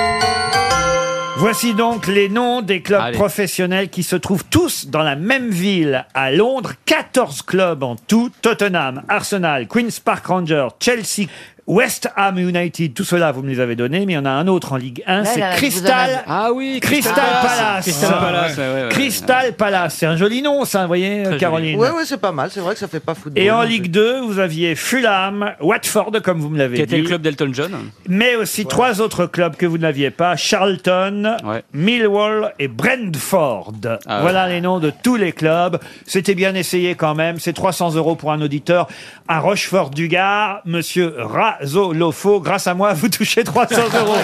S1: Voici donc les noms des clubs professionnels qui se trouvent tous dans la même ville à Londres. 14 clubs en tout. Tottenham, Arsenal, Queen's Park Rangers, Chelsea, West Ham United, tout cela, vous me les avez donnés, mais il y en a un autre en Ligue 1,
S5: Ouais,
S1: c'est
S5: là, là, je vous en
S1: Crystal.
S5: avais- Ah oui,
S1: Crystal
S5: Crystal Palace.
S1: Palace.
S5: Crystal Palace, ouais, ouais, ouais.
S1: Crystal Palace, c'est un joli nom, ça, vous voyez, Caroline.
S17: Ouais, ouais, c'est pas mal. C'est vrai que ça fait pas football.
S1: Et en Ligue 2, vous aviez Fulham, Watford, comme vous me l'avez
S4: Qui
S1: dit.
S4: était le club d'Elton John.
S1: Mais aussi trois autres clubs que vous n'aviez pas Charlton, Millwall et Brentford. voilà les noms de tous les clubs. C'était bien essayé quand même. C'est 300 euros pour un auditeur à Rochefort-du-Gard. Monsieur Razolofo, grâce à moi, vous touchez 300 euros.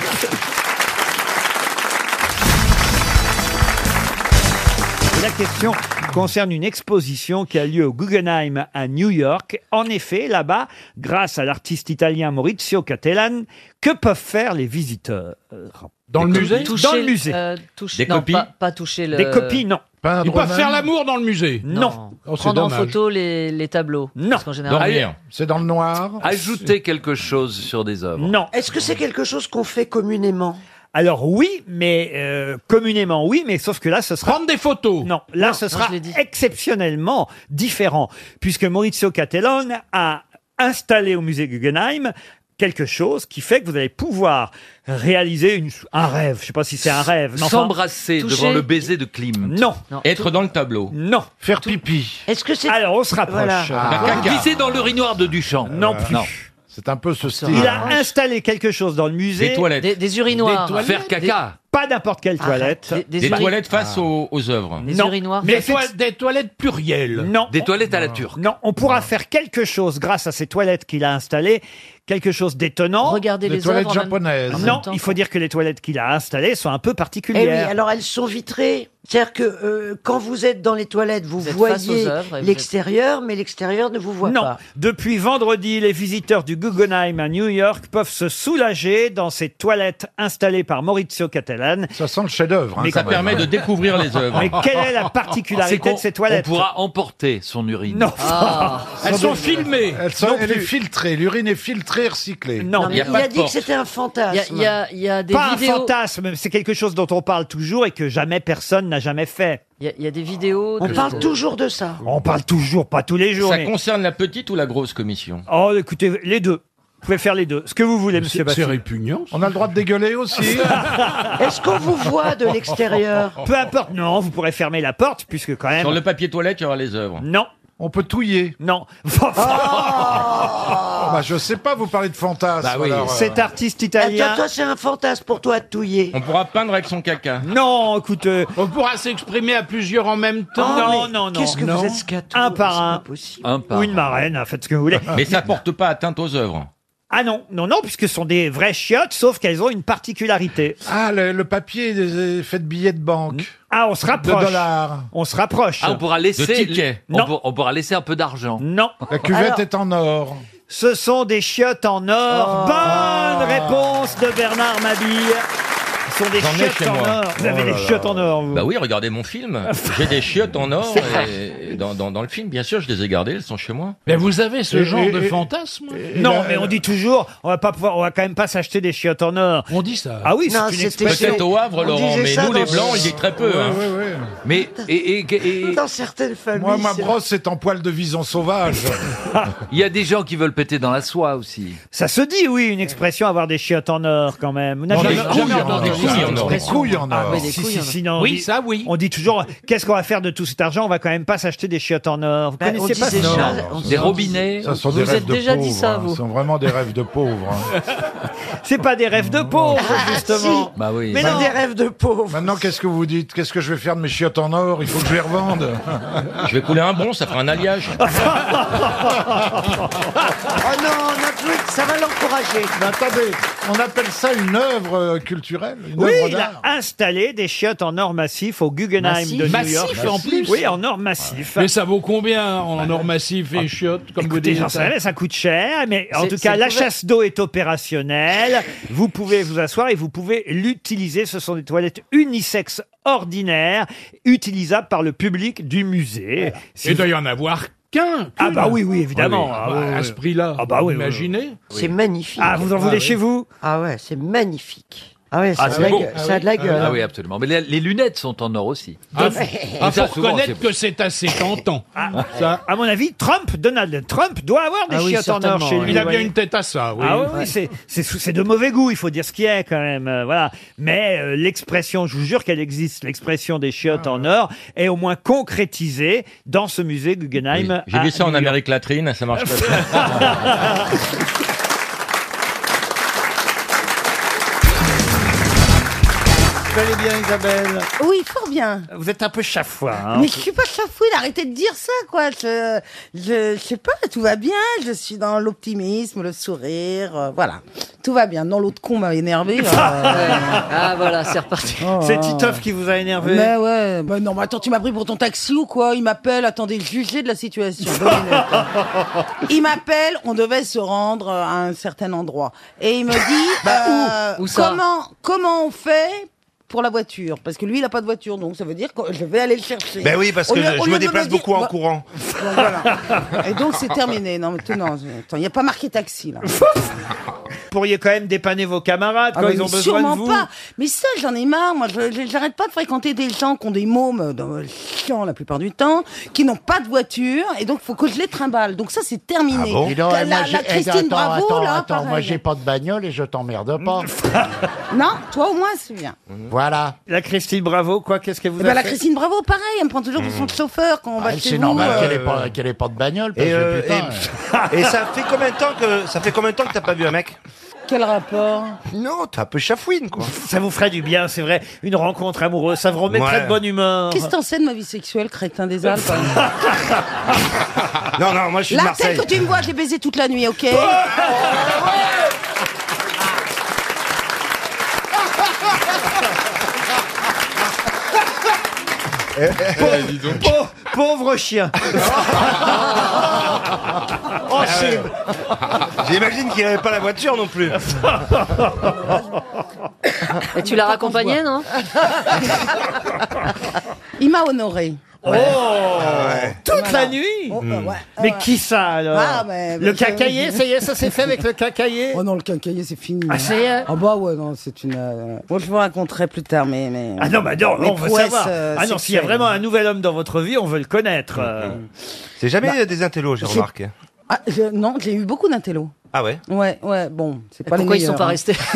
S1: Et La question concerne une exposition qui a lieu au Guggenheim à New York. En effet, là-bas, grâce à l'artiste italien Maurizio Cattelan, que peuvent faire les visiteurs
S15: Dans le musée
S1: Dans le musée.
S15: euh, toucher-
S1: Des
S15: non,
S1: copies
S15: pas, pas toucher le...
S1: Des copies, non.
S15: Peindre
S1: Ils peuvent faire l'amour
S15: dans le musée
S1: Non.
S15: Oh, Prendre en photo les, les tableaux
S1: Non.
S15: Parce qu'en général...
S19: C'est dans le noir.
S28: Ajouter quelque chose sur des œuvres.
S1: Non.
S15: Est-ce que c'est quelque chose qu'on fait communément
S1: Alors oui, mais euh, communément oui, mais sauf que là, ce sera... Prendre des photos Non, là, ce sera exceptionnellement différent, puisque Maurizio Cattelan a installé au musée Guggenheim quelque chose qui fait que vous allez pouvoir réaliser une- un rêve. Je sais pas si c'est un rêve. mais enfin-
S28: S'embrasser devant le baiser de Klimt.
S1: Non.
S28: Être dans le tableau.
S1: Non.
S28: Faire pipi.
S15: Est-ce que c'est...
S1: Alors, on se rapproche.
S28: Glisser dans l'urinoir de Duchamp.
S1: Non
S14: Euh,
S1: plus.
S28: C'est un peu ce style.
S1: Il a installé quelque chose dans le musée.
S28: Des toilettes. Des- des urinoirs.
S1: toilettes.
S28: Faire caca.
S1: Des- Pas n'importe quelle toilette.
S28: Des toilettes
S1: Ah.
S28: face aux, aux œuvres.
S1: Non. Mais effecti-
S28: toilettes plurielles.
S1: Non.
S28: Des toilettes à la turque.
S1: Non, on pourra faire quelque chose grâce à ces toilettes qu'il a installées, quelque chose d'étonnant. Regardez
S15: Des les toilettes œuvres en même- japonaises. en même
S1: Non,
S15: temps.
S1: il faut dire que les toilettes qu'il a installées sont un peu
S9: Eh oui,
S1: particulières.
S9: alors elles sont vitrées. C'est-à-dire que euh, quand vous êtes dans les toilettes, vous,
S1: êtes face
S9: voyez
S1: aux œuvres et vous
S9: l'extérieur, mais l'extérieur ne vous voit
S1: non,
S9: pas.
S1: depuis vendredi, les visiteurs du Guggenheim à New York peuvent se soulager dans ces toilettes installées par Maurizio Catalan. Ça sent le chef-d'œuvre. hein,
S28: ça permet de découvrir les œuvres.
S1: Mais quelle est la particularité de ces toilettes
S28: On pourra emporter son urine.
S1: Non.
S16: Ah.
S28: Elles sont filmées.
S16: Elles sont,
S28: Non
S16: elle est
S28: plus.
S16: filtrée. L'urine est filtrée, recyclée.
S1: Non,
S9: Il, a dit que c'était un
S15: Il y a,
S9: fantasme.
S15: il y a- il y a des
S1: Pas
S15: vidéos...
S1: un fantasme, c'est quelque chose dont on parle toujours et que jamais personne n'a jamais fait.
S15: Il y, a, il y a des vidéos...
S9: On
S15: de-
S9: parle toujours de ça.
S1: On parle toujours, pas tous les jours.
S28: Ça
S1: mais-
S28: concerne la petite ou la grosse commission
S1: Oh, écoutez, les deux. Vous pouvez faire les deux. Ce que vous voulez, monsieur Bastien.
S28: répugnant.
S16: On a le droit de dégueuler aussi.
S9: Est-ce qu'on vous voit de l'extérieur
S1: Peu importe. Non, vous pourrez fermer la porte, puisque quand même.
S28: Sur le papier toilette, il y aura les œuvres.
S1: Non.
S16: On peut touiller.
S1: Non.
S9: Ah,
S16: bah, je sais pas, vous parlez de fantasme.
S28: Bah oui.
S16: alors, euh.
S1: Cet artiste
S9: Attends,
S1: italien.
S9: toi, c'est un fantasme pour toi de touiller.
S28: On pourra peindre avec son caca.
S1: Non, écoute. euh,
S28: On pourra s'exprimer à plusieurs en même
S1: non, non, non. non. Un par un.
S28: Un par
S1: Ou une
S28: un.
S1: marraine, hein, faites ce que vous voulez.
S28: Mais ça porte pas atteinte aux œuvres.
S1: Ah non, non, non, puisque ce sont des vraies chiottes, sauf qu'elles ont une particularité.
S16: Ah, le, le papier est- est fait de billets de banque.
S1: Ah, on se rapproche.
S16: De dollars.
S1: On se rapproche.
S28: Ah, on pourra laisser.
S1: De tickets.
S28: On, pour- on pourra laisser un peu d'argent.
S1: Non.
S28: La
S16: Cuvette est en or.
S1: Ce sont des chiottes en
S28: Oh.
S1: or.
S16: Ah.
S1: Bonne réponse de Bernard Mabille. Ce sont des
S28: J'en ai
S1: chiottes
S28: chez
S1: en
S28: moi.
S1: or. Vous avez
S28: Oh
S1: des
S28: là là.
S1: chiottes en or, vous.
S28: Bah oui, regardez mon film. J'ai des chiottes en or et et dans, dans- dans le film, bien sûr, je les ai gardées, elles sont chez moi.
S1: Mais vous avez
S28: ce genre de
S1: fantasme Non, mais on dit toujours, on va pas pouvoir, on va quand même pas s'acheter des chiottes en or. On dit ça. Ah oui,
S28: Non,
S1: c'est une
S28: c'était
S1: expression.
S28: chez- Peut-être au Havre, on Laurent, disait mais ça nous, dans- les Blancs, il y est très peu,
S16: Ouais,
S28: hein.
S16: ouais, ouais.
S28: Mais et, et- et-
S9: Dans certaines familles.
S16: Moi, ma
S9: c'est-
S16: brosse est en poil de vison sauvage.
S1: Ah.
S28: il y a des gens qui veulent péter dans la soie aussi.
S1: Ça se dit, oui, une expression avoir des chiottes en or quand même. Vous n'avez
S28: Dans des
S1: jamais-
S28: couilles en or, des couilles en or. Des couilles en
S1: Ah,
S28: or.
S1: mais
S28: Des
S1: si,
S28: couilles
S1: si,
S28: en or.
S1: si, non, on
S28: Oui,
S1: dit-
S28: ça, oui.
S1: On dit toujours, qu'est-ce qu'on va faire de tout cet argent On va quand même pas s'acheter des chiottes en or. Vous
S28: Bah, on
S1: connaissez
S28: dit
S1: pas
S28: des
S1: Ah, ça
S28: chiottes, on Des dit- robinets.
S16: Ça sont
S1: Vous
S16: des
S1: vous
S16: rêves
S1: êtes
S16: de
S1: déjà dit
S16: pauvres,
S1: ça,
S16: hein.
S1: vous.
S16: Ce sont vraiment des rêves de pauvres. hein.
S1: C'est pas des rêves de pauvres, justement.
S16: Bah oui.
S1: Mais non.
S9: rêves de pauvres.
S16: Oh, Maintenant, qu'est-ce que vous dites Qu'est-ce que je vais faire de mes chiottes en or Il faut que je les revende.
S28: Je vais couler un bon, ça fera un alliage.
S1: Ah,
S9: Oh non, on a plus- ça va l'encourager.
S16: Mais attendez, on appelle ça une œuvre euh, culturelle une
S1: Oui,
S16: œuvre
S1: il
S16: d'art.
S1: a installé des chiottes en or massif au Guggenheim
S16: Massif.
S1: de New
S16: Massif,
S1: York.
S16: en plus.
S1: Oui, en or massif.
S15: Mais
S1: ça vaut combien en or massif et chiottes, comme vous dites Bah, J'en sais rien, ça coûte cher, mais en
S15: C'est-
S1: tout
S15: c'est
S1: cas,
S15: le
S1: la
S15: couvert-
S1: chasse d'eau est opérationnelle. Vous pouvez vous asseoir et vous pouvez l'utiliser. Ce sont des toilettes unisexes ordinaires, utilisables par le public du musée. Si
S15: Il
S1: vous-
S15: doit y en avoir qu'un.
S1: Ah bah oui, oui, évidemment.
S15: Ah
S1: Ah
S15: bah,
S1: oui,
S15: à
S1: oui.
S15: ce prix-là,
S1: Ah bah oui, Ah oui, oui.
S15: imaginez.
S9: C'est magnifique.
S1: Ah, vous en voulez chez vous
S9: Ah ouais, c'est magnifique. Ah ouais, ça a de la
S3: beau.
S9: gueule- ça a de la gueule,
S3: Ah
S9: hein.
S3: oui, absolument. Mais les, les lunettes sont en or aussi.
S1: Ah,
S3: Donc,
S1: faut-
S3: et
S1: ah,
S3: ça,
S1: faut
S3: souvent,
S1: reconnaître
S3: c'est-
S1: que c'est assez tentant. Ah, À mon avis, Trump, Donald Trump, doit avoir des
S3: Ah oui,
S1: chiottes en or
S3: certainement,
S1: chez lui.
S3: oui. Il a bien
S1: voyez.
S3: une tête à ça, oui.
S1: Ah oui, oui,
S3: Ouais.
S1: c'est- c'est sou- c'est de mauvais goût, il faut dire ce qui est quand même. euh, voilà. Mais euh, l'expression, je vous jure qu'elle existe, l'expression des
S3: Ah,
S1: chiottes en or est au moins concrétisée dans ce musée Guggenheim. Ah,
S11: J'ai
S1: à
S11: vu ça en
S1: New York.
S11: Amérique latrine, ça marche
S1: Ah,
S11: pas. très bien.
S30: Vous allez bien, Isabelle
S28: Oui, fort bien.
S1: Vous êtes un peu chafouin.
S17: Ah,
S1: hein.
S28: Mais je suis pas chafouine, arrêtez de dire ça, quoi. Je, je, je sais pas, tout va bien. Je suis dans l'optimisme, le sourire, euh, voilà. Tout va bien. Non, l'autre con m'a euh. énervé.
S17: Ah, voilà, c'est reparti.
S1: C'est Titoff qui vous a énervé.
S28: Mais ouais, bah non, mais attends, tu m'as pris pour ton taxi ou quoi Il m'appelle, attendez, jugez de la situation. Deux minutes. il m'appelle, on devait se rendre euh, à un certain endroit. Et il me dit,
S15: Bah,
S28: euh,
S17: Où ça
S28: comment, comment on fait pour la voiture Parce que lui, il n'a pas de voiture, donc ça veut dire que je vais aller le chercher.
S15: Ben oui, parce
S28: Au
S15: que
S28: lieu-
S15: je-
S28: au
S15: je
S28: lieu
S15: me
S28: de
S15: déplace
S28: dire-
S15: beaucoup en
S28: bah-
S15: courant.
S28: donc voilà. Et donc c'est terminé. Non, mais tu- non, attends, il n'y a pas marqué taxi là.
S1: Vous pourriez quand même dépanner vos camarades
S28: Ah,
S1: quand
S15: bah,
S28: mais
S1: ils ont besoin
S28: sûrement
S1: de vous.
S28: pas. Mais ça, j'en ai marre. Moi, je- je- j'arrête pas de fréquenter des gens qui ont des mômes, euh, chiants la plupart du temps, qui n'ont pas de voiture, et donc faut que je les trimballe. Donc ça, c'est terminé.
S10: bon Dis donc,
S28: Ah la,
S10: eh, moi,
S28: la-
S10: j'ai-
S28: la
S10: eh,
S28: Christine
S10: attends,
S28: Bravo,
S10: attends,
S28: là,
S10: attends, moi
S28: pareil.
S10: j'ai pas de bagnole et je t'emmerde pas.
S28: Non, toi au moins, c'est bien.
S10: voilà.
S1: La Christine Bravo, quoi, qu'est-ce que vous
S28: Eh ben, la Christine Bravo, pareil, elle me prend toujours pour son chauffeur quand on va
S10: Ah,
S28: chez
S10: c'est
S28: vous,
S10: normal
S28: euh,
S10: qu'elle ait pas, qu'elle ait pas de bagnole. Parce
S15: Et,
S10: que,
S15: euh,
S10: putain,
S15: et, et ça fait combien de temps que ça fait combien de temps que t'as pas vu un mec
S28: Quel rapport
S15: Non, t'es un peu chafouine quoi.
S1: Ça vous ferait du bien, c'est vrai. Une rencontre amoureuse, ça vous remettrait
S15: Ouais.
S1: de bonne humeur.
S28: Qu'est-ce que t'en sais de ma vie sexuelle, crétin des Alpes hein
S15: Non, non, moi je suis de
S28: La tête
S15: Marseille.
S28: que tu me vois, j'ai baisé toute la nuit, ok
S15: Eh,
S1: Pauvre, pauvre- pauvre chien.
S15: Oh,
S17: Ah
S15: c'est- J'imagine qu'il avait pas la voiture non plus.
S17: Et tu l'as raccompagné, non
S28: Il m'a honoré.
S17: Oh
S1: Toute
S28: Voilà.
S1: la nuit
S28: Oh, bah ouais.
S1: Mais qui ça alors
S28: Ah, mais-
S1: Le cacaillé, ça y est, ça s'est fait avec le cacaillé
S28: Oh non, le quincaillier, c'est fini.
S1: Ah, ça y est
S28: Ah bah ouais, non, c'est une... euh, Bon, je vous raconterai plus tard, mais... mais
S1: Ah non, bah non,
S28: mes
S1: on veut
S28: prouesses,
S1: savoir.
S28: euh,
S1: ah non, s'il y a
S28: sexuelles.
S1: vraiment un nouvel homme dans votre vie, on veut le connaître. euh.
S15: Mm, C'est jamais
S28: Bah,
S15: des intellos, j'ai
S28: j'ai-
S1: hein.
S15: remarqué.
S28: Ah, je- non, j'ai eu beaucoup d'intello.
S15: Ah ouais.
S28: Ouais, ouais, bon, c'est pas les
S17: Pourquoi ils sont
S28: meilleurs,
S17: pas
S28: hein.
S17: restés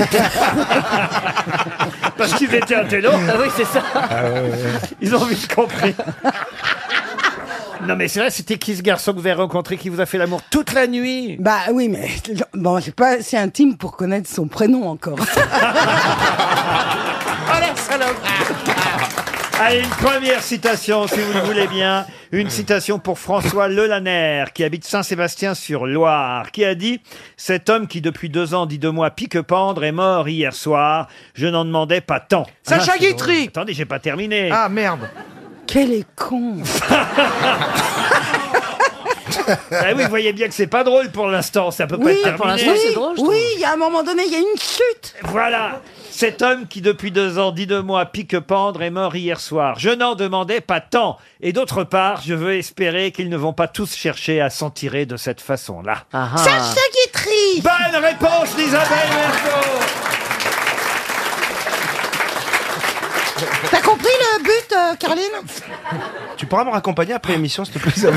S1: Parce qu'ils étaient un télo.
S17: Ah oui, c'est ça.
S1: Ils ont vite compris. non, mais c'est vrai, c'était qui ce garçon que vous avez rencontré qui vous a fait l'amour toute la nuit
S28: Bah oui, mais bon, j'ai pas assez intime pour connaître son prénom encore.
S1: Oh la salope Allez, une première citation, si vous le voulez bien. Une citation pour François Lelaner, qui habite Saint-Sébastien-sur-Loire, qui a dit « Cet homme qui, depuis deux ans, dit de moi pique-pendre, est mort hier soir. Je n'en demandais pas tant. »
S31: Sacha
S1: c'est
S31: Guitry.
S1: drôle. Attendez, j'ai pas terminé.
S31: Ah merde.
S28: Quel est con
S1: Ah oui, vous voyez bien que c'est pas drôle pour l'instant, ça peut pas
S28: Oui,
S1: être terminé.
S28: oui, Oui, il y a un moment donné, il y a une chute.
S1: Voilà. Cet homme qui, depuis deux ans, dit de moi pique-pendre, est mort hier soir. Je n'en demandais pas tant. Et d'autre part, je veux espérer qu'ils ne vont pas tous chercher à s'en tirer de cette façon-là.
S17: Ah.
S28: Sacha Guitry
S1: Bonne réponse d'Isabelle Mergo
S28: T'as compris le but, euh, Caroline
S15: Tu pourras me raccompagner après l'émission, s'il te plaît.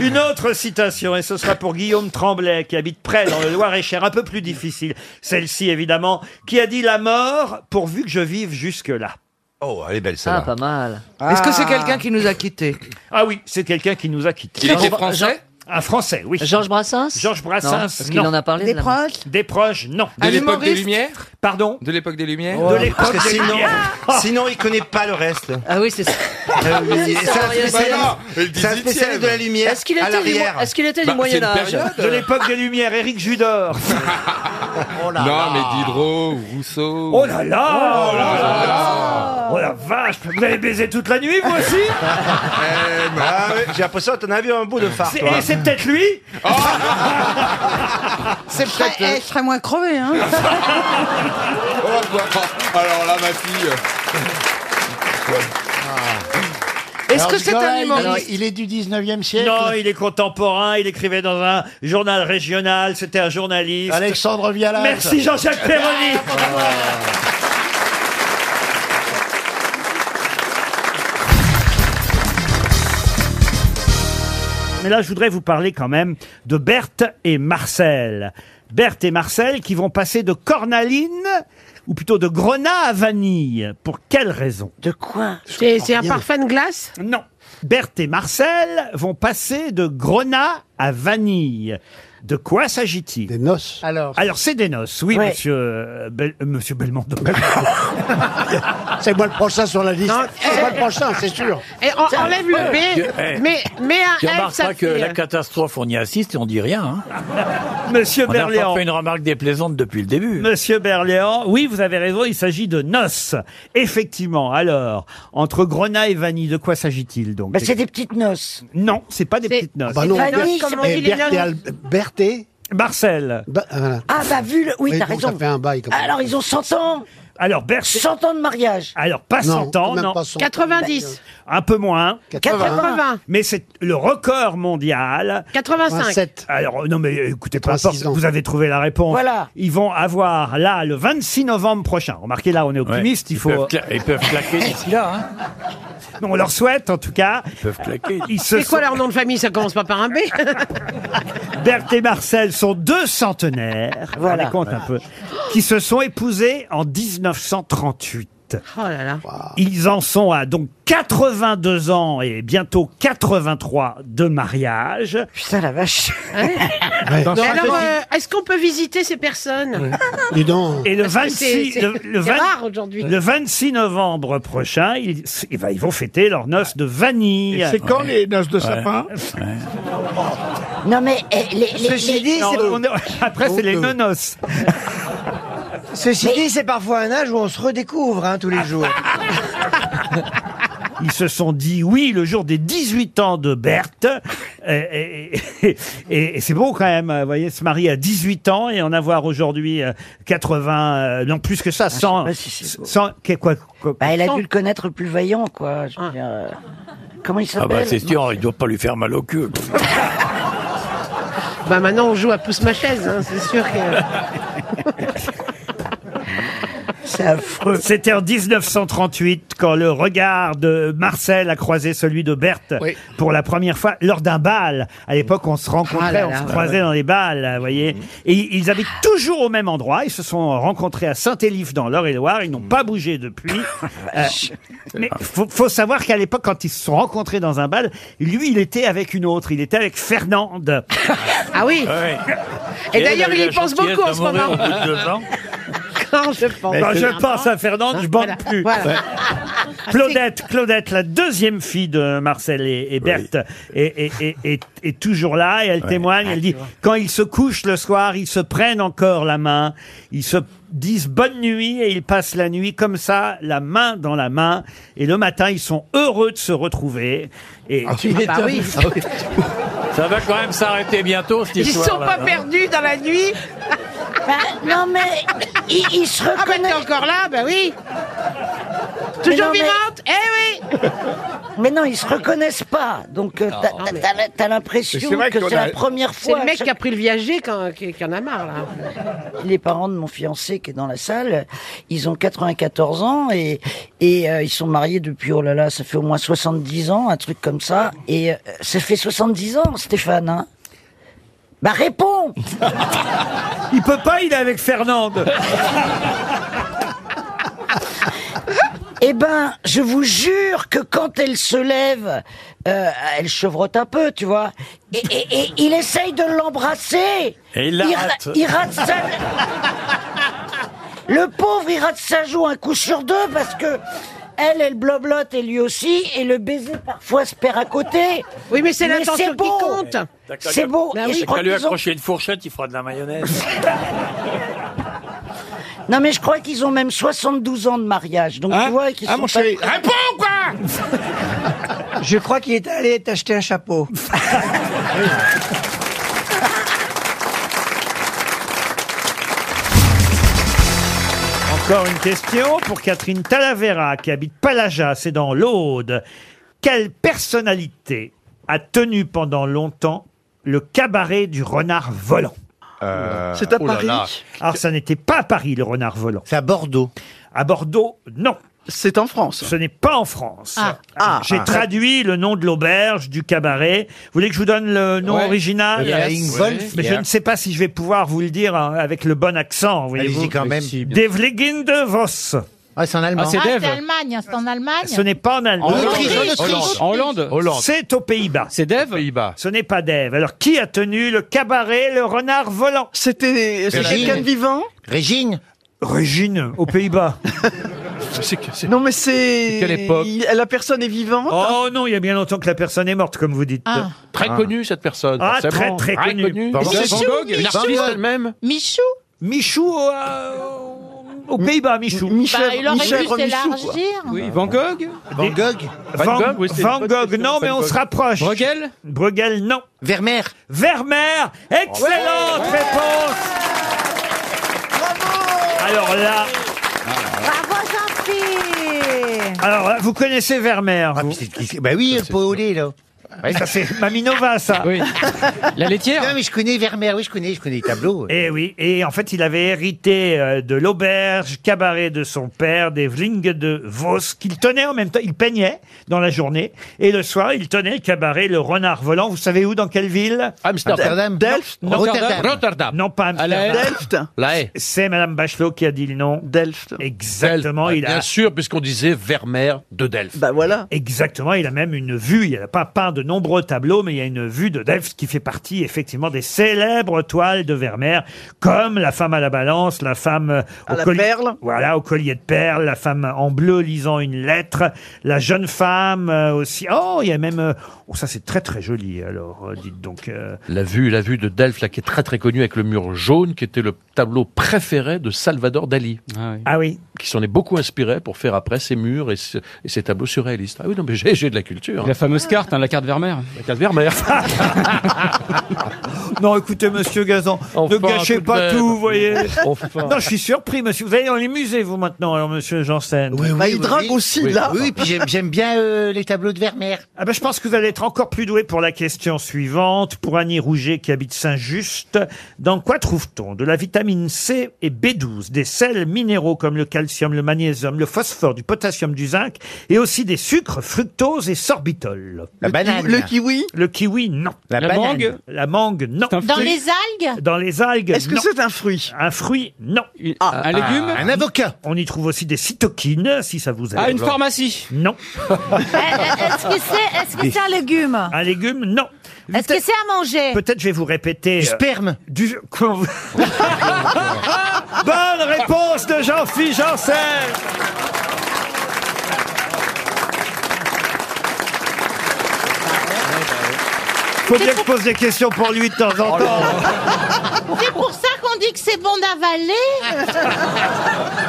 S1: Une autre citation, et ce sera pour Guillaume Tremblay, qui habite près dans le Loir-et-Cher, un peu plus difficile. Celle-ci, évidemment, qui a dit la mort pourvu que je vive jusque-là.
S15: Oh, elle est belle
S17: Ah,
S15: celle-là.
S17: pas mal.
S15: Est-ce que c'est quelqu'un
S17: qui nous a quittés
S1: Ah oui, c'est quelqu'un qui nous a quittés.
S17: Il était français
S1: Un français, oui. Georges Brassens Georges Brassens,
S3: Non, parce qu'il
S1: non.
S3: en a parlé de Des la mort.
S28: proches
S1: Des proches, non.
S3: De Un l'époque des humoriste Lumières
S1: Pardon
S3: De l'époque des Lumières
S1: De l'époque
S15: Oh, Parce que
S1: des
S15: sinon,
S1: Lumières.
S15: sinon, il connaît pas le reste.
S17: Ah oui, c'est ça.
S15: Ah oui,
S17: C'est
S15: c'est un
S17: ça, rien,
S15: spécialiste.
S17: rien.
S15: C'est un spécialiste de la lumière
S17: Est-ce qu'il
S15: à
S17: était, du,
S15: l'arrière.
S17: mo- est-ce qu'il était
S3: Bah,
S1: Bah,
S17: du Moyen Âge
S1: De l'époque des Lumières, Éric Judor.
S3: non, mais Diderot, Rousseau.
S1: Oh là là Oh là là Oh la vache Vous avez baisé toute la nuit, vous aussi
S15: Ah ouais, J'ai l'impression que t'en as vu un bout de phare.
S1: C'est-
S15: toi. Ah,
S1: Et c'est peut-être lui
S3: Ah,
S28: C'est peut-être. euh, Je serais moins crevé, hein
S1: Oh Ah.
S3: Alors là, ma fille.
S1: Est-ce que c'est un humoriste
S3: alors, Il est du 19e siècle
S1: Non, il est contemporain, il écrivait dans un journal régional, c'était un journaliste.
S3: Alexandre Ah, Vialat.
S1: Merci Jean-Jacques Perroni. Mais là, je voudrais vous parler quand même de Berthe et Marcel. Berthe et Marcel qui vont passer de cornaline, ou plutôt de grenat à vanille. Pour quelle raison De quoi
S21: C'est c'est un parfum de glace
S1: Non. Berthe et Marcel vont passer de grenat à vanille. De quoi s'agit-il Des noces. Alors, c'est des noces, oui,
S5: Ouais.
S1: monsieur, euh, Bel- euh, monsieur Belmondo.
S3: C'est moi le prochain sur la liste. C'est moi le prochain, c'est sûr.
S21: Et on enlève le
S22: Dieu,
S21: B,
S22: eh.
S21: mais, mais
S22: Tu
S21: un F, ça
S22: remarqueras que
S21: fait,
S22: la
S21: euh,
S22: catastrophe, on y assiste et on dit rien. hein.
S1: Ah, Monsieur
S22: on a pas
S1: Berléand.
S22: fait une remarque déplaisante depuis le début.
S1: Monsieur Berléand, oui, vous avez raison, il s'agit de noces. Effectivement, alors, entre grenat et vanille, de quoi s'agit-il
S9: Bah,
S1: donc C'est des petites noces. Non, c'est pas des petites noces.
S3: Bah non, Berthe- eh, Berthe et Al- Berthe et-
S1: Marcel.
S3: Bah, voilà.
S9: Ah bah vu le... Oui,
S3: Oui,
S9: t'as
S3: donc
S9: raison.
S3: ça fait un bail, quand même.
S9: Alors ils ont 100 ans
S1: Alors, Berthe...
S9: 100 ans de mariage
S1: Alors, pas
S9: Non,
S1: 100 ans,
S9: même
S1: non.
S9: pas 100. 90.
S1: Un peu moins.
S21: 80. 80.
S1: Mais c'est le record mondial.
S21: 85. 27.
S1: Alors, non, mais euh, écoutez, pas
S3: 36 ans.
S1: vous avez trouvé la réponse.
S21: Voilà.
S1: Ils vont avoir, là, le 26 novembre prochain. Remarquez, là, on est optimiste, il
S22: Ils
S1: faut...
S22: peuvent cla- Ils peuvent claquer d'ici là. hein.
S1: Mais on leur souhaite, en tout cas. Ils
S22: peuvent claquer.
S1: se
S21: C'est quoi
S1: sont-
S21: leur nom de famille Ça commence pas par un B
S1: Berthe et Marcel sont deux centenaires,
S21: Voilà.
S1: on les compte un peu, qui se sont épousés en 1938.
S21: Oh là là.
S1: Ils en sont à donc 82 ans et bientôt 83 de mariage. Putain la vache.
S21: Mais alors, euh, est-ce qu'on peut visiter ces personnes
S1: Et le
S21: Parce que
S1: 26,
S21: c'est- c'est-
S1: le, le
S21: c'est
S1: 20
S21: rare aujourd'hui.
S1: le 26 novembre prochain, ils, eh ben, ils vont fêter leurs noces de vanille.
S21: Et c'est quand
S1: les noces de
S22: sapin
S1: Non mais eh, les,
S22: Ceci dit, c'est-
S1: après c'est les nonos.
S25: Ceci dit, c'est parfois un âge où on se redécouvre hein, tous les jours.
S1: Ils se sont dit oui le jour des 18 ans de Berthe. Euh, Et, et- et- et- et c'est beau quand même, vous voyez, se marier à 18 ans et en avoir aujourd'hui euh, 80, euh, non plus que ça,
S9: Ah,
S1: 100. cent- qu'est- quoi, quoi-
S9: Bah elle a dû le connaître le plus vaillant quoi.
S21: Ah.
S9: Je veux dire, euh, Comment il
S22: Ah
S9: s'appelle
S22: bah c'est sûr, il doit pas lui faire mal au cul.
S21: Bah maintenant on joue à pousse ma chaise, hein, c'est sûr que.
S1: C'est affreux. C'était en 1938 quand le regard de Marcel a croisé celui de Berthe pour la première fois lors d'un bal. À l'époque, on se rencontrait,
S21: Ah là
S1: on
S21: là. Mhm.
S1: se croisait dans les bals, vous voyez. Et ils habitent toujours au même endroit. Ils se sont rencontrés à Saint-Élif dans l'Eure-et-Loire. Ils
S21: Mhm.
S1: n'ont pas bougé depuis.
S21: Ah,
S1: Euh, mais faut, faut savoir qu'à l'époque, quand ils se sont rencontrés dans un bal, lui, il était avec une autre. Il était avec Fernande.
S21: Ah oui. Et d'ailleurs, il y pense beaucoup en ce moment. Quand je pense.
S1: Quand Ben, je pense à Fernande, je bande plus.
S21: Voilà.
S1: Ouais. Claudette, Claudette, la deuxième fille de Marcel et, et Berthe, est, est- est- est- est toujours là et elle témoigne. Elle dit quand ils se couchent le soir, ils se prennent encore la main, ils se disent bonne nuit et ils passent la nuit comme ça, la main dans la main. Et le matin, ils sont heureux de se retrouver. Et
S22: Ah, tu Ah bah m'étonnes. oui. Ça va quand même s'arrêter bientôt cette hein.
S21: Ils
S22: histoire.
S21: sont
S25: hein.
S21: pas perdus dans la nuit.
S9: Ben,
S21: non mais ils, se reconnaissent. Ah bah t'es encore là, bah oui. Toujours
S9: Mais non,
S21: vivante, eh oui.
S9: Mais non, ils se reconnaissent pas. Donc euh, t'as- t'as- t'as- t'as l'impression que c'est la première fois.
S21: C'est le mec qui a pris le viager quand, qui, qui en a marre là.
S9: Les parents de mon fiancé qui est dans la salle, ils ont 94 ans et, et euh, ils sont mariés depuis, oh là là, ça fait au moins 70 ans, un truc comme ça. Et euh, ça fait 70 ans, Stéphane. Hein bah réponds
S1: Il peut pas, il est avec Fernande.
S9: Eh ben, je vous jure que quand elle se lève, euh, elle chevrotte un peu, tu vois. Et, et- et il essaye de l'embrasser.
S22: Et il la
S9: ra-
S22: rate.
S9: il rate sa... Le pauvre, il rate sa joue un coup sur deux parce que elle, elle bloblote et lui aussi, et le baiser parfois se perd à côté.
S21: Oui, mais c'est l'intention
S9: c'est beau.
S21: qui compte. Bah
S22: T'as qu'à
S9: C'est
S22: lui-
S9: beau. Et je
S22: T'as
S9: crois
S22: qu'à lui
S9: qu'ils ont-
S22: accrocher une fourchette, il fera de la mayonnaise.
S9: Non, mais je crois qu'ils ont même 72 ans de mariage. Donc tu vois qu'ils
S25: Ah,
S9: sont
S25: mon
S9: pas-
S25: chéri, réponds ou quoi Je crois qu'il est allé t'acheter un chapeau.
S1: Encore une question pour Catherine Talavera qui habite Palaja, c'est dans l'Aude. Quelle personnalité a tenu pendant longtemps le cabaret du renard volant
S9: C'est à oh là Paris là.
S1: Alors, ça n'était pas à Paris, le renard volant. C'est à Bordeaux. À Bordeaux, non. C'est en France. Ce n'est pas en France.
S9: Ah. Ah.
S1: J'ai
S9: Ah.
S1: traduit le nom de l'auberge, du cabaret. Vous voulez que je vous donne le nom
S9: Ouais.
S1: original
S9: Yes. Ingolf.
S1: Mais je
S9: Yeah.
S1: ne sais pas si je vais pouvoir vous le dire hein, avec le bon accent. Voyez-vous
S9: Allez-y quand même. Possible.
S1: Devleginde Voss. Ah, c'est
S19: Ah,
S1: en
S19: c'est Allemagne, c'est en Allemagne.
S1: Ce n'est pas en Allemagne.
S19: En Autriche, En Autriche. Hollande. En Hollande. Hollande.
S1: C'est aux Pays-Bas. C'est Dev Pays-Bas. Ce n'est pas Dev. Alors, qui a tenu le cabaret, le renard volant C'était
S2: c'est Régine. quelqu'un de vivant
S1: Régine Régine, aux Pays-Bas.
S2: Non, mais c'est.
S1: C'est quelle époque
S2: il- La personne est vivante.
S1: Oh non, il y a bien longtemps que la personne est morte, comme vous dites.
S2: Ah.
S17: Très connue, cette personne.
S1: Ah,
S17: forcément.
S1: très, très connue.
S17: Van Gogh,
S1: Michou,
S17: une
S1: Michou.
S17: artiste elle-même.
S19: Michou
S1: Michou euh, aux Pays-Bas, Michou.
S19: Bah, il aurait pu s'élargir.
S4: Oui, Van Gogh
S1: Van Gogh
S4: Van
S1: Van,
S4: Gogh, oui, c'est une bonne
S1: Gogh,
S4: question,
S1: non, mais
S4: Van
S1: on
S4: Gogh.
S1: se rapproche. Bruegel Bruegel, non. Vermeer Oh, Vermeer Excellente réponse Alors là...
S32: Bravo, Jean-Pierre
S1: Alors, là, vous connaissez Vermeer vous Bah oui, le pot au lait, là. ça c'est Maminova, ça. La laitière
S10: Non, mais je connais Vermeer, oui, je connais, je connais les tableaux.
S1: Et oui, et en fait, il avait hérité euh, de l'auberge, cabaret de son père, des vlings de Vos, qu'il tenait en même temps. Il peignait dans la journée, et le soir, il tenait le cabaret, le renard volant. Vous savez où, dans quelle ville
S10: Amsterdam. Delft.
S1: Non,
S10: Rotterdam.
S1: Rotterdam. Non, pas Amsterdam.
S10: Delft.
S1: La C'est Madame Bachelot qui a dit le nom. Delft. Exactement.
S5: Delft.
S1: il a...
S5: Bien sûr, puisqu'on disait Vermeer de Delft.
S1: Bah voilà. Exactement, il a même une vue, il n'a pas peint de nombreux tableaux, mais il y a une vue de Delft qui fait partie effectivement des célèbres toiles de Vermeer, comme la femme à la balance, la femme euh, au, collier, voilà, au collier de perles, la femme en bleu lisant une lettre, la jeune femme euh, aussi. Oh, il y a même... euh, oh, ça c'est très très joli, alors euh, dites donc... euh,
S5: La vue, la vue de Delft, là, qui est très très connue avec le mur jaune, qui était le tableau préféré de Salvador Dali.
S4: Ah oui.
S5: Qui s'en est beaucoup inspiré pour faire après ses murs et, ce- et ses tableaux surréalistes. Ah oui, non, mais j'ai j'ai de la culture.
S4: La fameuse carte, hein, la carte Vermeer.
S5: La carte Vermeer.
S1: Non, écoutez, monsieur Gazan, ne
S5: Enfin,
S1: gâchez
S5: tout de
S1: pas
S5: même.
S1: tout, vous voyez.
S5: Enfin.
S1: Non, je suis surpris, monsieur. Vous allez dans les musées, vous, maintenant, alors, monsieur Janssen. Oui,
S10: Bah, il drague aussi,
S1: oui.
S10: là. Oui, puis j'aime- j'aime
S1: bien euh, les tableaux de Vermeer. Ah ben, je pense que vous allez être encore plus doué pour la question suivante. Pour Annie Rouget, qui habite Saint-Just, dans quoi trouve-t-on de la vitamine C et B12, des sels minéraux comme le calcium, le magnésium, le phosphore, du potassium, du zinc, et aussi des sucres, fructose et sorbitol
S10: La Le banane. ki- le
S1: kiwi Le kiwi, non.
S10: La La banane. mangue
S1: La mangue, non.
S19: Dans les algues
S1: Dans les algues.
S19: Est-ce que
S1: c'est un fruit Un fruit, non.
S19: Ah, un légume
S1: Un avocat. On y trouve aussi des cytokines, si ça vous aide.
S19: Ah, une Euh,
S4: pharmacie
S1: Non.
S19: Est-ce que c'est est-ce que c'est un légume
S1: Un légume, non.
S19: Est-ce que c'est à manger
S1: Peut-être je vais vous répéter. Du sperme. Du. Comment vous- Bonne réponse de Jean-Philippe Janssen. bah Faut bien que je pose des questions pour lui de temps en temps.
S19: C'est pour ça qu'on dit que c'est bon d'avaler.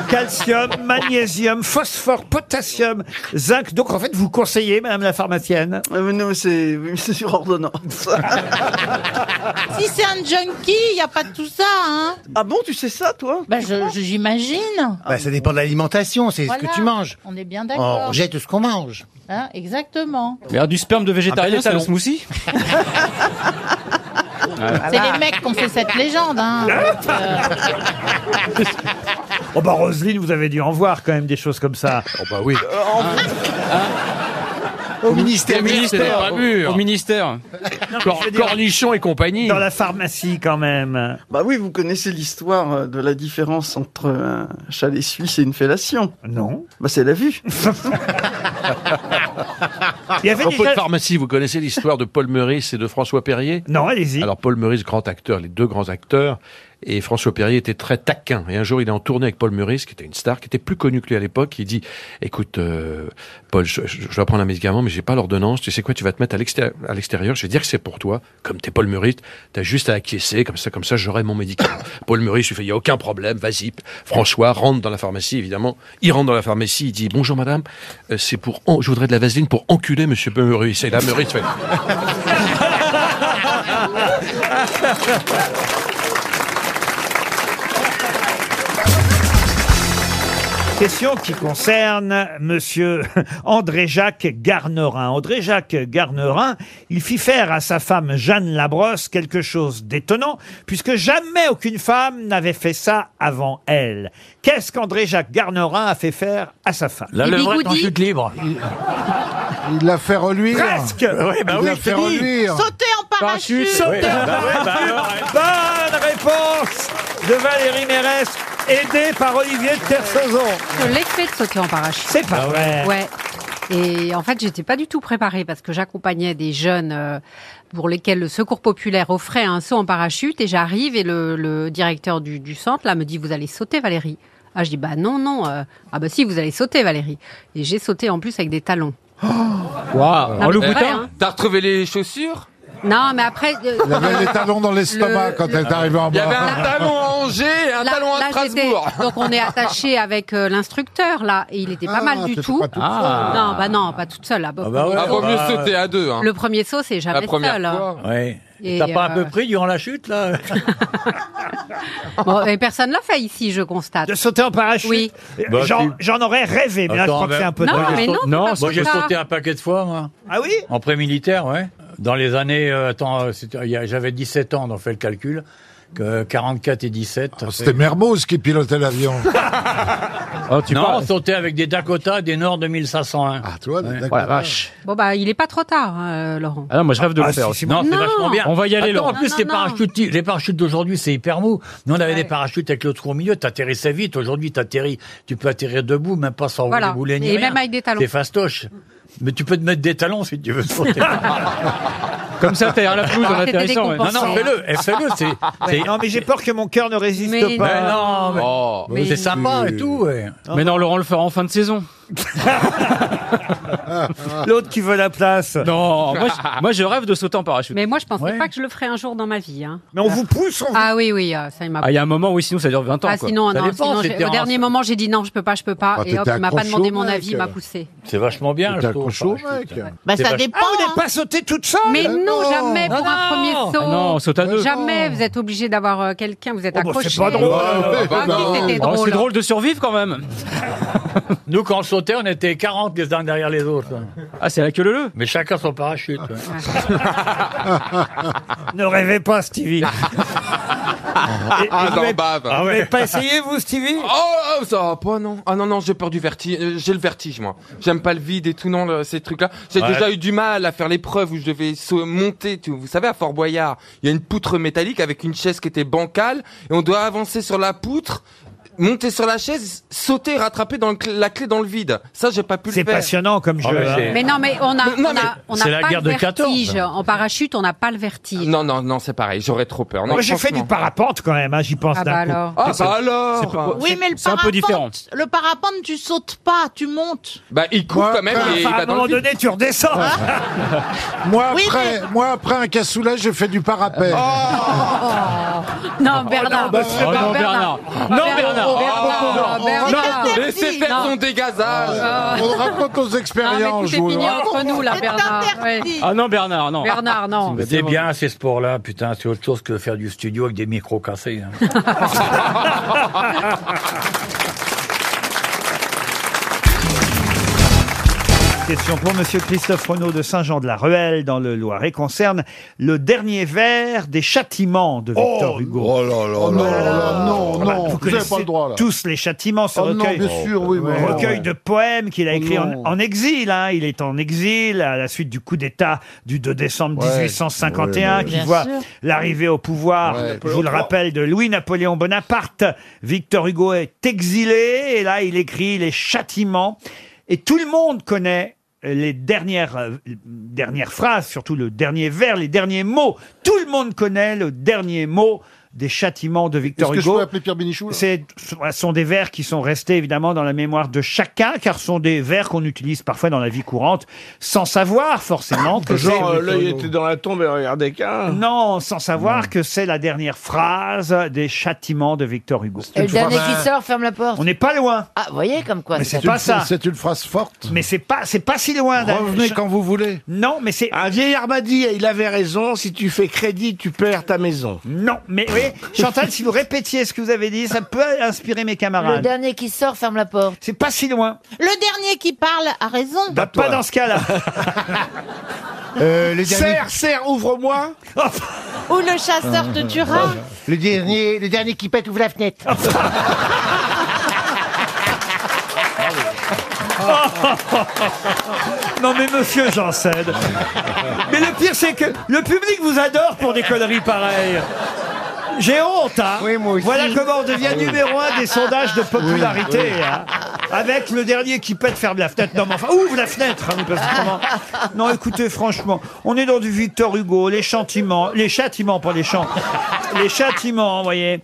S1: Calcium, magnésium, phosphore, potassium, zinc. Donc en fait, vous conseillez, madame la pharmacienne
S2: Euh, Non, c'est c'est sur ordonnance.
S19: Ah, si c'est un junkie, il n'y a pas de tout ça. Hein.
S2: ah bon, tu sais ça, toi
S19: Bah, je- je- j'imagine.
S10: Bah, ça dépend de l'alimentation, c'est
S19: Voilà.
S10: ce que tu manges.
S19: On est bien
S10: On
S1: Oh,
S19: d'accord.
S10: rejette ce qu'on mange.
S19: Hein, exactement.
S4: Mais alors, du sperme de végétarien, c'est
S10: Après,
S4: le
S10: talons.
S4: smoothie
S1: Ah,
S19: C'est les mecs qui ont fait cette légende. Hein.
S1: Oh bah Roselyne, vous avez dû en voir quand même des choses comme ça.
S5: Oh bah oui.
S2: Euh,
S19: euh,
S1: Au
S5: ministère, Au ministère, ministère, pas au- mûr. au
S1: ministère.
S5: Cor- Cornichon et compagnie.
S1: Dans la pharmacie quand même.
S2: Bah oui, vous connaissez l'histoire euh, de la différence entre un chalet suisse et une fellation.
S1: Non.
S2: Bah c'est la vue.
S1: Il y avait
S5: À propos
S1: déjà-
S5: de pharmacie, vous connaissez l'histoire de Paul Meurice et de François Perrier
S1: Non, allez-y.
S5: Alors, Paul Meurice, grand acteur, les deux grands acteurs, et François Perrier était très taquin. Et un jour, il est en tournée avec Paul Meurice, qui était une star, qui était plus connu que lui à l'époque. Il dit Écoute, euh, Paul, je, je- je dois prendre un médicament, mais j'ai pas l'ordonnance. Tu sais quoi, tu vas te mettre à l'extérieur. à l'extérieur. Je vais dire que c'est pour toi. Comme t'es Paul Meurice, t'as juste à acquiescer. Comme ça, comme ça, j'aurai mon médicament. Paul Meurice lui fait Il n'y a aucun problème, vas-y. François rentre dans la pharmacie, évidemment. Il rentre dans la pharmacie, il dit Bonjour madame, euh, c'est pour. en- je voudrais de la vaseline pour enculer monsieur Meurice. Et là, Meurice fait
S1: Question qui concerne monsieur André-Jacques Garnerin. André-Jacques Garnerin, il fit faire à sa femme Jeanne Labrosse quelque chose d'étonnant, puisque jamais aucune femme n'avait fait ça avant elle. Qu'est-ce qu'André-Jacques Garnerin a fait faire à sa femme
S22: La Des levrette en bigoudis chute
S1: libre.
S16: Il l'a fait reluire.
S1: Presque Oui, bah
S16: Il
S1: oui,
S16: l'a
S1: je
S16: fait
S1: te dis.
S16: reluire.
S11: Sauter en parachute.
S1: Sauter en parachute. Bonne réponse de Valérie Mérès, aidée par Olivier de Kersauzon.
S14: Je l'ai fait de sauter en parachute.
S1: C'est pas Ah ouais. vrai.
S14: Ouais. Et en fait, j'étais pas du tout préparée parce que j'accompagnais des jeunes euh, pour lesquels le secours populaire offrait un saut en parachute et j'arrive et le, le directeur du, du centre là me dit vous allez sauter Valérie. Ah je dis bah non non euh, ah bah si vous allez sauter Valérie et j'ai sauté en plus avec des talons.
S2: Waouh,
S1: Ah,
S14: mais c'est vrai, hein.
S2: T'as retrouvé les chaussures
S14: Non mais après euh,
S16: Il avait les talons dans l'estomac quand elle est arrivée en bas.
S2: Il y avait un talon à Angers et un
S14: Là-
S2: talon
S14: là,
S2: à Strasbourg.
S14: j'étais- Donc on est attaché avec euh, l'instructeur là, et il était pas
S2: Ah,
S14: mal du
S2: t'étais
S14: tout.
S2: pas toute seule. Ah.
S14: Non, bah non, pas toute seule. Là,
S2: Ah bah ouais, Ah, vaut mieux
S14: euh,
S2: sauter à deux, hein.
S14: Le premier saut, c'est jamais
S2: La première
S14: seul. hein.
S22: Ouais.
S14: Et,
S22: T'as pas un
S14: euh,
S22: peu pris durant la chute, là
S14: Bon, et personne l'a fait ici, je constate.
S1: De sauter en parachute Euh,
S14: Oui.
S22: Bah,
S1: J'en
S22: si.
S1: j'en aurais rêvé, mais là, je
S22: Attends,
S1: crois que
S22: ben-
S1: c'est un peu
S14: Non,
S1: tard.
S14: mais non, c'est
S22: Non,
S14: pas
S22: moi j'ai
S14: ça.
S22: sauté un paquet de fois, moi.
S1: Ah oui
S22: En pré-militaire, ouais. Dans les années, euh, attends, euh, c'était- il y a- j'avais 17 ans, donc fait le calcul, que 44 et 17. ça
S16: C'était
S22: fait-
S16: Mermoz qui pilotait l'avion.
S22: non,
S16: parles.
S22: on sautait avec des Dakota, des Nord 2501. Ah,
S16: toi,
S22: des
S16: Dakota.
S22: la vache.
S14: Bon, bah, il est pas trop tard, hein, Laurent.
S22: Ah non, moi je rêve de
S14: le faire aussi.
S22: Non, c'est
S14: Non.
S22: vachement bien.
S14: On va y aller,
S22: Attends,
S14: Laurent.
S22: En plus,
S14: Non,
S22: les,
S14: non,
S22: parachutes, les parachutes d'aujourd'hui, c'est hyper mou. Nous, on avait des parachutes avec le trou au milieu. T'atterrissais vite. Aujourd'hui, t'atterris. Tu peux atterrir debout, même pas sans
S14: Voilà.
S22: rouler ni
S14: Et
S22: rien.
S14: même avec des talons.
S22: T'es fastoche. Mais tu peux te mettre des talons si tu veux sauter.
S1: Comme ça,
S22: t'as
S1: t'as
S22: à la pelouse, en C'était atterrissant, ouais. décompensé. Non, non, fais-le, eh, fais-le, c'est- c'est-
S1: Non, mais j'ai peur que mon cœur ne résiste
S22: Mais
S1: pas.
S22: non, mais- Oh, mais- c'est sympa et tout, ouais.
S4: Mais non, Laurent, on le fera en fin de saison.
S1: L'autre qui veut la place.
S4: Non, moi je, moi, je rêve de sauter en parachute.
S14: Mais moi, je pensais pas que je le ferais un jour dans ma vie. hein.
S1: Mais on vous pousse,
S14: Ah oui, oui, euh, ça il m'a.
S4: Ah, il y a un moment, oui, sinon ça dure 20 ans.
S14: Ah
S4: quoi.
S14: sinon,
S4: Ça
S14: non,
S4: dépend,
S14: sinon,
S4: c'était
S14: j'ai- au
S4: un-
S14: dernier moment, j'ai dit non, je peux pas, je peux pas.
S4: Ah,
S14: et
S4: t'étais
S14: hop, il m'a pas
S4: accroché
S14: demandé
S4: au
S14: mon
S4: mec,
S14: avis, il m'a
S4: euh.
S14: poussé.
S22: C'est vachement bien, je trouve.
S14: Bah,
S22: C'est
S14: ça
S22: vach-
S14: dépend,
S1: Ah, vous n'êtes pas sauté toute seule
S14: Mais non, jamais pour un premier saut.
S22: Ah non, on saute à deux.
S14: Jamais, vous êtes obligé d'avoir euh, quelqu'un, vous êtes
S22: Oh, bah,
S14: accroché.
S22: c'est pas drôle.
S14: Ah, oui, c'était
S22: Oh,
S14: drôle. hein.
S22: de survivre quand même. Nous, quand on sautait, on était 40 les uns derrière les autres. Ah, c'est la queue leu Mais chacun son parachute.
S1: Ne rêvez pas, Stevie.
S2: Ah, ah,
S1: vous
S2: j'en
S1: avez-
S2: bave.
S1: vous n'avez pas essayé, vous, Stevie
S2: oh, oh, ça va pas, non. Ah non, non, j'ai peur du vertige. euh, J'ai le vertige, moi. J'aime pas le vide et tout, non, le- ces trucs-là. J'ai
S22: Ouais.
S2: déjà eu du mal à faire l'épreuve où je devais se monter. tu- vous savez, à Fort Boyard, il y a une poutre métallique avec une chaise qui était bancale et on doit avancer sur la poutre. Monter sur la chaise, sauter, rattraper dans le cl- la clé dans le vide. Ça, j'ai pas pu le
S1: C'est
S2: faire.
S1: passionnant comme jeu, hein.
S14: Mais non, mais on a, on a, on
S2: c'est
S14: a
S2: la
S14: pas
S2: guerre
S14: le
S2: de 14.
S14: vertige. En parachute, on n'a pas le vertige.
S2: Ah, Non, non, non, c'est pareil. J'aurais trop peur. Non,
S1: Moi, j'ai fait du
S2: franchement.
S1: parapente quand même, hein, j'y pense
S14: Ah
S1: d'un
S14: bah
S1: coup.
S14: alors.
S2: Ah bah alors
S11: Oui, mais le
S1: C'est un peu différent.
S11: parapente, le parapente, tu sautes pas, tu montes.
S2: Bah, il
S11: court
S2: quand même et il
S1: à
S2: va
S1: un
S2: dans le
S1: moment
S2: vide.
S1: donné, tu redescends.
S16: Moi, après, moi, après un cassoulet, j'ai fait du parapet.
S2: Oh
S19: Oh.
S14: Non, Bernard.
S16: monsieur Bernard.
S14: Bernard. Oh, Non, Ah, Bernard. Bernard. Bernard.
S2: Laissez faire
S14: Non. Ah.
S2: son dégazage.
S16: On raconte nos
S14: Non, Ah, mais
S16: expériences. hein.
S14: tout est fini entre nous, là,
S11: C'est
S14: Bernard.
S11: interdit.
S14: Ouais.
S22: Ah non, Bernard, non.
S14: Bernard, non.
S22: C'est bien ces sports-là, putain, c'est autre chose que faire du studio avec des micros cassés. hein.
S1: Question pour Monsieur Christophe Renaud de Saint-Jean-de-la-Ruelle dans le Loiret concerne le dernier vers des châtiments de Victor Hugo. Oh
S16: là là non, là là, non, non, vous
S1: vous
S16: avez
S1: connaissez
S16: pas le droit, là.
S1: tous les châtiments, ce
S16: Oh non,
S1: recueil,
S16: bien sûr, oui, mais non,
S1: recueil
S16: ouais.
S1: de poèmes qu'il a
S16: Oh
S1: écrit en,
S16: non.
S1: en exil. hein. Il est en exil à la suite du coup d'État du 2 décembre
S16: Ouais. Ouais,
S1: 1851
S16: ouais.
S1: qui
S16: Bien
S1: voit
S16: sûr.
S1: l'arrivée au pouvoir,
S16: Ouais.
S1: je vous le rappelle, de Louis-Napoléon Bonaparte. Victor Hugo est exilé et là, il écrit les châtiments. Et tout le monde connaît les dernières, euh, dernières phrases, surtout le dernier vers, les derniers mots. Tout le monde connaît le dernier mot des châtiments de Victor
S16: Est-ce que je
S1: Hugo.
S16: peux appeler Pierre Bénichou
S1: C'est ce sont des vers qui sont restés évidemment dans la mémoire de chacun, car ce sont des vers qu'on utilise parfois dans la vie courante, sans savoir forcément que
S19: Genre,
S1: c'est-
S19: euh, là, il était dans la tombe et regardait qu'un.
S1: Non, sans savoir que c'est la dernière phrase des châtiments de Victor Hugo.
S24: Et le dernier qui sort ferme la porte.
S1: On n'est pas loin.
S24: Ah, vous voyez comme
S9: bah,
S24: quoi.
S1: Mais c'est pas ça. une phrase forte. Mais c'est pas, c'est pas si loin. Revenez quand vous voulez. Non, mais c'est.
S19: Un vieillard m'a dit, et il avait raison, si tu fais crédit, tu perds ta maison.
S1: Non, mais oui. voyez, Chantal, si vous répétiez ce que vous avez dit, ça peut inspirer mes
S24: Le
S1: camarades.
S24: dernier qui sort ferme la porte.
S1: C'est pas si loin.
S11: Le dernier qui parle a raison.
S1: Bah, pas dans ce cas-là.
S10: Euh, Serre,
S11: serre, ouvre-moi. Ou le chasseur
S15: Euh,
S11: te tuera.
S10: Le dernier, le dernier qui pète ouvre la fenêtre.
S23: Ah
S1: non mais monsieur Janssen. Mais le pire c'est que le public vous adore pour des conneries pareilles. J'ai honte, hein. Voilà comment on devient numéro un des sondages de popularité,
S5: Ah Oui, oui.
S1: hein. Avec le dernier qui pète ferme la fenêtre. Non, mais enfin, ouvre la fenêtre. hein, parce que comment- Non, écoutez, franchement, on est dans du Victor Hugo, les chantiments, les châtiments, pas les chants, les châtiments, vous voyez.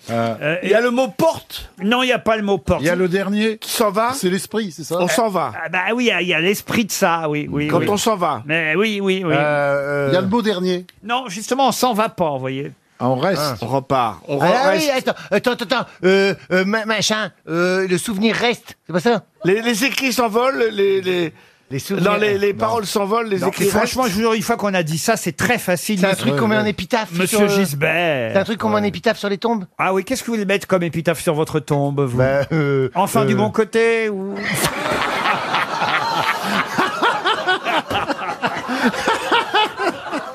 S1: Il y a le mot porte. Non, il n'y a pas le mot porte. Euh, Il y a le dernier qui s'en va. C'est l'esprit, c'est ça.
S19: On s'en va.
S1: Ah, bah oui, il y a- il y a l'esprit de ça, oui, oui.
S19: Quand
S1: oui.
S19: on s'en va.
S1: Mais oui, oui, oui. euh,
S19: Il y a le
S1: mot dernier. Non, justement, on s'en va pas, vous voyez.
S19: on reste. on repart. On
S10: ah
S19: reste.
S10: oui, attends, attends, attends, attends, euh, euh, ma- machin, euh, le souvenir reste, c'est pas ça
S19: les, les écrits s'envolent, les, les,
S10: souvenirs.
S19: non, les, les
S10: Non.
S19: paroles s'envolent, les
S1: Non,
S19: écrits
S1: franchement, je vous jure, une fois qu'on a dit ça, c'est très facile.
S10: C'est un truc qu'on met en épitaphe.
S1: Monsieur
S10: sur, euh,
S1: Gisbert.
S10: C'est un truc qu'on met en épitaphe sur les tombes
S1: Ah oui, qu'est-ce que vous voulez mettre comme épitaphe sur votre tombe, vous Enfin, du
S10: euh,
S1: bon côté ou...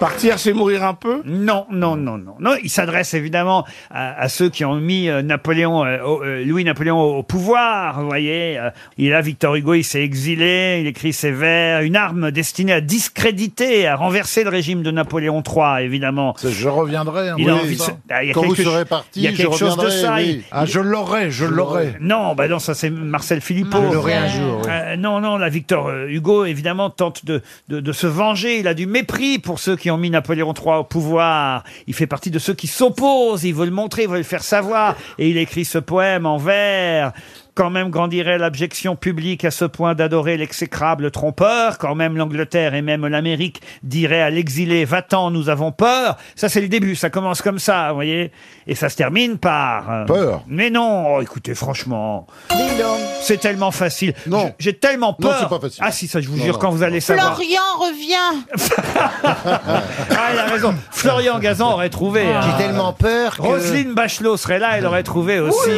S1: Partir, c'est mourir un peu Non, non, non, non. Non, il s'adresse évidemment à, à ceux qui ont mis euh, Napoléon, euh, au- euh, Louis-Napoléon au, au pouvoir, vous voyez. Euh, Il a Victor Hugo, il s'est exilé, il écrit ses vers, une arme destinée à discréditer, à renverser le régime de Napoléon III, évidemment. Je reviendrai.
S15: hein, oui, ça. Quand vous serez parti,
S1: Ah, il y a
S15: je
S1: quelque chose de
S15: reviendrai,
S1: ça.
S15: oui.
S1: il-
S15: Ah, je l'aurai, je l'aurai.
S1: Non, bah non, ça c'est Marcel Philippot.
S15: Je l'aurai un jour, oui.
S1: Euh, non, non, la Victor euh, Hugo, évidemment, tente de, de, de se venger. Il a du mépris pour ceux qui ont mis Napoléon III au pouvoir. Il fait partie de ceux qui s'opposent. Il veut le montrer, il veut le faire savoir. Et il écrit ce poème en vers. Quand même grandirait l'abjection publique à ce point d'adorer l'exécrable trompeur. Quand même l'Angleterre et même l'Amérique diraient à l'exilé, va-t'en, nous avons peur. Ça, c'est le début. Ça commence comme ça, vous voyez. Et ça se termine par... euh,
S15: Peur.
S1: Mais non, oh, écoutez, franchement. C'est tellement facile. Non. J'ai tellement
S15: Non,
S1: peur.
S15: c'est pas facile.
S1: Ah si, ça, je vous
S15: Non,
S1: jure,
S15: non.
S1: quand vous allez savoir.
S11: Florian revient.
S1: Ah, il a raison. Florian Gazan aurait trouvé.
S24: Ah.
S1: J'ai tellement peur
S10: que-
S1: Roselyne Bachelot serait là, elle aurait trouvé aussi.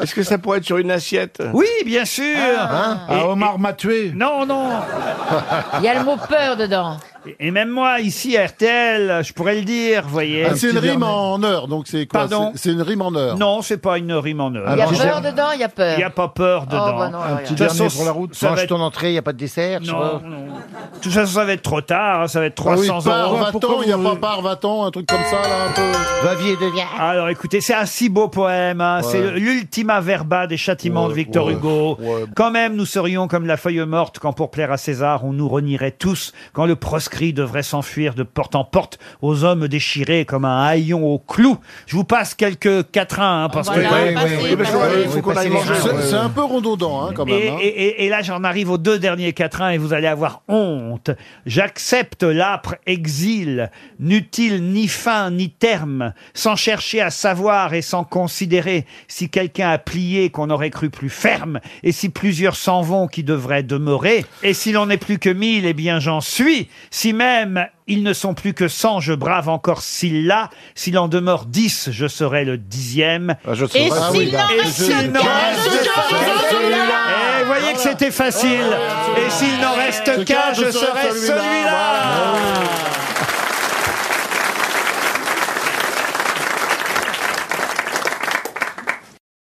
S19: Est-ce que ça pourrait être sur une assiette
S1: Oui, bien sûr.
S19: Ah,
S15: Ah, Omar m'a tué.
S1: Non, non.
S24: Il y a le mot peur dedans.
S1: Et même moi, ici, à RTL, je pourrais le dire, vous voyez.
S15: Ah, c'est une rime en heure, donc c'est quoi
S1: Pardon
S15: C'est c'est une rime en heure.
S1: Non, c'est pas une rime en heure.
S24: Il y a peur dedans, il y a peur.
S1: Il n'y a pas peur dedans.
S24: bah non, Un alors, petit
S1: De toute
S10: dernier
S1: façon,
S10: pour la route.
S1: ça va
S10: Mange
S1: être-
S10: ton entrée, il n'y a pas de dessert. je
S1: Non,
S10: sais pas.
S1: non. De toute façon, ça va être trop tard. hein, Ça va être
S15: Ah oui,
S1: 300
S15: part,
S1: euros.
S15: va-t'en, il n'y a pas part, va-t'en, un truc comme ça, là, un peu.
S10: Va vie et devient.
S1: Alors écoutez, c'est un si beau poème. hein.
S15: Ouais.
S1: C'est le- l'ultima verba des châtiments de Victor
S15: ouais,
S1: Hugo. Quand même, nous serions comme la feuille morte quand pour plaire à César, on nous renierait tous. Quand le proscrit devrait s'enfuir de porte en porte aux hommes déchirés comme un haillon au clou. Je vous passe quelques quatrains hein, parce
S15: Voilà,
S1: que.
S15: Oui, oui, passez, oui, oui, parce que, passez. il faut qu'on aille manger. C'est- c'est un
S1: peu rondodant quand
S15: même,
S1: Et,
S15: hein.
S1: et- et- et là, j'en arrive aux deux derniers quatrains et vous allez avoir honte. J'accepte l'âpre exil, n'utile ni fin ni terme, sans chercher à savoir et sans considérer si quelqu'un a plié qu'on aurait cru plus ferme, et si plusieurs s'en vont qui devraient demeurer, et si l'on n'est plus que mille, eh bien j'en suis, si même ils ne sont plus que cent, je brave encore s'il là, s'il en demeure dix, je serai le dixième.
S15: Et Ah oui, s'il bah, n'en
S1: Et
S15: reste
S1: s'il n'en
S15: qu'un,
S1: reste
S15: je
S1: qu'un,
S15: serai
S1: je serai
S15: celui-là.
S1: Eh, voyez que c'était facile. Et s'il n'en reste qu'un, je serai celui-là.